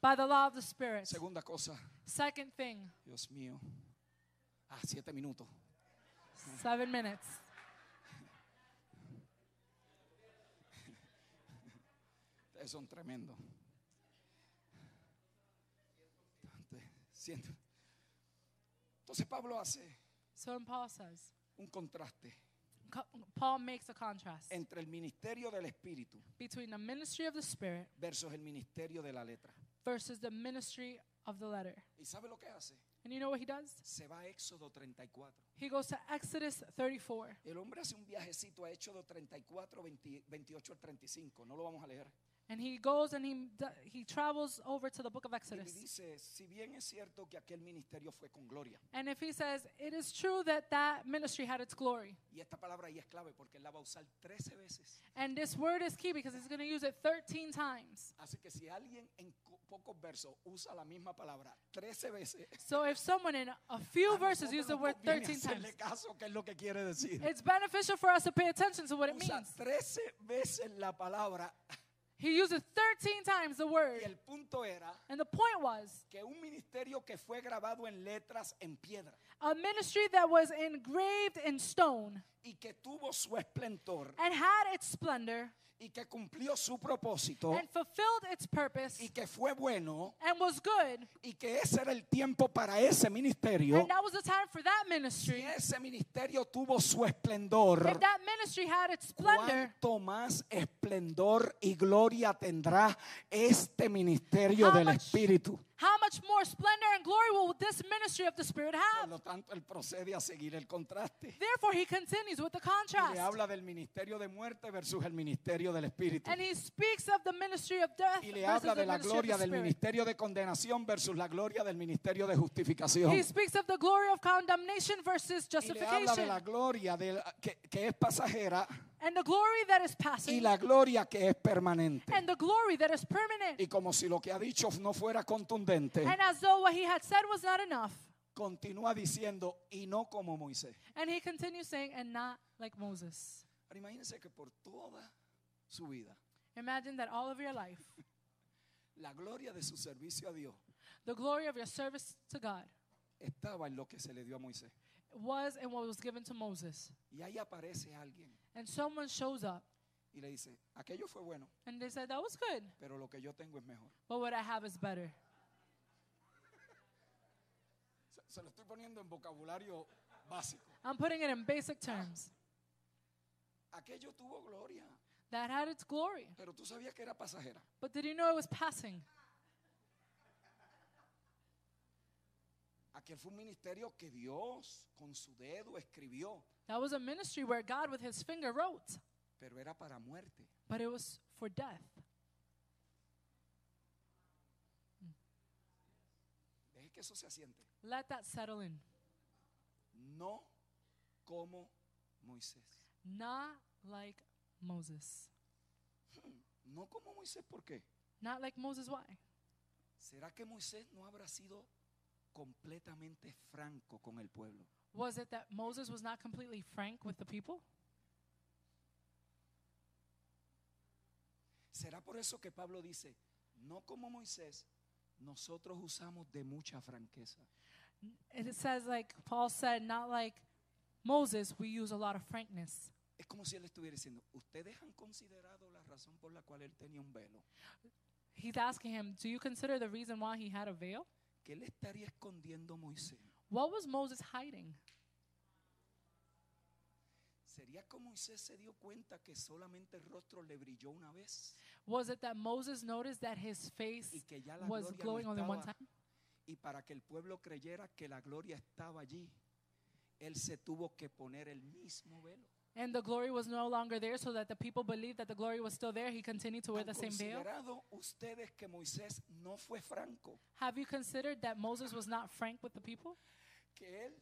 Speaker 4: by the law of the Spirit.
Speaker 5: Segunda cosa,
Speaker 4: Second thing,
Speaker 5: Dios mío. Ah, siete minutos.
Speaker 4: seven minutes.
Speaker 5: Ustedes son tremendos. Te- siento. Entonces Pablo hace
Speaker 4: So when Paul says,
Speaker 5: un contraste
Speaker 4: co- Paul makes a contrast
Speaker 5: entre el ministerio del Espíritu
Speaker 4: between the ministry of the Spirit
Speaker 5: versus el ministerio de la letra.
Speaker 4: versus the ministry of the letter.
Speaker 5: ¿Y sabe lo que hace?
Speaker 4: And you know what he does?
Speaker 5: Se va a Éxodo 34.
Speaker 4: He goes to Exodus 34.
Speaker 5: El hombre hace un viajecito a Éxodo 34, 20 28 al 35. No lo vamos a leer.
Speaker 4: And he goes and he, d- he travels over to the book of
Speaker 5: Y
Speaker 4: Exodus.
Speaker 5: dice, si bien es cierto que aquel ministerio fue con gloria,
Speaker 4: And if he says, It is true that that ministry had its glory.
Speaker 5: y esta palabra ahí es clave porque él la va a usar 13 veces.
Speaker 4: And this word is key because he's going to use it 13 times.
Speaker 5: Así que si alguien en co- pocos versos usa la misma palabra 13 veces,
Speaker 4: So if someone in a few
Speaker 5: a
Speaker 4: verses
Speaker 5: nosotros
Speaker 4: uses the
Speaker 5: nos
Speaker 4: word
Speaker 5: conviene
Speaker 4: 13 times,
Speaker 5: hacerle caso, que es lo que quiere decir.
Speaker 4: it's beneficial for us to pay attention to what it
Speaker 5: Usa
Speaker 4: means.
Speaker 5: 13 veces la palabra
Speaker 4: He uses 13 times the
Speaker 5: y
Speaker 4: word.
Speaker 5: el punto era
Speaker 4: And the point was
Speaker 5: que un ministerio que fue grabado en letras en piedra
Speaker 4: a ministry that was engraved in stone
Speaker 5: y que tuvo su esplendor
Speaker 4: and had its splendor
Speaker 5: y que cumplió su propósito
Speaker 4: and fulfilled its purpose
Speaker 5: Oh. y que fue bueno
Speaker 4: and was good.
Speaker 5: y que ese era el tiempo para ese ministerio.
Speaker 4: And that was the time for that ministry.
Speaker 5: Si ese ministerio tuvo su esplendor,
Speaker 4: If that ministry had its splendor,
Speaker 5: ¿Cuánto más esplendor y gloria tendrá este ministerio
Speaker 4: How
Speaker 5: del
Speaker 4: much-
Speaker 5: Espíritu?
Speaker 4: how much more splendor and glory will this ministry of the Spirit
Speaker 5: Por
Speaker 4: have?
Speaker 5: lo tanto, él procede a seguir el contraste.
Speaker 4: Therefore, he continues with the
Speaker 5: Y le
Speaker 4: contrast.
Speaker 5: habla del ministerio de muerte versus el ministerio del Espíritu.
Speaker 4: And he speaks of the ministry of death
Speaker 5: Y le
Speaker 4: versus
Speaker 5: habla
Speaker 4: the
Speaker 5: de la
Speaker 4: ministry of
Speaker 5: gloria
Speaker 4: the
Speaker 5: del
Speaker 4: Spirit.
Speaker 5: ministerio de condenación versus la gloria del ministerio de justificación.
Speaker 4: He speaks of the glory of condemnation versus
Speaker 5: Y le habla de
Speaker 4: justification
Speaker 5: la gloria de la- que, que es pasajera
Speaker 4: and the glory that is
Speaker 5: y
Speaker 4: passing
Speaker 5: la gloria que es permanente.
Speaker 4: and the glory that is permanent.
Speaker 5: Y como si lo que ha dicho no fuera contundente,
Speaker 4: And as though what he had said was not enough.
Speaker 5: continúa diciendo, y no como Moisés.
Speaker 4: And he continues saying, and not like Moses.
Speaker 5: Ahora imagínense que por toda su vida,
Speaker 4: Imagine that all of your life,
Speaker 5: la gloria de su servicio a Dios
Speaker 4: the glory of your service to God
Speaker 5: estaba en lo que se le dio a Moisés.
Speaker 4: was in what was given to Moses.
Speaker 5: Y ahí aparece alguien
Speaker 4: And someone shows up
Speaker 5: y le dice, aquello fue bueno,
Speaker 4: and they said, that was good,
Speaker 5: pero lo que yo tengo es mejor.
Speaker 4: but what I have is better.
Speaker 5: Se, se lo estoy poniendo en vocabulario básico.
Speaker 4: I'm putting it in basic terms.
Speaker 5: Aquello tuvo gloria,
Speaker 4: That had its glory,
Speaker 5: pero tú sabías que era pasajera.
Speaker 4: but did you know it was passing?
Speaker 5: Aquel fue un ministerio que Dios con su dedo escribió,
Speaker 4: That was a ministry where God with his finger wrote,
Speaker 5: pero era para muerte.
Speaker 4: but it was for death.
Speaker 5: Deje que eso se asiente.
Speaker 4: Let that settle in.
Speaker 5: No como Moisés.
Speaker 4: Not like Moses.
Speaker 5: No como Moisés, ¿por qué?
Speaker 4: Not like Moses, why?
Speaker 5: ¿Será que Moisés no habrá sido completamente franco con el pueblo?
Speaker 4: Was it that Moses was not completely frank with the people?
Speaker 5: ¿Será por eso que Pablo dice, no como Moisés, nosotros usamos de mucha franqueza?
Speaker 4: And it says, like Paul said, not like Moses, we use a lot of frankness.
Speaker 5: Es como si él estuviera diciendo, ustedes han considerado la razón por la cual él tenía un velo,
Speaker 4: He's asking him, Do you consider the reason why he had a veil?
Speaker 5: que él estaría escondiendo a Moisés.
Speaker 4: What was Moses hiding?
Speaker 5: ¿Sería que Moisés se dio cuenta que solamente el rostro le brilló una vez
Speaker 4: Was it that Moses noticed that his face
Speaker 5: y que ya la
Speaker 4: was
Speaker 5: gloria no
Speaker 4: glowing only one
Speaker 5: estaba?
Speaker 4: time?
Speaker 5: Y para que el pueblo creyera que la gloria estaba allí, él se tuvo que poner el mismo velo.
Speaker 4: And the glory was no longer there, so that the people believed that the glory was still there. He continued to wear the
Speaker 5: ¿Han
Speaker 4: same veil.
Speaker 5: considerado ustedes que Moisés no fue franco?
Speaker 4: Have you considered that Moses was not frank with the people?
Speaker 5: Que él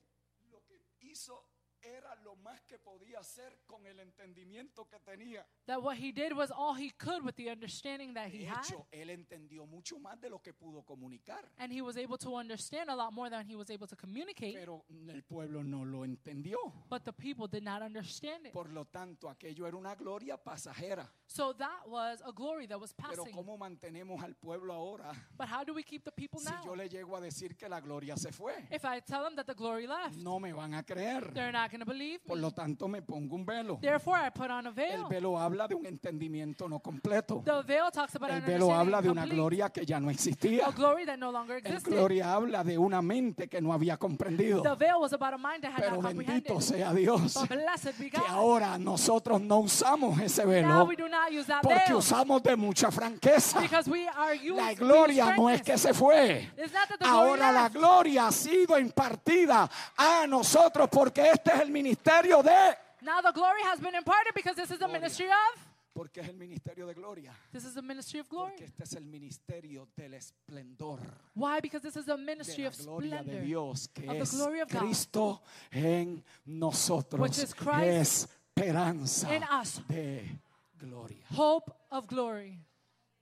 Speaker 5: lo que hizo era lo más que podía hacer con el entendimiento que tenía.
Speaker 4: That what he did was all he could with the understanding that he
Speaker 5: De
Speaker 4: had.
Speaker 5: hecho, él entendió mucho más de lo que pudo comunicar,
Speaker 4: And he was able to understand a lot more than he was able to communicate.
Speaker 5: pero el pueblo no lo entendió.
Speaker 4: But the people did not understand it.
Speaker 5: Por lo tanto, aquello era una gloria pasajera.
Speaker 4: So that was a glory that was
Speaker 5: Pero
Speaker 4: passing.
Speaker 5: ¿cómo mantenemos al pueblo ahora
Speaker 4: But how do we keep the people
Speaker 5: si
Speaker 4: now?
Speaker 5: yo le llego a decir que la gloria se fue?
Speaker 4: If I tell them that the glory left,
Speaker 5: No me van a creer.
Speaker 4: they're not going to believe
Speaker 5: Por
Speaker 4: me.
Speaker 5: lo tanto, me pongo un velo.
Speaker 4: Therefore, I put on a
Speaker 5: El
Speaker 4: veil.
Speaker 5: velo habla de un entendimiento no completo.
Speaker 4: The veil talks about
Speaker 5: El
Speaker 4: an
Speaker 5: velo habla
Speaker 4: understanding
Speaker 5: de una
Speaker 4: complete,
Speaker 5: gloria que ya no existía.
Speaker 4: a glory that no longer
Speaker 5: El
Speaker 4: existed.
Speaker 5: gloria habla de una mente que no había comprendido.
Speaker 4: The veil was about a mind that had
Speaker 5: Pero
Speaker 4: not
Speaker 5: bendito
Speaker 4: comprehended.
Speaker 5: sea Dios
Speaker 4: But blessed be
Speaker 5: que
Speaker 4: God.
Speaker 5: ahora nosotros no usamos ese
Speaker 4: Now
Speaker 5: velo
Speaker 4: we do not use that
Speaker 5: porque
Speaker 4: veil
Speaker 5: usamos de mucha franqueza.
Speaker 4: because we are used
Speaker 5: La
Speaker 4: we
Speaker 5: gloria
Speaker 4: use
Speaker 5: no es
Speaker 4: frankness.
Speaker 5: que se fue.
Speaker 4: It's not that the glory
Speaker 5: Ahora la
Speaker 4: left.
Speaker 5: gloria ha sido impartida a nosotros porque este es el ministerio de...
Speaker 4: Now the glory has been imparted because this is the ministry of
Speaker 5: Porque es el ministerio de gloria.
Speaker 4: this is the ministry of
Speaker 5: Porque
Speaker 4: glory.
Speaker 5: este es el ministerio del esplendor.
Speaker 4: Why? Because this is the
Speaker 5: De
Speaker 4: ministry
Speaker 5: la
Speaker 4: of
Speaker 5: gloria de
Speaker 4: splendor.
Speaker 5: Dios que
Speaker 4: of the
Speaker 5: es
Speaker 4: glory of God,
Speaker 5: Cristo en nosotros.
Speaker 4: which is Christ
Speaker 5: Esperanza
Speaker 4: in us.
Speaker 5: de gloria.
Speaker 4: Hope of glory.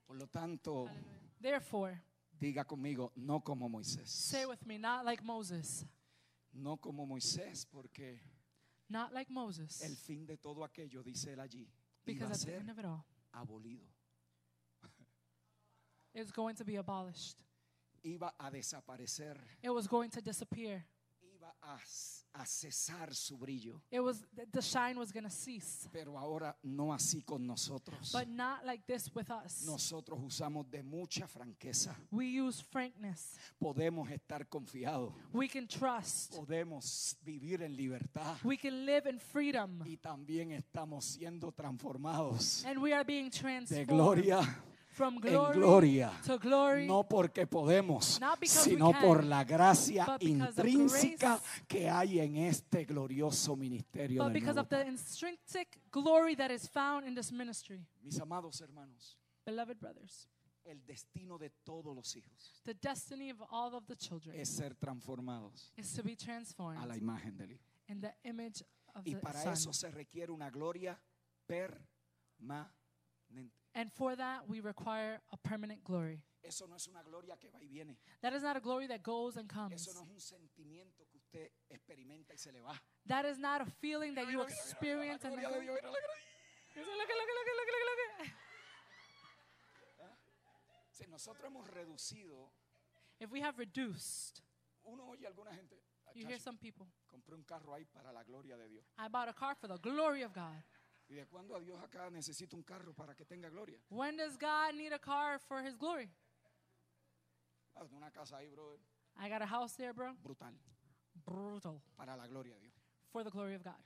Speaker 5: Por lo tanto,
Speaker 4: Therefore,
Speaker 5: diga conmigo, no como Moisés.
Speaker 4: say with me, not like Moses.
Speaker 5: No como Moisés, porque
Speaker 4: Not like Moses.
Speaker 5: el fin de todo aquello, dice él allí, iba
Speaker 4: Because
Speaker 5: a
Speaker 4: at the end
Speaker 5: ser
Speaker 4: of it all,
Speaker 5: abolido.
Speaker 4: it's going to be abolished.
Speaker 5: Iba a desaparecer.
Speaker 4: It was going to disappear.
Speaker 5: Iba a, s- a cesar su brillo.
Speaker 4: It was th- the shine was going to cease.
Speaker 5: Pero ahora no así con nosotros.
Speaker 4: But not like this with us.
Speaker 5: Nosotros usamos de mucha franqueza.
Speaker 4: We use frankness.
Speaker 5: Podemos estar confiados.
Speaker 4: We can
Speaker 5: Oh.
Speaker 4: trust.
Speaker 5: Podemos vivir en libertad.
Speaker 4: We can live in freedom.
Speaker 5: Y también estamos siendo transformados
Speaker 4: And we are being
Speaker 5: de
Speaker 4: transformed
Speaker 5: gloria
Speaker 4: from
Speaker 5: en
Speaker 4: glory
Speaker 5: gloria.
Speaker 4: to glory.
Speaker 5: No porque podemos,
Speaker 4: Not because we
Speaker 5: sino
Speaker 4: can,
Speaker 5: por la gracia
Speaker 4: but because of
Speaker 5: intrínseca
Speaker 4: grace.
Speaker 5: que hay en este glorioso ministerio.
Speaker 4: But
Speaker 5: del
Speaker 4: because
Speaker 5: Nuevo
Speaker 4: of the
Speaker 5: Pacto.
Speaker 4: intrinsic glory that is found in this ministry.
Speaker 5: Mis amados hermanos,
Speaker 4: Beloved brothers,
Speaker 5: el destino de todos los hijos
Speaker 4: the destiny of all of the children
Speaker 5: es ser transformados
Speaker 4: is to be
Speaker 5: a la
Speaker 4: transformed
Speaker 5: imagen del Hijo.
Speaker 4: in the image of
Speaker 5: Y
Speaker 4: the
Speaker 5: para eso
Speaker 4: Son.
Speaker 5: se requiere una gloria permanente.
Speaker 4: And for that, we require a permanent glory.
Speaker 5: Eso no es una gloria que va y viene.
Speaker 4: That is not a glory that goes and comes.
Speaker 5: Eso no es un sentimiento que usted experimenta y se le va.
Speaker 4: That is not a feeling that you experience and
Speaker 5: Gloria
Speaker 4: then
Speaker 5: de
Speaker 4: go,
Speaker 5: Dios, mira la gloria.
Speaker 4: "Look at, look at, look at, look at, look at."
Speaker 5: Si nosotros hemos reducido,
Speaker 4: If we have reduced,
Speaker 5: uno oye a alguna gente, "Ah,
Speaker 4: you hear
Speaker 5: chacho,
Speaker 4: some people,
Speaker 5: compré un carro ahí para la gloria de Dios.
Speaker 4: I bought a car for the glory of God.
Speaker 5: ¿Y de cuándo a Dios acá necesita un carro para que tenga gloria?
Speaker 4: When does God need a car for his glory?
Speaker 5: Ah, una casa ahí, brother,
Speaker 4: I got a house there, bro.
Speaker 5: brutal,
Speaker 4: Brutal.
Speaker 5: para la gloria de Dios.
Speaker 4: For the glory of God.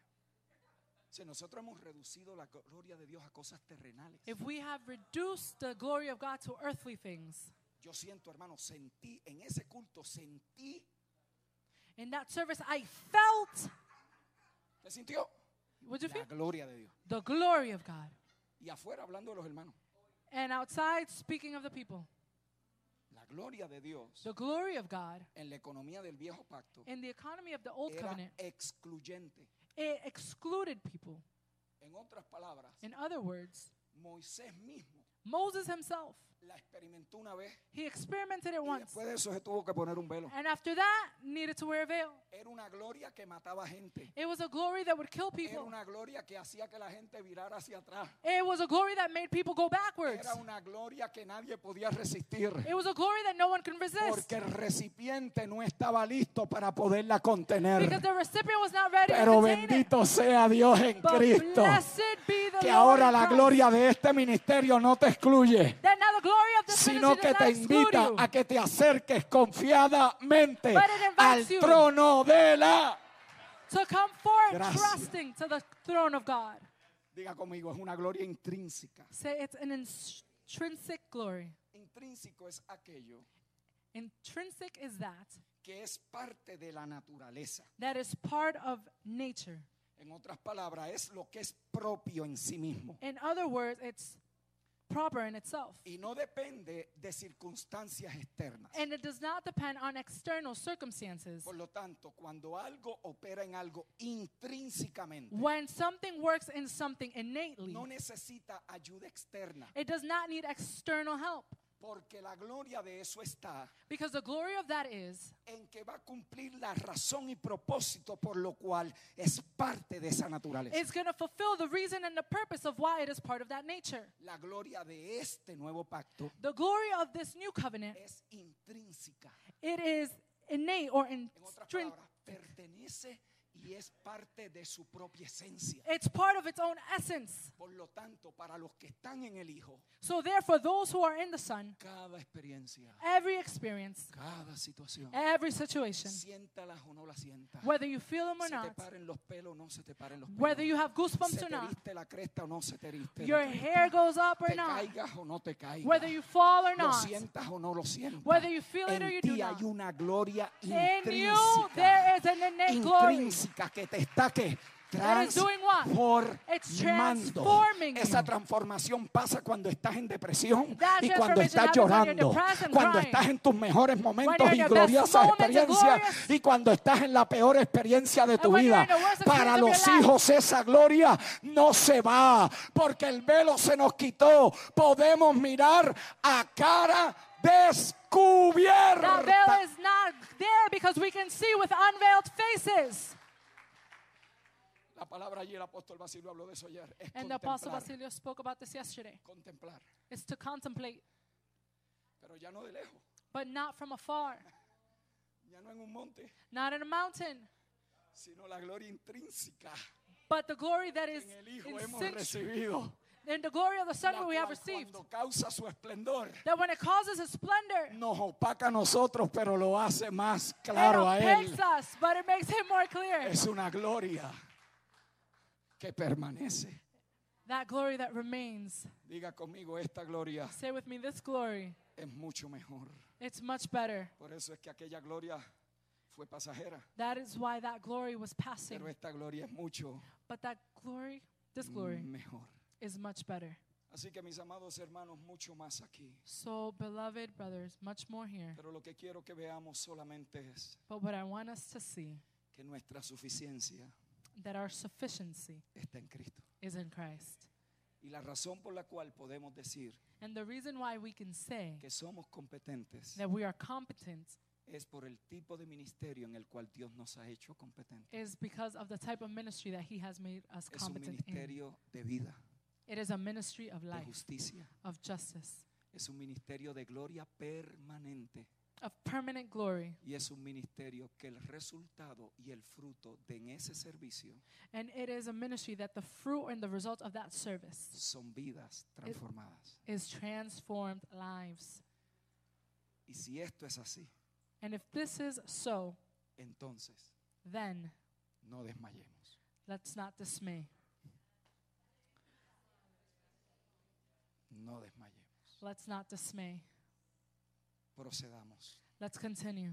Speaker 5: Si nosotros hemos reducido la gloria de Dios a cosas terrenales,
Speaker 4: If we have reduced the glory of God to earthly things,
Speaker 5: yo siento, hermano, sentí, en ese culto sentí,
Speaker 4: in that service, I felt,
Speaker 5: ¿qué sintió?
Speaker 4: what'd you
Speaker 5: La
Speaker 4: feel?
Speaker 5: gloria de Dios.
Speaker 4: The glory of God.
Speaker 5: Y afuera hablando de los hermanos,
Speaker 4: And outside, speaking of the people,
Speaker 5: la gloria de Dios
Speaker 4: the glory of God
Speaker 5: en la economía del viejo pacto
Speaker 4: in the economy of the old
Speaker 5: era
Speaker 4: covenant,
Speaker 5: excluyente.
Speaker 4: it excluded people.
Speaker 5: En otras palabras,
Speaker 4: In other words,
Speaker 5: Moisés mismo
Speaker 4: Moses himself,
Speaker 5: la experimentó una vez
Speaker 4: he experimented it
Speaker 5: y
Speaker 4: once.
Speaker 5: después de eso se tuvo que poner un velo.
Speaker 4: And after that, needed to wear a veil.
Speaker 5: Era una gloria que mataba gente.
Speaker 4: It was a glory that would kill
Speaker 5: Era
Speaker 4: people.
Speaker 5: una gloria que hacía que la gente virara hacia atrás.
Speaker 4: It was a glory that made people go backwards.
Speaker 5: Era una gloria que nadie podía resistir.
Speaker 4: It was a glory that no one can resist.
Speaker 5: Porque el recipiente no estaba listo para poderla contener.
Speaker 4: Because the recipient was not ready
Speaker 5: Pero
Speaker 4: to contain it.
Speaker 5: bendito sea Dios en
Speaker 4: But
Speaker 5: Cristo.
Speaker 4: blessed be the
Speaker 5: Que
Speaker 4: Lord
Speaker 5: ahora
Speaker 4: in
Speaker 5: la
Speaker 4: Christ.
Speaker 5: gloria de este ministerio no te excluye.
Speaker 4: That now the glory of this
Speaker 5: sino
Speaker 4: ministry
Speaker 5: que
Speaker 4: does
Speaker 5: te
Speaker 4: not exclude
Speaker 5: invita
Speaker 4: you,
Speaker 5: a que te acerques confiadamente
Speaker 4: But it invites
Speaker 5: al
Speaker 4: you.
Speaker 5: trono de la...
Speaker 4: to come forth
Speaker 5: Gracias.
Speaker 4: trusting to the throne of God.
Speaker 5: Diga conmigo, es una gloria intrínseca.
Speaker 4: Say it's an intrinsic glory.
Speaker 5: Intrínseco es aquello
Speaker 4: Intrinsic is that
Speaker 5: que es parte de la naturaleza.
Speaker 4: that is part of nature.
Speaker 5: En otras palabras, es lo que es propio en sí mismo.
Speaker 4: In other words, it's proper in itself.
Speaker 5: y no depende de circunstancias externas.
Speaker 4: And it does not depend on external circumstances.
Speaker 5: Por lo tanto, cuando algo opera en algo intrínsecamente,
Speaker 4: When something works in something innately,
Speaker 5: no necesita ayuda externa,
Speaker 4: it does not need external help
Speaker 5: porque la gloria de eso está
Speaker 4: because the glory of that is
Speaker 5: en que va a cumplir la razón y propósito por lo cual es parte de esa naturaleza.
Speaker 4: it's going to fulfill the reason and the purpose of why it is part of that nature.
Speaker 5: La gloria de este nuevo pacto
Speaker 4: The glory of this new covenant,
Speaker 5: es intrínseca.
Speaker 4: it is innate or
Speaker 5: En otras
Speaker 4: intrinsic.
Speaker 5: palabras, pertenece y es parte de su propia esencia.
Speaker 4: It's part of its own essence.
Speaker 5: Por lo tanto, para los que están en el Hijo,
Speaker 4: So therefore, those who are in the Son,
Speaker 5: cada experiencia,
Speaker 4: every experience,
Speaker 5: cada situación,
Speaker 4: every situation,
Speaker 5: siéntalas o no la sientas.
Speaker 4: whether you feel them or
Speaker 5: Se te
Speaker 4: not,
Speaker 5: paren los pelos o no se te paren los pelos.
Speaker 4: whether you have goosebumps
Speaker 5: se
Speaker 4: or
Speaker 5: te
Speaker 4: not,
Speaker 5: viste la cresta o no se te viste. la
Speaker 4: your
Speaker 5: cresta,
Speaker 4: hair goes up or
Speaker 5: te
Speaker 4: not,
Speaker 5: caigas o no te caigas.
Speaker 4: whether you fall or
Speaker 5: lo
Speaker 4: not,
Speaker 5: sientas o no lo sientas.
Speaker 4: whether you feel it
Speaker 5: en
Speaker 4: or you
Speaker 5: ti
Speaker 4: do
Speaker 5: hay
Speaker 4: not.
Speaker 5: una gloria
Speaker 4: in you
Speaker 5: intrínseca,
Speaker 4: there is an innate glory.
Speaker 5: intrínseca que te está que
Speaker 4: That is doing what? It's
Speaker 5: transformando.
Speaker 4: transforming you.
Speaker 5: Esa transformación pasa cuando estás en depresión
Speaker 4: That
Speaker 5: y cuando
Speaker 4: transformation happens
Speaker 5: estás
Speaker 4: when you're
Speaker 5: llorando,
Speaker 4: depressed and
Speaker 5: cuando
Speaker 4: crying.
Speaker 5: estás en tus mejores momentos
Speaker 4: you're in
Speaker 5: y
Speaker 4: your best
Speaker 5: gloriosas
Speaker 4: moments and
Speaker 5: experiencias
Speaker 4: glorious-
Speaker 5: y cuando estás en la peor experiencia de tu
Speaker 4: when you're
Speaker 5: vida.
Speaker 4: in the worst
Speaker 5: Para
Speaker 4: experience of
Speaker 5: los
Speaker 4: your life.
Speaker 5: hijos esa gloria no se va porque el velo se nos quitó. Podemos mirar a cara
Speaker 4: That
Speaker 5: descubierta.
Speaker 4: veil is not there because we can see with unveiled faces.
Speaker 5: La palabra allí el apóstol Basilio habló de eso ayer. Es
Speaker 4: And the Apostle
Speaker 5: contemplar,
Speaker 4: Basilio spoke about this yesterday.
Speaker 5: contemplar,
Speaker 4: It's to contemplate,
Speaker 5: pero ya no de lejos,
Speaker 4: but not from afar,
Speaker 5: ya no en un monte,
Speaker 4: not in a mountain,
Speaker 5: sino la gloria intrínseca
Speaker 4: but the glory that is
Speaker 5: en el Hijo hemos
Speaker 4: in
Speaker 5: recibido.
Speaker 4: and the glory of the Son
Speaker 5: la
Speaker 4: we have
Speaker 5: cual
Speaker 4: received.
Speaker 5: Cuando causa su esplendor,
Speaker 4: That when it causes a splendor,
Speaker 5: nos opaca a nosotros, pero lo hace más
Speaker 4: it
Speaker 5: claro a él.
Speaker 4: opaces us, but it makes him more clear.
Speaker 5: Es una gloria que permanece.
Speaker 4: That glory that remains.
Speaker 5: Diga conmigo, esta gloria
Speaker 4: Say with me, this glory,
Speaker 5: es mucho mejor.
Speaker 4: it's much better.
Speaker 5: Por eso es que aquella gloria fue pasajera,
Speaker 4: That is why that glory was passing.
Speaker 5: pero esta gloria es mucho
Speaker 4: But that glory, this glory,
Speaker 5: mejor.
Speaker 4: is much better.
Speaker 5: Así que mis amados hermanos, mucho más aquí.
Speaker 4: So, beloved brothers, much more here.
Speaker 5: Pero lo que quiero que veamos solamente es
Speaker 4: But what I want us to see
Speaker 5: que nuestra suficiencia
Speaker 4: that our sufficiency
Speaker 5: está en Cristo.
Speaker 4: is in Christ.
Speaker 5: Y la razón por la cual podemos decir
Speaker 4: And the reason why we can say
Speaker 5: que somos competentes
Speaker 4: that we are competent
Speaker 5: es por el tipo de ministerio en el cual Dios nos ha hecho competentes.
Speaker 4: is because of the type of ministry that He has made us
Speaker 5: Es un
Speaker 4: competent in.
Speaker 5: ministerio de vida,
Speaker 4: It is a ministry of
Speaker 5: de
Speaker 4: life,
Speaker 5: justicia.
Speaker 4: of justice,
Speaker 5: Es un ministerio de gloria permanente.
Speaker 4: of permanent glory.
Speaker 5: Y es un ministerio que el resultado y el fruto de en ese servicio
Speaker 4: And it is a ministry that the fruit and the result of that service
Speaker 5: son vidas transformadas.
Speaker 4: is transformed lives.
Speaker 5: Y si esto es así,
Speaker 4: And if this is so,
Speaker 5: entonces
Speaker 4: then
Speaker 5: no desmayemos.
Speaker 4: let's not dismay.
Speaker 5: No desmayemos.
Speaker 4: Let's not dismay.
Speaker 5: Procedamos.
Speaker 4: Let's continue.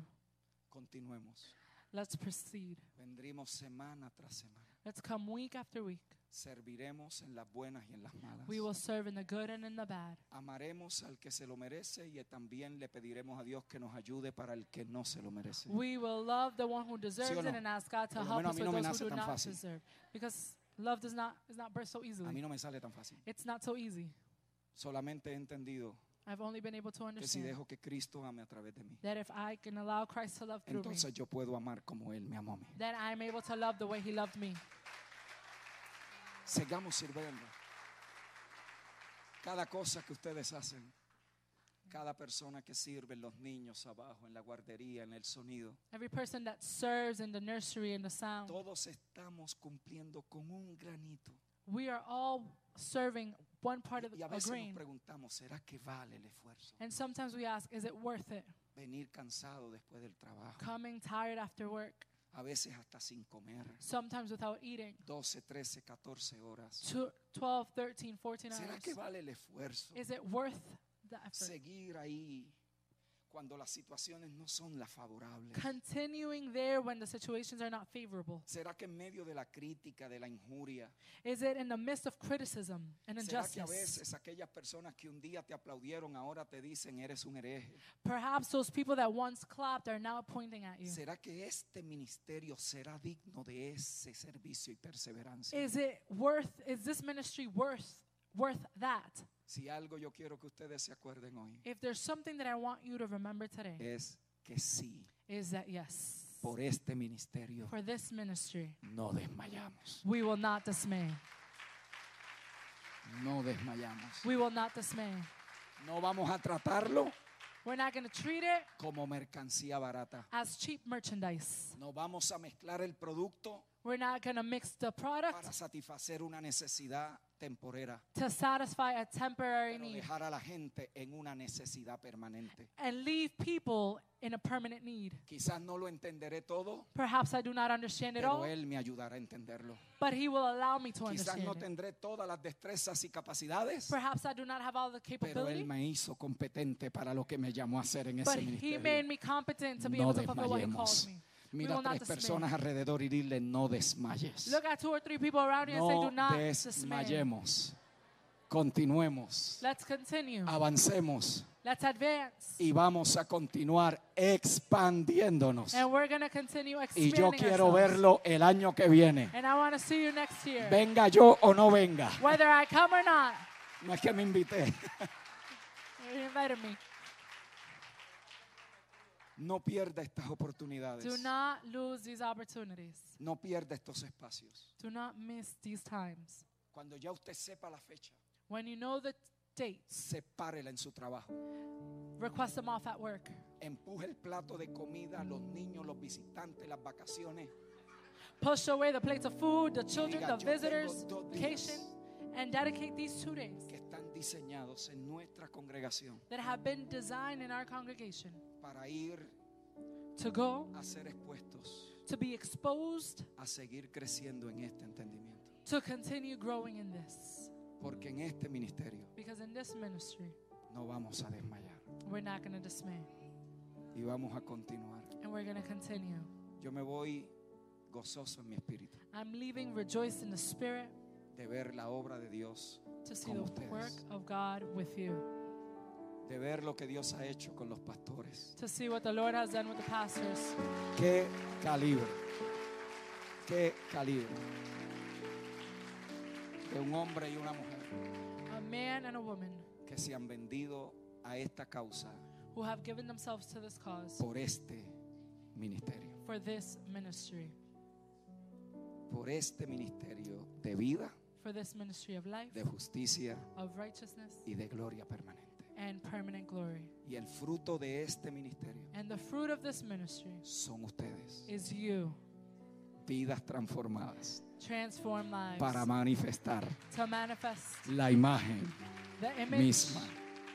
Speaker 5: Continuemos.
Speaker 4: Let's proceed.
Speaker 5: Vendremos semana tras semana.
Speaker 4: Let's come week after week.
Speaker 5: Serviremos en las buenas y en las malas.
Speaker 4: We will serve in the good and in the bad.
Speaker 5: Amaremos al que se lo merece y también le pediremos a Dios que nos ayude para el que no se lo merece.
Speaker 4: We will love the one who deserves
Speaker 5: no?
Speaker 4: it and ask God to
Speaker 5: Por lo
Speaker 4: help
Speaker 5: menos
Speaker 4: us
Speaker 5: a mí
Speaker 4: with
Speaker 5: no me
Speaker 4: those
Speaker 5: nace
Speaker 4: who do
Speaker 5: tan
Speaker 4: not
Speaker 5: fácil.
Speaker 4: deserve. Because love does not is not birth so
Speaker 5: A mí
Speaker 4: easily.
Speaker 5: no me sale tan fácil.
Speaker 4: It's not so easy.
Speaker 5: Solamente he entendido
Speaker 4: I've only been able to
Speaker 5: que si
Speaker 4: understand
Speaker 5: dejo que Cristo ame a través de mí,
Speaker 4: that if I can allow Christ to love through me,
Speaker 5: entonces yo puedo amar como Él me amó a mí.
Speaker 4: then I'm able to love the way He loved me.
Speaker 5: Sigamos sirviendo. Cada cosa que ustedes hacen, cada persona que sirve, los niños abajo, en la guardería, en el sonido,
Speaker 4: Every person that serves in the nursery and the sound,
Speaker 5: todos estamos cumpliendo con un granito.
Speaker 4: we are all serving one part of
Speaker 5: Y a
Speaker 4: the a
Speaker 5: veces nos
Speaker 4: grain.
Speaker 5: preguntamos, ¿será que vale el esfuerzo?
Speaker 4: And sometimes we ask, is it worth it?
Speaker 5: Venir cansado después del trabajo,
Speaker 4: Coming tired after work,
Speaker 5: a veces hasta sin comer,
Speaker 4: sometimes without eating,
Speaker 5: 12, 13, 14 horas.
Speaker 4: Tw- 12, 13, 14
Speaker 5: ¿Será que
Speaker 4: hours.
Speaker 5: vale el esfuerzo?
Speaker 4: Is it worth the effort
Speaker 5: Seguir ahí cuando las situaciones no son las favorables?
Speaker 4: Continuing there when the situations are not favorable.
Speaker 5: ¿Será que en medio de la crítica, de la injuria,
Speaker 4: Is it in the midst of criticism and
Speaker 5: será que a
Speaker 4: injustice?
Speaker 5: veces aquellas personas que un día te aplaudieron ahora te dicen eres un hereje?
Speaker 4: Perhaps those people that once clapped are now pointing at you.
Speaker 5: ¿Será que este ministerio será digno de ese servicio y perseverancia?
Speaker 4: Is it worth, is this ministry worth, worth that?
Speaker 5: Si algo yo quiero que ustedes se acuerden hoy
Speaker 4: If there's something that I want you to remember today,
Speaker 5: es que sí,
Speaker 4: is that yes,
Speaker 5: por este ministerio
Speaker 4: for this ministry,
Speaker 5: no desmayamos,
Speaker 4: we will not dismay.
Speaker 5: no desmayamos.
Speaker 4: We will not dismay.
Speaker 5: No vamos a tratarlo
Speaker 4: We're not going to treat it
Speaker 5: como mercancía barata.
Speaker 4: as cheap merchandise.
Speaker 5: No vamos a mezclar el producto
Speaker 4: We're not going to mix the product
Speaker 5: para satisfacer una necesidad temporera,
Speaker 4: to satisfy a temporary
Speaker 5: pero
Speaker 4: need
Speaker 5: dejar a la gente en una necesidad permanente.
Speaker 4: and leave people in a permanent need.
Speaker 5: Quizás no lo entenderé todo,
Speaker 4: Perhaps I do not understand it
Speaker 5: pero
Speaker 4: all,
Speaker 5: él me ayudará a entenderlo.
Speaker 4: but He will allow me to
Speaker 5: Quizás
Speaker 4: understand
Speaker 5: no
Speaker 4: it.
Speaker 5: tendré todas las destrezas y capacidades,
Speaker 4: Perhaps I do not have all the
Speaker 5: pero él
Speaker 4: capability,
Speaker 5: me hizo competente para lo que me llamó a hacer en
Speaker 4: but
Speaker 5: ese
Speaker 4: He made
Speaker 5: ministerio.
Speaker 4: me competent to be
Speaker 5: No
Speaker 4: able to fulfill what He
Speaker 5: desmayemos.
Speaker 4: calls me. We
Speaker 5: Mira
Speaker 4: will
Speaker 5: a
Speaker 4: not
Speaker 5: tres
Speaker 4: dismay.
Speaker 5: personas alrededor y dile no desmayes.
Speaker 4: Look at two or three people around you and say, do
Speaker 5: No
Speaker 4: not dismay.
Speaker 5: desmayemos. Continuemos.
Speaker 4: Let's continue.
Speaker 5: Avancemos.
Speaker 4: Let's advance.
Speaker 5: Ah. y vamos a continuar expandiéndonos.
Speaker 4: And we're going to continue
Speaker 5: Y
Speaker 4: expanding
Speaker 5: yo quiero
Speaker 4: ourselves.
Speaker 5: verlo el año que viene.
Speaker 4: And I want to see you next year.
Speaker 5: Venga yo o no venga.
Speaker 4: Whether I come or not,
Speaker 5: No es que me invité.
Speaker 4: you invited me.
Speaker 5: No pierda estas oportunidades.
Speaker 4: Do not lose these opportunities.
Speaker 5: No pierda estos espacios.
Speaker 4: Do not miss these times.
Speaker 5: Cuando ya usted sepa la fecha,
Speaker 4: When you know the dates,
Speaker 5: sepárela en su trabajo.
Speaker 4: request them off at work.
Speaker 5: Empuje el plato de comida, los niños, los visitantes, las vacaciones.
Speaker 4: Push away the plates of food, the children, the
Speaker 5: Diga, "Yo tengo
Speaker 4: visitors,
Speaker 5: dos días."
Speaker 4: vacation, and dedicate these two days
Speaker 5: que están diseñados en nuestra congregación
Speaker 4: that have been designed in our congregation
Speaker 5: para ir
Speaker 4: to go,
Speaker 5: a ser expuestos,
Speaker 4: to be exposed,
Speaker 5: a seguir creciendo en este entendimiento.
Speaker 4: to continue growing in this.
Speaker 5: Porque en este ministerio
Speaker 4: Because in this ministry,
Speaker 5: no vamos a desmayar
Speaker 4: we're not going to dismay
Speaker 5: y vamos a continuar.
Speaker 4: and we're going to continue.
Speaker 5: Yo me voy gozoso en mi espíritu
Speaker 4: I'm leaving rejoiced in the spirit
Speaker 5: de ver la obra de Dios,
Speaker 4: to see
Speaker 5: Con
Speaker 4: the
Speaker 5: ustedes.
Speaker 4: work of God with you,
Speaker 5: de ver lo que Dios ha hecho con los pastores.
Speaker 4: to see what the Lord has done with the pastors.
Speaker 5: ¡Qué calibre! ¡Qué calibre! De un hombre y una mujer
Speaker 4: A man and a woman
Speaker 5: que se han vendido a esta causa
Speaker 4: who have given themselves to this cause
Speaker 5: por este ministerio,
Speaker 4: for this ministry,
Speaker 5: por este ministerio de vida,
Speaker 4: for this ministry of life,
Speaker 5: de justicia
Speaker 4: of righteousness,
Speaker 5: y de gloria permanente.
Speaker 4: and permanent glory.
Speaker 5: Y el fruto de este ministerio
Speaker 4: And the fruit of this ministry
Speaker 5: son ustedes.
Speaker 4: is you.
Speaker 5: vidas transformadas
Speaker 4: Transform lives
Speaker 5: para manifestar
Speaker 4: to manifest
Speaker 5: la imagen
Speaker 4: the image
Speaker 5: misma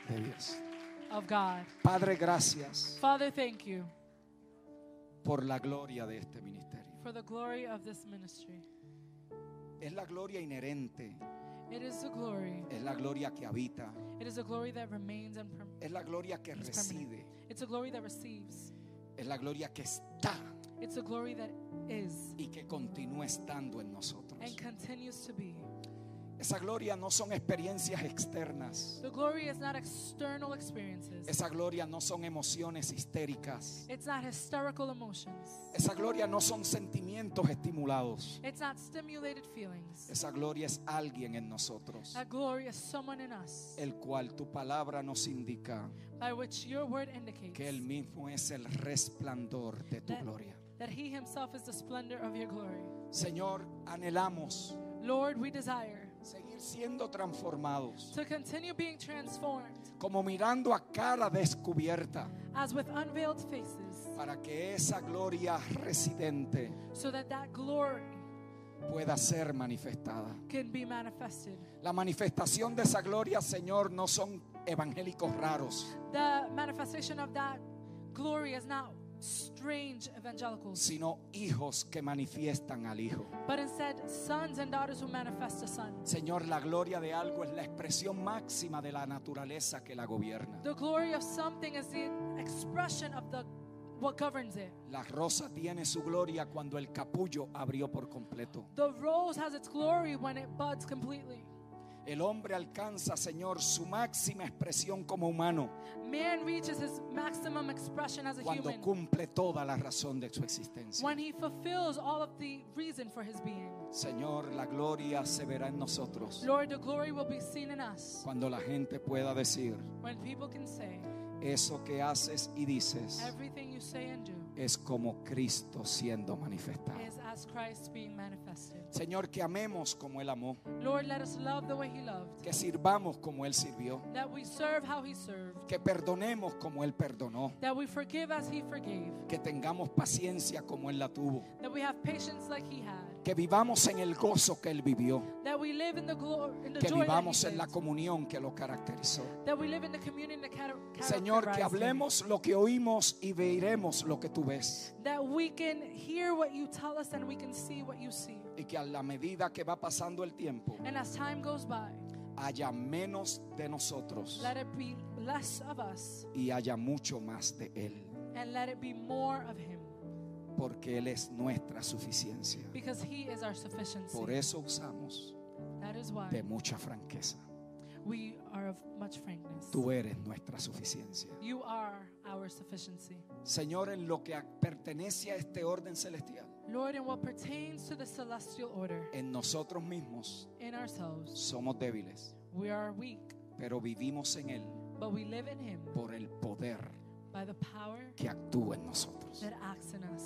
Speaker 5: de Dios.
Speaker 4: of God.
Speaker 5: Padre, gracias
Speaker 4: Father, thank you
Speaker 5: por la gloria de este ministerio.
Speaker 4: for the glory of this ministry.
Speaker 5: Es la gloria inherente,
Speaker 4: It is the glory.
Speaker 5: es la gloria que habita,
Speaker 4: It is a glory that remains and perm-
Speaker 5: es la gloria que
Speaker 4: is permanent.
Speaker 5: reside,
Speaker 4: It's a glory that receives.
Speaker 5: es la gloria que está
Speaker 4: It's a glory that is
Speaker 5: y que continúa estando en nosotros.
Speaker 4: and continues to be.
Speaker 5: Esa gloria no son experiencias externas,
Speaker 4: The glory is not external experiences.
Speaker 5: esa gloria no son emociones histéricas,
Speaker 4: It's not hysterical emotions.
Speaker 5: esa gloria no son sentimientos estimulados,
Speaker 4: It's not stimulated feelings.
Speaker 5: esa gloria es alguien en nosotros.
Speaker 4: That glory is someone in us
Speaker 5: el cual tu palabra nos indica
Speaker 4: by which your word
Speaker 5: que él
Speaker 4: indicates
Speaker 5: mismo es el resplandor de tu
Speaker 4: that,
Speaker 5: gloria.
Speaker 4: that he himself is the splendor of your glory.
Speaker 5: Señor, anhelamos
Speaker 4: Lord, we desire
Speaker 5: seguir siendo transformados,
Speaker 4: to continue being transformed
Speaker 5: como mirando a cara descubierta,
Speaker 4: as with unveiled faces
Speaker 5: para que esa gloria residente
Speaker 4: so that that glory
Speaker 5: pueda ser manifestada.
Speaker 4: can be manifested.
Speaker 5: La manifestación de esa gloria, Señor, no son evangélicos raros,
Speaker 4: The manifestation of that glory is not strange evangelicals,
Speaker 5: sino hijos que manifiestan al Hijo.
Speaker 4: but instead sons and daughters who manifest a son.
Speaker 5: Señor, la gloria de algo es la expresión máxima de la naturaleza que la gobierna.
Speaker 4: The glory of something is the expression of the what governs it.
Speaker 5: La rosa tiene su gloria cuando el capullo abrió por completo.
Speaker 4: The rose has its glory when it buds completely.
Speaker 5: El hombre alcanza, Señor, su máxima expresión como humano
Speaker 4: Man reaches his maximum expression as a
Speaker 5: cuando
Speaker 4: human
Speaker 5: cumple toda la razón de su existencia.
Speaker 4: when he fulfills all of the reason for his being.
Speaker 5: Señor, la gloria se verá en nosotros
Speaker 4: Lord, the glory will be seen in us
Speaker 5: cuando la gente pueda decir,
Speaker 4: when people can say,
Speaker 5: eso que haces y dices
Speaker 4: Everything you say and do
Speaker 5: es como Cristo siendo manifestado.
Speaker 4: is as Christ being manifested.
Speaker 5: Señor, que amemos como Él amó,
Speaker 4: Lord, let us love the way he loved,
Speaker 5: que sirvamos como Él sirvió,
Speaker 4: that we serve how he served,
Speaker 5: que perdonemos como Él perdonó,
Speaker 4: that we forgive as he forgave,
Speaker 5: que tengamos paciencia como Él la tuvo,
Speaker 4: that we have patience like he had.
Speaker 5: que vivamos en el gozo que Él vivió.
Speaker 4: That we live in the glory, in the
Speaker 5: que
Speaker 4: joy that
Speaker 5: vivamos
Speaker 4: he
Speaker 5: en la
Speaker 4: gives.
Speaker 5: comunión que lo caracterizó.
Speaker 4: That we live in the communion that chara-
Speaker 5: Señor, que
Speaker 4: characterized him.
Speaker 5: hablemos lo que oímos y veremos lo que tú ves.
Speaker 4: That we can hear what you tell us and we can see what you see.
Speaker 5: Y que a la medida que va pasando el tiempo
Speaker 4: And as time goes by,
Speaker 5: haya menos de nosotros
Speaker 4: let it be less of us
Speaker 5: y haya mucho más de Él.
Speaker 4: and let it be more of him
Speaker 5: Porque Él es nuestra suficiencia.
Speaker 4: because he is our sufficiency.
Speaker 5: Por eso usamos
Speaker 4: that is why
Speaker 5: de mucha franqueza.
Speaker 4: we are of much frankness.
Speaker 5: Tú eres nuestra suficiencia.
Speaker 4: You are our sufficiency.
Speaker 5: Señor, en lo que pertenece a este orden celestial,
Speaker 4: Lord, in what pertains to the celestial order
Speaker 5: en nosotros mismos
Speaker 4: in ourselves,
Speaker 5: somos débiles,
Speaker 4: we are weak,
Speaker 5: pero vivimos en Él
Speaker 4: but we live in him
Speaker 5: por el poder
Speaker 4: by the power
Speaker 5: que actúa en nosotros.
Speaker 4: that acts in us.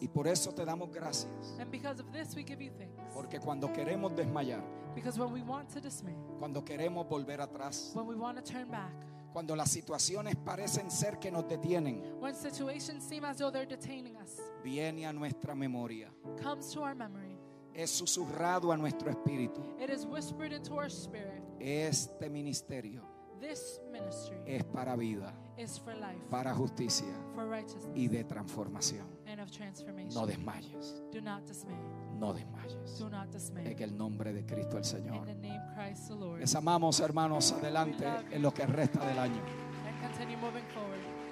Speaker 5: Y por eso te damos gracias,
Speaker 4: And because of this, we give you thanks.
Speaker 5: porque cuando queremos desmayar,
Speaker 4: Because when we want to dismay,
Speaker 5: cuando queremos volver atrás,
Speaker 4: when we want to turn back,
Speaker 5: cuando las situaciones parecen ser que nos detienen,
Speaker 4: when situations seem as though they're detaining us,
Speaker 5: viene a nuestra memoria,
Speaker 4: comes to our memory.
Speaker 5: es susurrado a nuestro espíritu.
Speaker 4: It is whispered into our spirit.
Speaker 5: Este ministerio
Speaker 4: This ministry
Speaker 5: es para vida,
Speaker 4: is for life,
Speaker 5: Eh, para justicia
Speaker 4: for righteousness,
Speaker 5: y de transformación.
Speaker 4: and of
Speaker 5: No
Speaker 4: transformation.
Speaker 5: desmayes,
Speaker 4: Do not dismay.
Speaker 5: no desmayes.
Speaker 4: Do not dismay.
Speaker 5: En el nombre de Cristo
Speaker 4: In
Speaker 5: el Señor.
Speaker 4: the name Christ the Lord.
Speaker 5: Les amamos, hermanos, adelante en lo que resta del año.
Speaker 4: And continue moving forward.